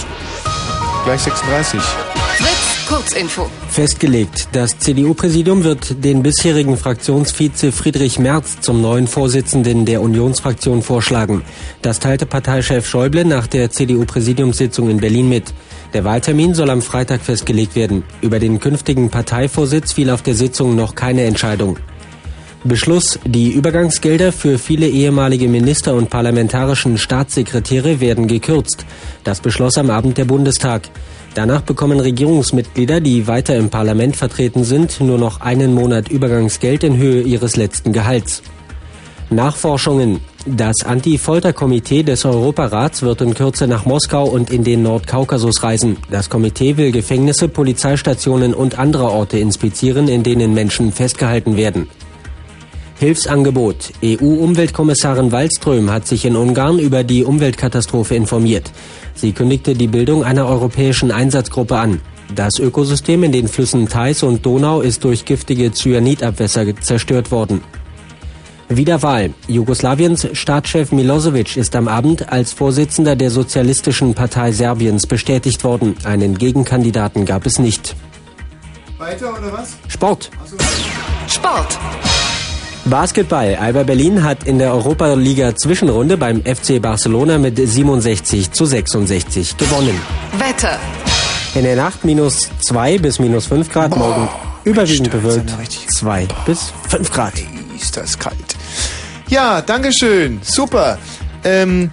gleich 36. Fritz Kurzinfo. Festgelegt, das CDU-Präsidium wird den bisherigen Fraktionsvize Friedrich Merz zum neuen Vorsitzenden der Unionsfraktion vorschlagen. Das teilte Parteichef Schäuble nach der CDU-Präsidiumssitzung in Berlin mit. Der Wahltermin soll am Freitag festgelegt werden. Über den künftigen Parteivorsitz fiel auf der Sitzung noch keine Entscheidung. Beschluss. Die Übergangsgelder für viele ehemalige Minister und parlamentarischen Staatssekretäre werden gekürzt. Das beschloss am Abend der Bundestag. Danach bekommen Regierungsmitglieder, die weiter im Parlament vertreten sind, nur noch einen Monat Übergangsgeld in Höhe ihres letzten Gehalts. Nachforschungen. Das Anti-Folter-Komitee des Europarats wird in Kürze nach Moskau und in den Nordkaukasus reisen. Das Komitee will Gefängnisse, Polizeistationen und andere Orte inspizieren, in denen Menschen festgehalten werden. Hilfsangebot. EU-Umweltkommissarin Wallström hat sich in Ungarn über die Umweltkatastrophe informiert. Sie kündigte die Bildung einer europäischen Einsatzgruppe an. Das Ökosystem in den Flüssen Theiß und Donau ist durch giftige Cyanidabwässer ge- zerstört worden. Wiederwahl. Jugoslawiens Staatschef Milosevic ist am Abend als Vorsitzender der Sozialistischen Partei Serbiens bestätigt worden. Einen Gegenkandidaten gab es nicht. Weiter oder was? Sport. Sport. Basketball. Alba Berlin hat in der Europa-Liga Zwischenrunde beim FC Barcelona mit 67 zu 66 gewonnen. Wetter. In der Nacht minus 2 bis minus 5 Grad, morgen überwiegend bewölkt 2 bis 5 Grad. Ist das kalt. Ja, Dankeschön. Super. Ähm,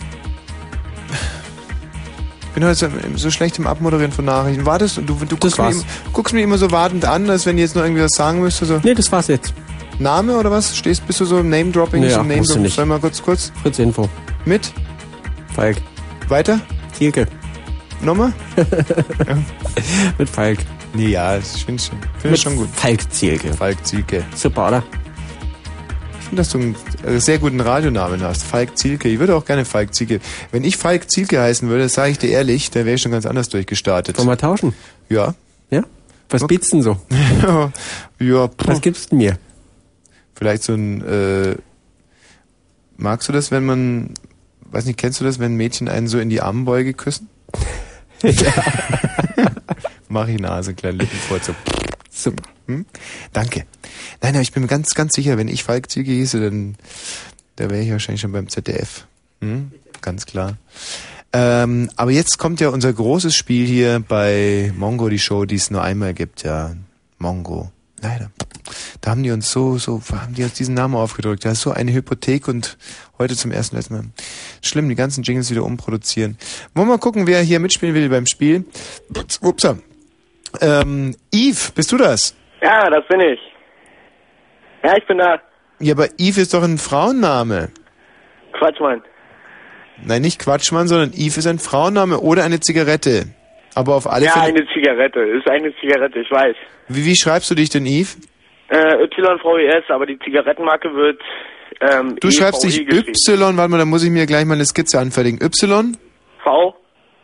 bin heute so, so schlecht im Abmoderieren von Nachrichten. Wartest du, du, du guckst, mir, war's. immer- guckst mir immer so wartend an, als wenn ihr jetzt noch irgendwie was sagen müsste. So. Nee, das war's jetzt. Name oder was? Stehst bist du so im Name-Dropping? Naja, so im Name musst du nicht. Soll mal kurz kurz? Fritz Info. Mit? Falk. Weiter? Thielke. Nochmal? Mit Falk. Nee, ja, ich finde schon, find Mit schon gut. Falk Zielke. Falk Zielke. Super, oder? Ich finde, dass du einen äh, sehr guten Radionamen hast. Falk Zielke. Ich würde auch gerne Falk Zielke. Wenn ich Falk Zielke heißen würde, sage ich dir ehrlich, dann wäre ich schon ganz anders durchgestartet. Wollen wir tauschen? Ja. Ja? Was bietst du denn so? ja, Was gibst du mir? Vielleicht so ein, äh, magst du das, wenn man, weiß nicht, kennst du das, wenn Mädchen einen so in die Armbeuge küssen? Mach ich Nase, kleinen Lippenfurz. So. Super. Hm? Danke. Nein, aber ich bin mir ganz, ganz sicher, wenn ich Falk Zielke hieße, dann da wäre ich wahrscheinlich schon beim ZDF. Hm? Ganz klar. Ähm, aber jetzt kommt ja unser großes Spiel hier bei Mongo, die Show, die es nur einmal gibt, ja. Mongo. Leider. Da haben die uns so, so, haben die uns diesen Namen aufgedrückt. Da ist so eine Hypothek und heute zum ersten letzten Mal. Schlimm, die ganzen Jingles wieder umproduzieren. Wollen wir mal gucken, wer hier mitspielen will beim Spiel. Ups, upsa. Ähm, Yves, bist du das? Ja, das bin ich. Ja, ich bin da. Ja, aber Yves ist doch ein Frauenname. Quatsch, Mann. Nein, nicht Quatschmann, sondern Yves ist ein Frauenname oder eine Zigarette. Aber auf alle ja, Fälle. eine Zigarette. Ist eine Zigarette, ich weiß. Wie, wie schreibst du dich denn, Yves? Äh, YVES, aber die Zigarettenmarke wird. Ähm, Du schreibst dich YVI geschrieben. Y, warte mal, da muss ich mir gleich mal eine Skizze anfertigen. Y, V,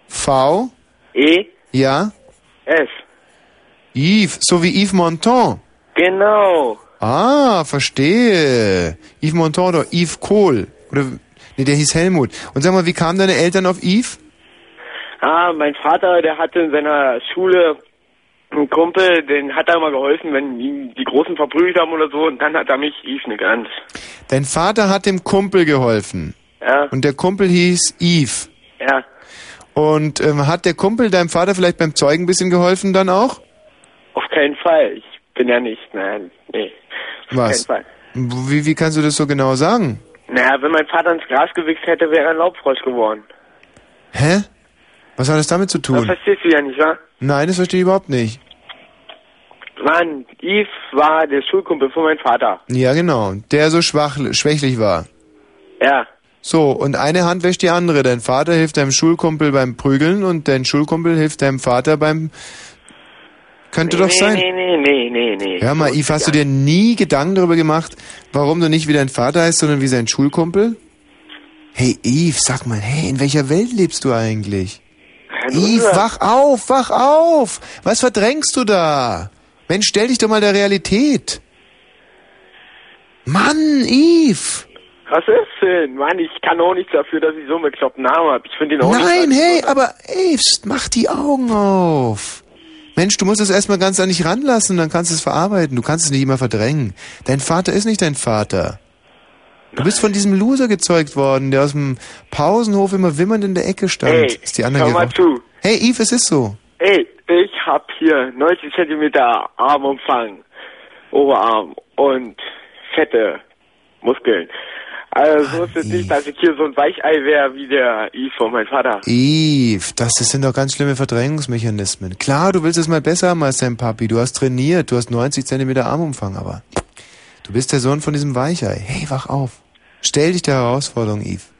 V, E, ja, S. Yves, so wie Yves Montand. Genau. Ah, verstehe. Yves Montand oder Yves Kohl. Oder, nee, der hieß Helmut. Und sag mal, wie kamen deine Eltern auf Yves? Ah, mein Vater, der hatte in seiner Schule einen Kumpel, den hat er immer geholfen, wenn ihn die Großen verprügelt haben oder so, und dann hat er mich Yves nicht genannt. Dein Vater hat dem Kumpel geholfen. Ja, Und der Kumpel hieß Yves. ja. Und ähm, hat der Kumpel deinem Vater vielleicht beim Zeugen ein bisschen geholfen dann auch? Auf keinen Fall. Ich bin ja nicht, nein, nee. Auf Was? keinen Fall. Wie, wie kannst du das so genau sagen? Naja, wenn mein Vater ins Gras gewichst hätte, wäre er ein Laubfrosch geworden. Hä? Was hat das damit zu Das tun? verstehst du ja nicht, wa? Nein, das verstehe ich überhaupt nicht. Mann, Yves war der Schulkumpel von meinem Vater. Ja, genau. Der so schwach, schwächlich war. Ja, So, und eine Hand wäscht die andere. Dein Vater hilft deinem Schulkumpel beim Prügeln und dein Schulkumpel hilft deinem Vater beim... Könnte nee, doch nee, sein. Nee, nee, nee, nee, nee. Hör mal, Yves, hast du dir nie Gedanken darüber gemacht, warum du nicht wie dein Vater heißt, sondern wie sein Schulkumpel? Hey, Yves, sag mal, hey, in welcher Welt lebst du eigentlich? Yves, wach auf, wach auf! Was verdrängst du da? Mensch, stell dich doch mal der Realität. Mann, Yves! Was ist denn? Mann, ich kann auch nichts dafür, dass ich so einen bekloppten Namen habe. Ich finde ihn auch Nein, nicht. hey, aber Yves, mach die Augen auf. Mensch, du musst es erstmal ganz an dich ranlassen und dann kannst du es verarbeiten. Du kannst es nicht immer verdrängen. Dein Vater ist nicht dein Vater. Du bist von diesem Loser gezeugt worden, der aus dem Pausenhof immer wimmernd in der Ecke stand. Hey, ist die anderen hör mal geraucht. zu. Hey, Yves, es ist so. Ey, ich hab hier 90 Zentimeter Armumfang, Oberarm und fette Muskeln. Also so ist es nicht, dass ich hier so ein Weichei wäre wie der Yves von meinem Vater. Yves, das, das sind doch ganz schlimme Verdrängungsmechanismen. Klar, du willst es mal besser haben als dein Papi. Du hast trainiert, du hast 90 Zentimeter Armumfang, aber du bist der Sohn von diesem Weichei. Hey, wach auf. Stell dich der Herausforderung, Yves.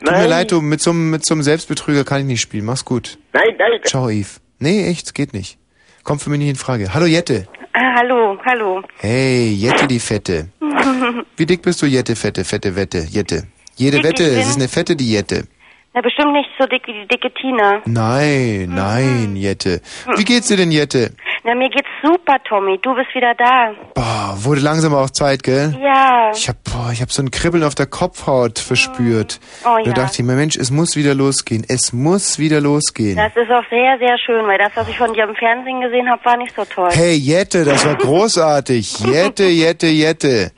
Tut mir Nein. leid, du, mit so, einem- mit so einem Selbstbetrüger kann ich nicht spielen. Mach's gut. Nein, nein. Ciao, Yves. Nee, echt, geht nicht. Kommt für mich nicht in Frage. Hallo, Jette. Ah, hallo, hallo. Hey, Jette, die Fette. Hm. Wie dick bist du, Jette, fette, fette Wette, Jette? Jede Dick, Wette, ich bin- es ist eine fette Diette. Na, bestimmt nicht so dick wie die dicke Tina. Mhm. Nein, nein, Jette. Wie geht's dir denn, Jette? Na, mir geht's super, Tommy. Du bist wieder da. Boah, wurde langsam auch Zeit, gell? Ja. Mhm. Ich hab, boah, ich hab so ein Kribbeln auf der Kopfhaut verspürt. Oh, da ja. dachte ich mir, Mensch, es muss wieder losgehen. Es muss wieder losgehen. Das ist auch sehr, sehr schön, weil das, was ich von dir im Fernsehen gesehen habe, war nicht so toll. Hey, Jette, das war großartig. Jette, Jette, Jette.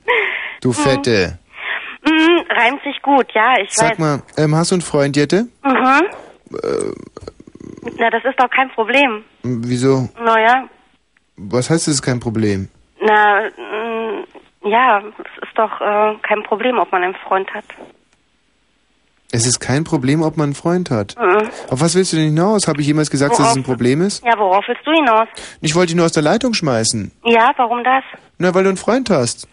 Du Fette. Mhm, reimt sich gut, ja, ich Sag weiß. mal, Äh. ähm, hast du einen Freund, Jette? Mhm. Na, das ist doch kein Problem. M, Wieso? Naja, Was heißt, das ist kein Problem? na, mh, ja, es ist doch äh, kein Problem, ob man einen Freund hat. Es ist kein Problem, ob man einen Freund hat. Mhm. Auf was willst du denn hinaus? Habe ich jemals gesagt, dass es ein Worauf- Problem ist? Ja, worauf willst du hinaus? Ich wollte ihn nur aus der Leitung schmeißen. Ja, warum das? Na, weil du einen Freund hast.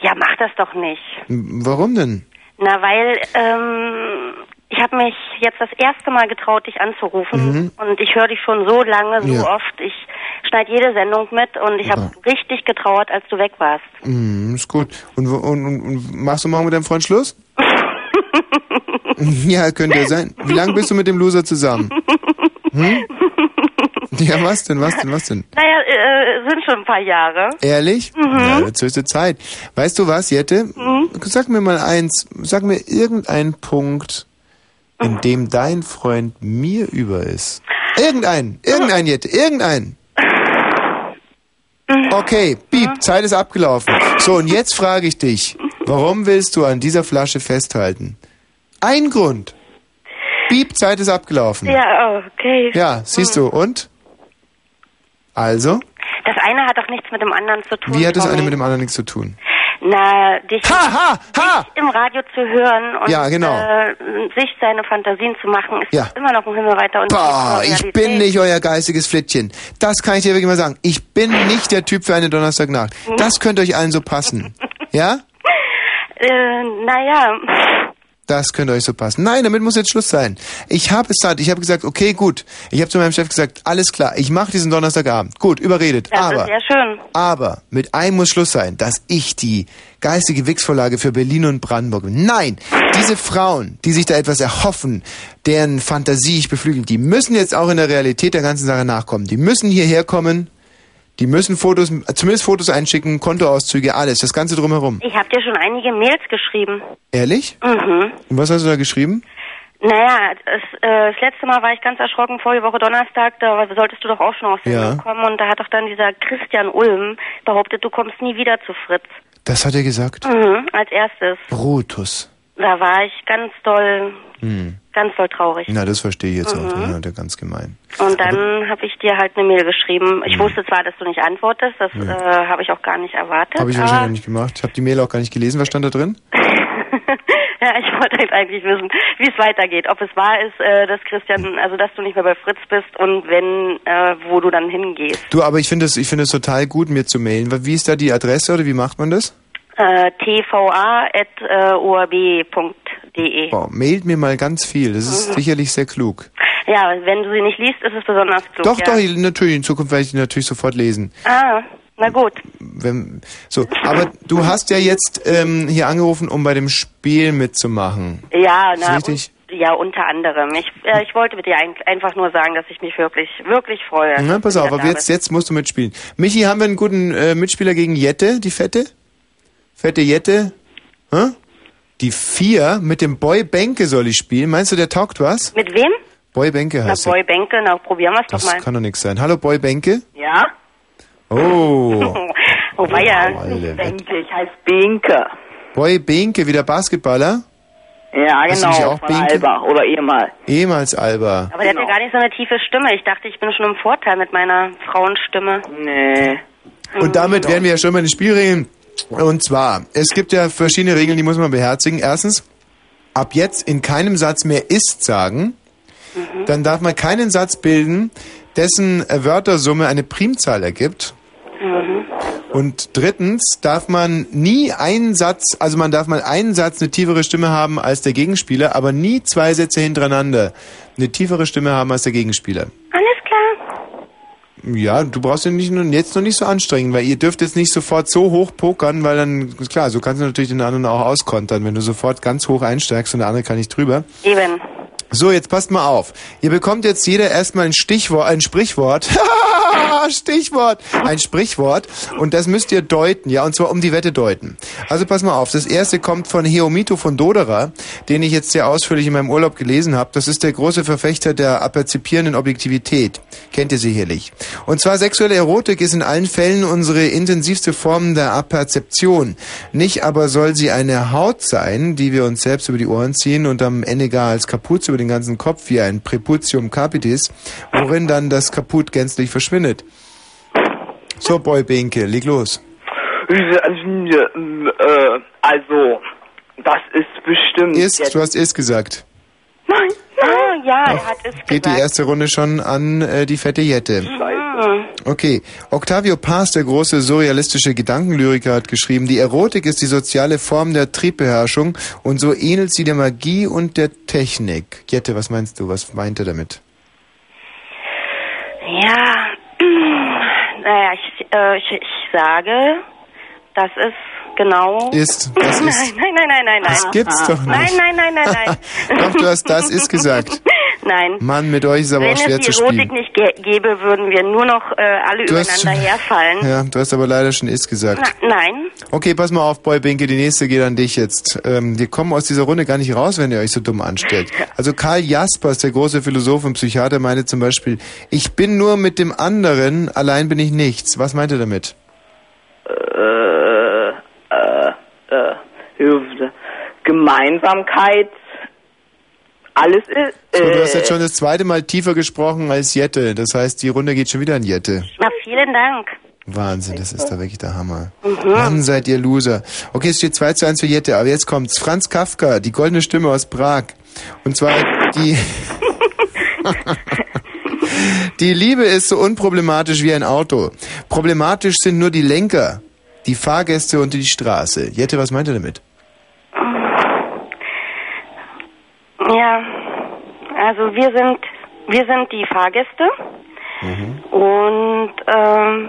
Ja, mach das doch nicht. M, Warum denn? Na, weil ähm, ich habe mich jetzt das erste Mal getraut, dich anzurufen. Mhm. Und ich höre dich schon so lange, so Ja. oft. Ich schneide jede Sendung mit und ich habe richtig getrauert, als du weg warst. Hm, ist gut. Und, wo- und, und, und machst du morgen mit deinem Freund Schluss? ja, könnte ja sein. Wie lange bist du mit dem Loser zusammen? Hm? Ja, was denn, was denn, was denn? Naja, äh, sind schon ein paar Jahre. Ehrlich? Mhm. Ja, jetzt höchste Zeit. Weißt du was, Jette? Sag mir mal eins, sag mir irgendeinen Punkt, Mhm. in dem dein Freund mir über ist. Mhm. Irgendeinen, irgendeinen, Jette, irgendeinen. Mhm. Okay, piep, Zeit ist abgelaufen. So, und jetzt frage ich dich, warum willst du an dieser Flasche festhalten? Ein Grund. Piep, Zeit ist abgelaufen. Ja, okay. Ja, siehst du, und? Also, Das eine hat doch nichts mit dem anderen zu tun. wie hat das eine Tommy. mit dem anderen nichts zu tun? Na, dich, dich im Radio zu hören und Ja, genau. äh, sich seine Fantasien zu machen, ist Ja. immer noch ein Himmel weiter und Boah, ich bin nicht euer geistiges Flittchen. Das kann ich dir wirklich mal sagen. Ich bin nicht der Typ für eine Donnerstagnacht. Das könnte euch allen so passen. Ja? Äh, naja, Das könnte euch so passen. Nein, damit muss jetzt Schluss sein. Ich habe es satt. Ich habe gesagt, okay, gut. Ich habe zu meinem Chef gesagt, alles klar, ich mache diesen Donnerstagabend. Gut, überredet. das aber, ist sehr schön. aber mit einem muss Schluss sein, dass ich die geistige Wichsvorlage für Berlin und Brandenburg bin. Nein, diese Frauen, die sich da etwas erhoffen, deren Fantasie ich beflügelt, die müssen jetzt auch in der Realität der ganzen Sache nachkommen. Die müssen hierher kommen, die müssen Fotos, zumindest Fotos einschicken, Kontoauszüge, alles, das Ganze drumherum. Ich habe dir schon einige Mails geschrieben. Ehrlich? Mhm. Und was hast du da geschrieben? Naja, das, äh, das letzte Mal war ich ganz erschrocken, vorige Woche Donnerstag, da solltest du doch auch schon auf Sendung Ja. kommen und da hat doch dann dieser Christian Ulm behauptet, du kommst nie wieder zu Fritz. Das hat er gesagt. Mhm, als erstes. Brutus. Da war ich ganz doll, Hm. ganz doll traurig. Na, das verstehe ich jetzt Mhm. auch. Ja, der ganz gemein. Und dann habe ich dir halt eine Mail geschrieben. Mhm. Ich wusste zwar, dass du nicht antwortest, das Nee. äh, habe ich auch gar nicht erwartet. Habe ich wahrscheinlich aber, noch nicht gemacht. Ich habe die Mail auch gar nicht gelesen. Was stand da drin? ja, ich wollte halt eigentlich wissen, wie es weitergeht. Ob es wahr ist, äh, dass Hm. Christian, also dass du nicht mehr bei Fritz bist und wenn, äh, wo du dann hingehst. Du, aber ich finde es ich finde es total gut, mir zu mailen. Wie ist da die Adresse oder wie macht man das? Äh, tva.orb.de. Wow, mailt mir mal ganz viel. Das ist Mhm. sicherlich sehr klug. Ja, wenn du sie nicht liest, ist es besonders klug. doch, ja. doch, ich- natürlich. In Zukunft werde ich die natürlich sofort lesen. Ah, na gut. Wenn, so, aber Mhm. du hast ja jetzt ähm, hier angerufen, um bei dem Spiel mitzumachen. Ja, Ist na, richtig? Und, ja, unter anderem. Ich, äh, ich wollte dir ein, einfach nur sagen, dass ich mich wirklich, wirklich freue. Na, Ne, pass auf, aber jetzt, jetzt musst du mitspielen. Michi, haben wir einen guten äh, Mitspieler gegen Jette, die Fette? Fette Jette? Hä? Die Vier mit dem Boy Benke soll ich spielen. Meinst du, der taugt was? Mit wem? Boy Benke Na, heißt er. Boy Benke, na, probieren wir es doch Das mal. kann doch nichts sein. Hallo Boy Benke? Ja? Oh. Oh, weia. Alle weg. Benke, ich heiße Benke. Boy Benke, wieder Basketballer? Ja, Hast du mich genau. auch Benke? oder ehemal. Ehemals Alba. Aber der hat ja gar nicht so eine tiefe Stimme. Ich dachte, ich bin schon im Vorteil mit meiner Frauenstimme. Nee. Und damit wären wir ja schon bei den Spielregeln. Und zwar, es gibt ja verschiedene Regeln, die muss man beherzigen. Erstens, ab jetzt in keinem Satz mehr ist sagen. Dann darf man keinen Satz bilden, dessen äh, Wörtersumme eine Primzahl ergibt. Und drittens darf man nie einen Satz, also man darf mal einen Satz eine tiefere Stimme haben als der Gegenspieler, aber nie zwei Sätze hintereinander eine tiefere Stimme haben als der Gegenspieler. Alles klar. Ja, du brauchst ihn nicht, nun- jetzt noch nicht so anstrengen, weil ihr dürft jetzt nicht sofort so hoch pokern, weil dann, klar, so kannst du natürlich den anderen auch auskontern, wenn du sofort ganz hoch einsteigst und der andere kann nicht drüber. Eben. So, jetzt passt mal auf. Ihr bekommt jetzt jeder erstmal ein Stichwort, ein Sprichwort. Stichwort. Ein Sprichwort. Und das müsst ihr deuten, ja, und zwar um die Wette deuten. Also pass mal auf. Das erste kommt von Heomito von Doderer, den ich jetzt sehr ausführlich in meinem Urlaub gelesen habe. Das ist der große Verfechter der perzipierenden Objektivität. Kennt ihr sicherlich. Und zwar sexuelle Erotik ist in allen Fällen unsere intensivste Form der Aperzeption. Nicht aber soll sie eine Haut sein, die wir uns selbst über die Ohren ziehen und am Ende gar als Kapuz über den ganzen Kopf wie ein Preputium capitis, worin dann das Kaput gänzlich verschwindet. So, Boy Binke, leg los. Äh, Also, das ist bestimmt. Ist, du hast ist gesagt. Nein, Ah, ja, er hat es Geht die erste Runde schon an äh, die fette Jette. Scheiße. Okay. Octavio Paz, der große surrealistische Gedankenlyriker, hat geschrieben, die Erotik ist die soziale Form der Triebbeherrschung und so ähnelt sie der Magie und der Technik. Jette, was meinst du? Was meint er damit? Ja, naja, ich, äh, ich, ich sage, das ist genau. Ist, das ist. Nein, nein, nein, nein, nein. Das nein. gibt's doch nicht. Nein, nein, nein, nein, nein. Doch, du hast das ist gesagt. nein. Mann, mit euch ist aber Wenn auch schwer es die zu Erotik spielen. nicht gä- gäbe, würden wir nur noch äh, alle Du hast übereinander schon- herfallen. Ja, du hast aber leider schon ist gesagt. Na, nein. Okay, pass mal auf, Boy Binke, die nächste geht an dich jetzt. Ähm, wir kommen aus dieser Runde gar nicht raus, wenn ihr euch so dumm anstellt. Also Karl Jaspers, der große Philosoph und Psychiater, meinte zum Beispiel, ich bin nur mit dem anderen, allein bin ich nichts. Was meint er damit? Äh, äh, äh, Hilfe. Gemeinsamkeit. Alles ist. So, du hast Äh, jetzt schon das zweite Mal tiefer gesprochen als Jette. Das heißt, die Runde geht schon wieder an Jette. Na, vielen Dank. Wahnsinn, das ist da wirklich der Hammer. Mhm. Mann, seid ihr Loser. Okay, es steht 2 zu 1 für Jette, aber jetzt kommt's. Franz Kafka, die goldene Stimme aus Prag. Und zwar die... die Liebe ist so unproblematisch wie ein Auto. Problematisch sind nur die Lenker, die Fahrgäste und die Straße. Jette, was meint ihr damit? Ja, also wir sind, wir sind die Fahrgäste Mhm. und ähm,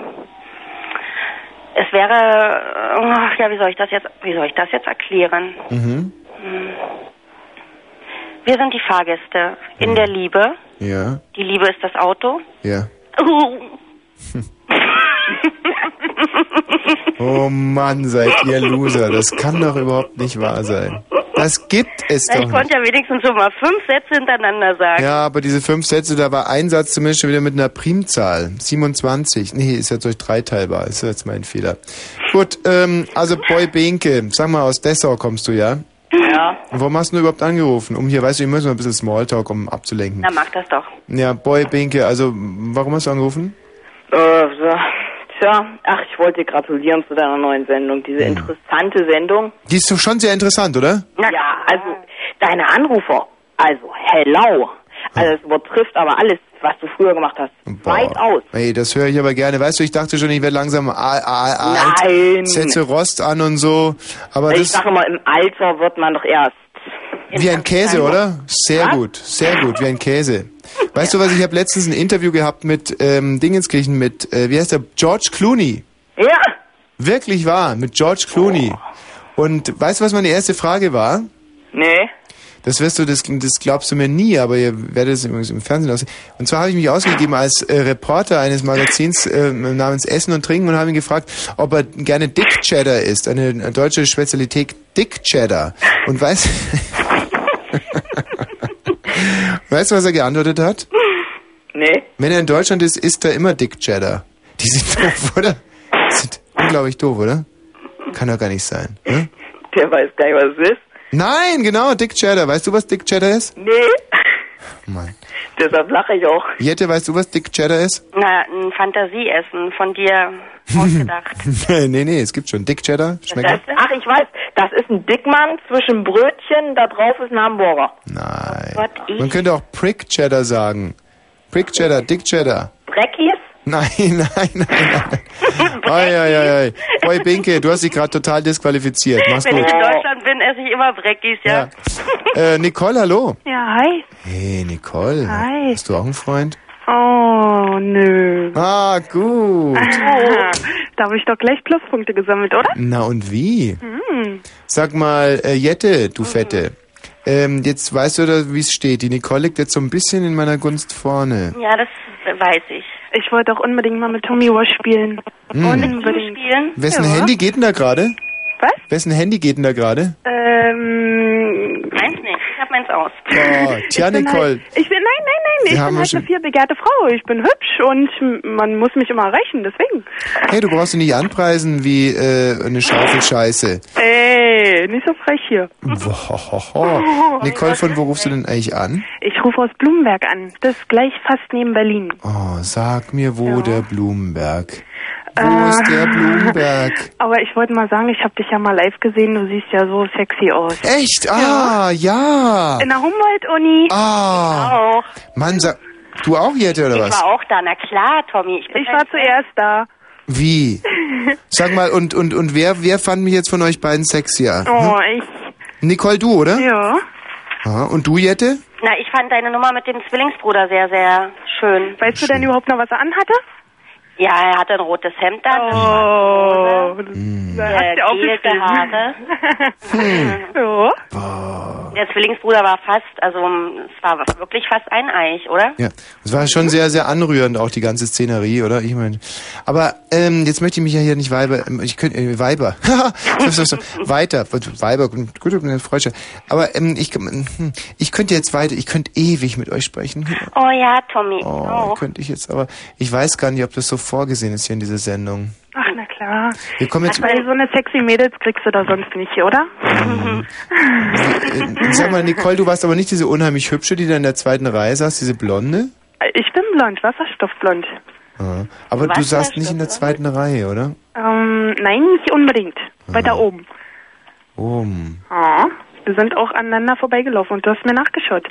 es wäre, ach ja, wie soll ich das jetzt, wie soll ich das jetzt erklären? Mm-hmm. Mhm. Hm. Wir sind die Fahrgäste in der Liebe. Ja, Die Liebe ist das Auto. Mhm. ja. Oh Mann, seid ihr Loser. Das kann doch überhaupt nicht wahr sein. Das gibt es Na, doch ich nicht. konnte ja wenigstens schon mal fünf Sätze hintereinander sagen. Ja, aber diese fünf Sätze, da war ein Satz zumindest schon wieder mit einer Primzahl. 27. Nee, ist jetzt durch drei teilbar. Ist jetzt mein Fehler. Gut, ähm, also Boy Benke, sag mal, aus Dessau kommst du, ja? Ja. Und warum hast du denn überhaupt angerufen? Um hier, weißt du, wir müssen mal ein bisschen Smalltalk, um abzulenken. Na, mach das doch. Ja, Boy Benke, also, warum hast du angerufen? Äh, so. Tja, ach, ich wollte dir gratulieren zu deiner neuen Sendung. Diese Hm. interessante Sendung. Die ist doch schon sehr interessant, oder? ja, also deine Anrufer. Also, hello. Also, es übertrifft aber alles, was du früher gemacht hast. Weit aus. Ey, das höre ich aber gerne. Weißt du, ich dachte schon, ich werde langsam al- al- alt, Nein. setze Rost an und so. Aber ich das sage mal, im Alter wird man doch erst. Wie ein Käse, oder? Sehr gut, sehr gut, wie ein Käse. Weißt du was, ich habe letztens ein Interview gehabt mit ähm, Dingenskirchen, mit, äh, wie heißt der, George Clooney. Ja. Wirklich wahr, mit George Clooney. Oh. Und weißt du, was meine erste Frage war? Nee. Das wirst du, das, das glaubst du mir nie, aber ihr werdet es übrigens im Fernsehen aussehen. Und zwar habe ich mich ausgegeben als äh, Reporter eines Magazins äh, namens Essen und Trinken und habe ihn gefragt, ob er gerne Dick Cheddar isst, eine deutsche Spezialität Dick Cheddar. Und weißt, weißt du, was er geantwortet hat? Nee. Wenn er in Deutschland ist, isst er immer Dick Cheddar. Die sind doof, oder? Die sind unglaublich doof, oder? Kann doch gar nicht sein. Ne? Der weiß gar nicht, was es ist. Nein, genau, Dick Cheddar. Weißt du, was Dick Cheddar ist? Nee. Mann. Deshalb lache ich auch. Jette, weißt du, was Dick Cheddar ist? Na, ein Fantasieessen von dir ausgedacht. nee, nee, es gibt schon Dick Cheddar. Schmeckt Das, ach, ich weiß, das ist ein Dickmann zwischen Brötchen, da drauf ist ein Hamburger. Nein. Man könnte auch Prick Cheddar sagen. Prick Cheddar, Dick Cheddar. Dreckies? Nein, nein, nein, nein. Oi, oi, oi, oi. Boy Binke, du hast dich gerade total disqualifiziert. Mach's Wenn gut. ich in Deutschland bin, esse ich immer Breckis, ja. Äh, Nicole, hallo. Ja, hi. Hey, Nicole. Hi. Hast du auch einen Freund? Oh, nö. Ah, gut. da habe ich doch gleich Pluspunkte gesammelt, oder? Na und wie? Hm. Sag mal, äh, Jette, Mhm. du Fette. Ähm, jetzt weißt du, da, wie es steht. Die Nicole liegt jetzt so ein bisschen in meiner Gunst vorne. Ja, das weiß ich. Ich wollte auch unbedingt mal mit Tommy Wash spielen. Hm. Unbedingt. Spielen? Wessen Handy geht denn da gerade? Was? Wessen Handy geht denn da gerade? Ähm, meins nicht. Ich habe meins aus. Oh, tja, ich bin Nicole. Halt, ich bin, nein, nein, nein. Wir Ich haben bin halt schon- eine viel begehrte Frau. Ich bin hübsch und man muss mich immer erreichen, deswegen. Hey, du brauchst dich nicht anpreisen wie äh, eine Schaufel Scheiße. Ey, Äh, nicht so frech hier. Oh, Bohohoho. Nicole, von wo rufst du denn eigentlich an? Ich rufe aus Blumenberg an. Das ist gleich fast neben Berlin. Oh, sag mir, wo der Blumenberg. Wo Äh. ist der Blumenberg? Aber ich wollte mal sagen, ich habe dich ja mal live gesehen. Du siehst ja so sexy aus. Echt? Ah, ja. In der Humboldt-Uni. Ah. Mann, sag, du auch Jette Ah, oder Ich was? war auch da, na klar, Tommy. Ich, halt war zuerst da. Wie? Sag mal, und, und, und wer, wer fand mich jetzt von euch beiden sexier? Oh, ich. Nicole, du, oder? Ja. Aha, und du, Jette? Na, ich fand deine Nummer mit dem Zwillingsbruder sehr, sehr schön. Weißt du denn überhaupt noch, was er anhatte? Ja, er hatte ein rotes Hemd an. Oh. Hm. Äh, gegelte Haare. ja. Der Zwillingsbruder war fast, also es war wirklich fast ein Eich, oder? Ja, das war schon sehr, sehr anrührend, auch die ganze Szenerie, oder? Ich meine, aber ähm, jetzt möchte ich mich ja hier nicht Weiber, ähm, ich könnte, äh, Weiber, so, so, so, weiter, Weiber, gut, gut, gut, Freude. aber ähm, ich, hm, ich könnte jetzt weiter, ich könnte ewig mit euch sprechen. Oh ja, Tommy. ich Oh, auch. könnte ich jetzt, aber ich weiß gar nicht, ob das so vorgesehen ist hier in dieser Sendung. Ach, na klar. Wir kommen jetzt- Weil so eine sexy Mädels kriegst du da sonst nicht, oder? Äh, Sag mal, Nicole, du warst aber nicht diese unheimlich hübsche, die da in der zweiten Reihe saß, diese blonde? Ich bin blond, wasserstoffblond. Ja. Aber Weißt du du, saßt nicht in der zweiten Reihe, oder? Ähm, nein, nicht unbedingt. Ah. Weiter oben. Oh. Ah, Wir sind auch aneinander vorbeigelaufen und du hast mir nachgeschaut.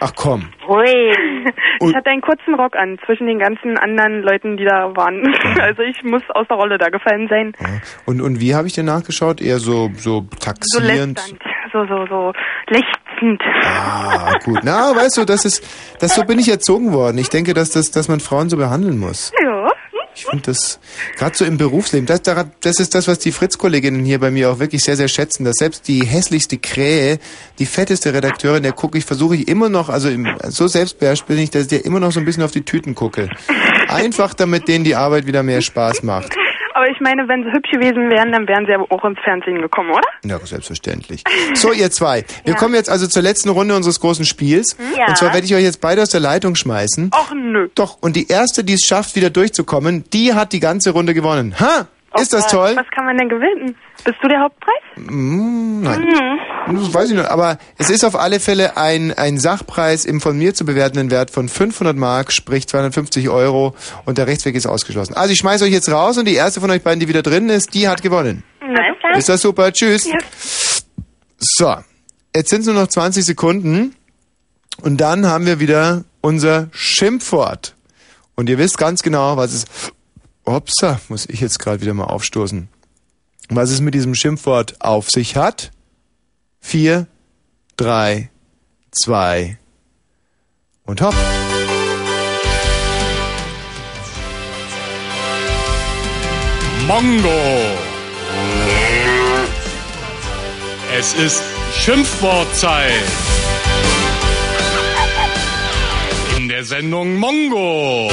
Ach komm. Hui. Ich hatte einen kurzen Rock an, zwischen den ganzen anderen Leuten, die da waren. Also ich muss aus der Rolle da gefallen sein. Und, und wie habe ich dir nachgeschaut? Eher so, so So taxierend. lästernd, so, so, so lechzend. ah, gut. Na, weißt du, das ist, das so bin ich erzogen worden. Ich denke, dass das, dass man Frauen so behandeln muss. Ja. Ich finde das, gerade so im Berufsleben, das, daran- das ist das, was die Fritz-Kolleginnen hier bei mir auch wirklich sehr, sehr schätzen, dass selbst die hässlichste Krähe, die fetteste Redakteurin, der gucke ich, versuche ich immer noch, also im, so selbstbeherrscht bin ich, dass ich dir immer noch so ein bisschen auf die Tüten gucke. Einfach, damit denen die Arbeit wieder mehr Spaß macht. Aber ich meine, wenn sie hübsch gewesen wären, dann wären sie aber auch ins Fernsehen gekommen, oder? Ja, selbstverständlich. So, ihr zwei. Wir kommen jetzt also zur letzten Runde unseres großen Spiels. Ja. Und zwar werde ich euch jetzt beide aus der Leitung schmeißen. Och, nö. Doch, und die erste, die es schafft, wieder durchzukommen, die hat die ganze Runde gewonnen. Ha! Ist das toll? Was kann man denn gewinnen? Bist du der Hauptpreis? Mm, nein. Mhm. Das weiß ich nicht, aber es ist auf alle Fälle ein, ein Sachpreis im von mir zu bewertenden Wert von 500 Mark, sprich 250 Euro und der Rechtsweg ist ausgeschlossen. Also ich schmeiße euch jetzt raus und die erste von euch beiden, die wieder drin ist, die hat gewonnen. Nein. Ist das super? Tschüss. So, jetzt sind es nur noch 20 Sekunden und dann haben wir wieder unser Schimpfwort. Und ihr wisst ganz genau, was es... Upsa, muss ich jetzt gerade wieder mal aufstoßen. Was es mit diesem Schimpfwort auf sich hat? Vier, drei, zwei und hopp. Mongo. Es ist Schimpfwortzeit. In der Sendung Mongo.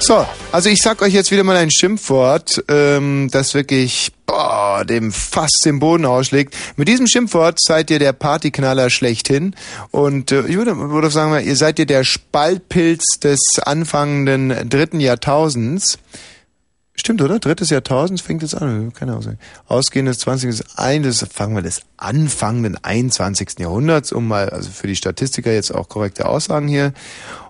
So, also ich sag euch jetzt wieder mal ein Schimpfwort, ähm, das wirklich boah, dem Fass den Boden ausschlägt. Mit diesem Schimpfwort seid ihr der Partyknaller schlechthin. Und äh, ich würde, würde sagen, ihr seid ihr der Spaltpilz des anfangenden dritten Jahrtausends. Stimmt, oder? Drittes Jahrtausend fängt es an. Keine Ahnung. sagen. Ausgehendes 20. ist ein, das fangen wir des anfangenden 21. Jahrhunderts, um mal, also für die Statistiker jetzt auch korrekte Aussagen hier.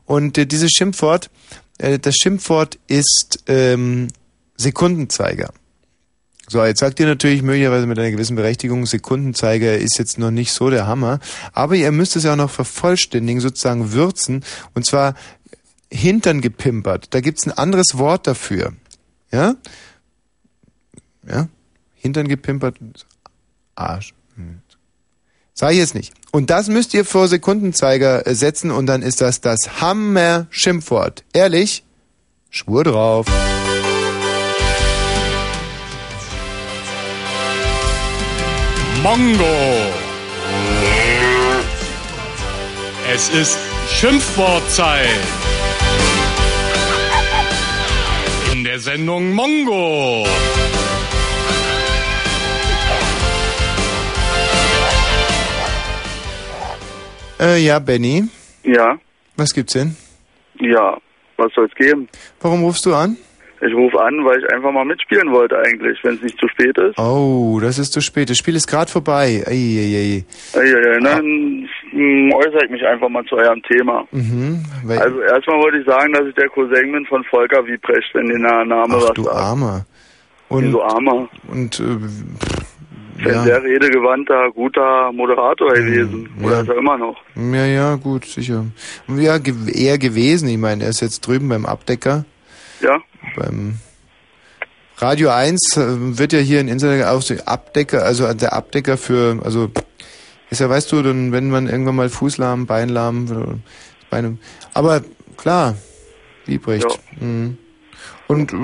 Und äh, dieses Schimpfwort, äh, das Schimpfwort ist ähm, Sekundenzeiger. So, jetzt sagt ihr natürlich möglicherweise mit einer gewissen Berechtigung, Sekundenzeiger ist jetzt noch nicht so der Hammer, aber ihr müsst es ja auch noch vervollständigen, sozusagen würzen, und zwar Hintern gepimpert. Da gibt's ein anderes Wort dafür. Ja? Ja? Hintern gepimpert, Arsch. Hm. Sag ich jetzt nicht. Und das müsst ihr vor Sekundenzeiger äh, setzen und dann ist das das Hammer-Schimpfwort. Ehrlich? Schwur drauf. Mongo. Es ist Schimpfwortzeit. In der Sendung Mongo. Äh, ja, Benny. Ja, Was gibt's denn? ja. Was soll's geben? Warum rufst du an? Ich rufe an, weil ich einfach mal mitspielen wollte eigentlich, wenn es nicht zu spät ist. Oh, das ist zu spät. Das Spiel ist gerade vorbei. Eieiei. Ei, ei, ei, Dann mm, äußere ich mich einfach mal zu eurem Thema. Mhm. Weil, Also erstmal wollte ich sagen, dass ich der Cousin bin von Volker Wiebrecht, wenn der Name ach, was du Armer. Und, Und, so armer, und äh, ja. ja. Mhm. sehr redegewandter, guter Moderator gewesen. Oder ist er immer noch? ja, ja, gut, sicher. Ja, ge eher gewesen. Ich meine, er ist jetzt drüben beim Abdecker. Ja? Beim Radio 1 äh, wird ja hier in Insider auch so Abdecker, also der Abdecker für, also ist ja, weißt du, dann, wenn man irgendwann mal Fuß lahm, Bein lahm, äh, Beine, aber klar, Liebrecht. Mhm. Und äh,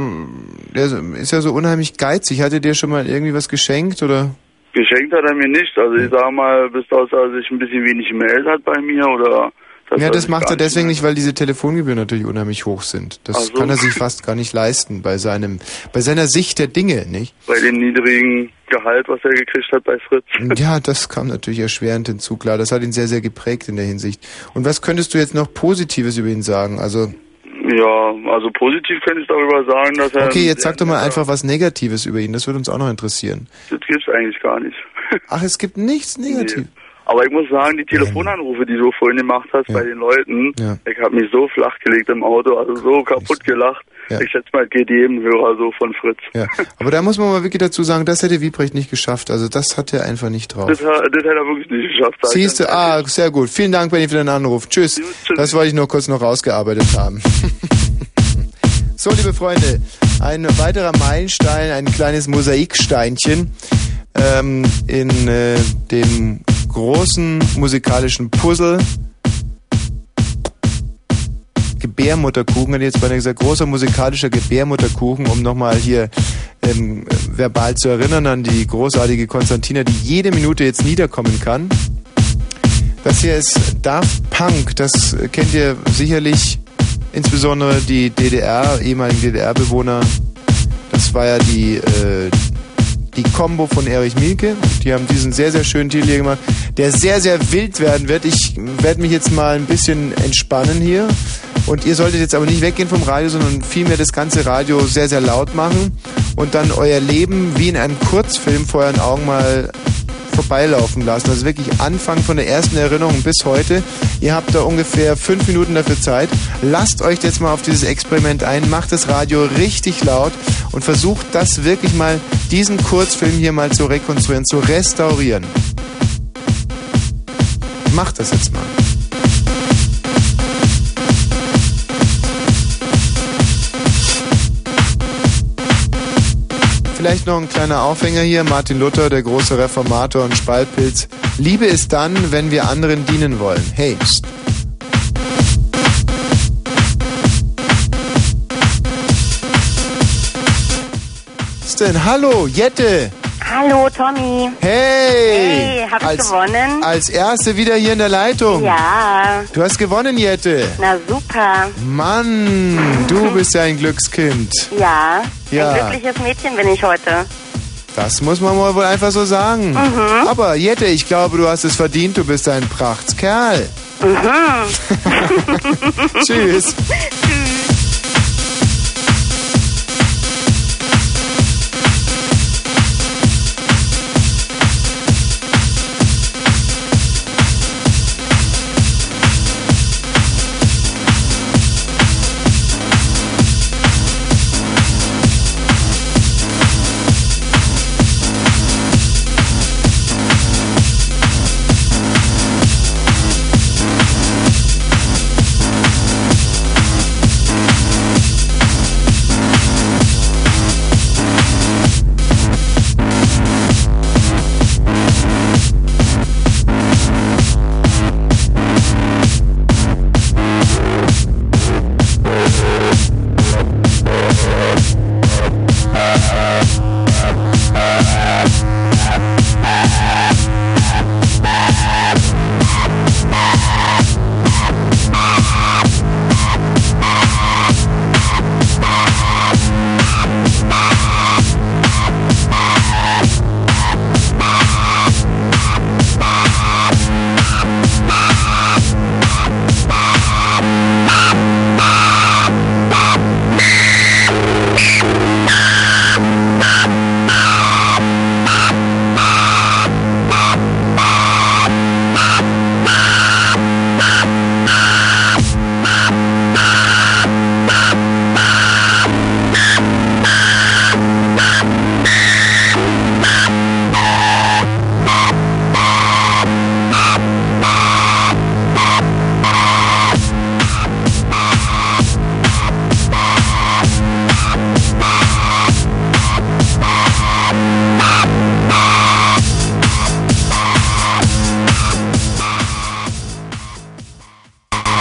der ist ja so unheimlich geizig. Hatte dir schon mal irgendwie was geschenkt oder? Geschenkt hat er mir nicht. Also ich sag mal, bis aus, dass er sich ein bisschen wenig gemeldet hat bei mir oder... dass ja, das sich macht gar er deswegen nicht, weil diese Telefongebühren natürlich unheimlich hoch sind. Das Ach so. kann er sich fast gar nicht leisten bei seinem, bei seiner Sicht der Dinge, nicht? Bei dem niedrigen Gehalt, was er gekriegt hat bei Fritz. Ja, das kam natürlich erschwerend hinzu, klar. Das hat ihn sehr, sehr geprägt in der Hinsicht. Und was könntest du jetzt noch Positives über ihn sagen? Also, Ja, also positiv kann ich darüber sagen, dass er... okay, jetzt sag doch äh, mal einfach was Negatives über ihn. Das würde uns auch noch interessieren. Das gibt's eigentlich gar nicht. Ach, es gibt nichts Negatives. Aber ich muss sagen, die Telefonanrufe, die du vorhin gemacht hast bei den Leuten, ich habe mich so flach gelegt im Auto, also so kaputt gelacht. Ja. Ich schätze mal, es geht jedem Hörer so von Fritz. Ja. Aber da muss man mal wirklich dazu sagen, das hätte Wiebrecht nicht geschafft. Also, das hat er einfach nicht drauf. Das, ha- das hat er wirklich nicht geschafft. sag ich Siehst du, ah, sehr gut. Vielen Dank, Benny, für deinen Anruf. Tschüss. Das wollte ich nur kurz noch rausgearbeitet haben. so, liebe Freunde, ein weiterer Meilenstein, ein kleines Mosaiksteinchen ähm, in äh, dem großen musikalischen Puzzle. Gebärmutterkuchen, hätte ich jetzt beinahe gesagt, großer musikalischer Gebärmutterkuchen, um nochmal hier ähm, verbal zu erinnern an die großartige Konstantina, die jede Minute jetzt niederkommen kann. Das hier ist Daft Punk, das äh, kennt ihr sicherlich, insbesondere die DDR, ehemaligen DDR-Bewohner. Das war ja die, äh, die Combo von Erich Mielke. Die haben diesen sehr, sehr schönen Titel hier gemacht, der sehr, sehr wild werden wird. Ich werde mich jetzt mal ein bisschen entspannen hier. Und ihr solltet jetzt aber nicht weggehen vom Radio, sondern vielmehr das ganze Radio sehr, sehr laut machen und dann euer Leben wie in einem Kurzfilm vor euren Augen mal vorbeilaufen lassen. Also wirklich Anfang von der ersten Erinnerung bis heute. Ihr habt da ungefähr fünf Minuten dafür Zeit. Lasst euch jetzt mal auf dieses Experiment ein, macht das Radio richtig laut und versucht das wirklich mal, diesen Kurzfilm hier mal zu rekonstruieren, zu restaurieren. Macht das jetzt mal. Vielleicht noch ein kleiner Aufhänger hier. Martin Luther, der große Reformator und Spaltpilz. Liebe ist dann, wenn wir anderen dienen wollen. Hey, pst. Sten, hallo, Jette. Hallo, Tommy. Hey. Hey, hab ich Als- gewonnen? Als erste wieder hier in der Leitung. Ja. Du hast gewonnen, Jette. Na super. Mann, du bist ja ein Glückskind. Ja. Ja. Ein glückliches Mädchen bin ich heute. Das muss man wohl einfach so sagen. Mhm. Aber Jette, ich glaube, du hast es Mm-hmm. verdient. Du bist ein Prachtskerl. Mhm. Tschüss.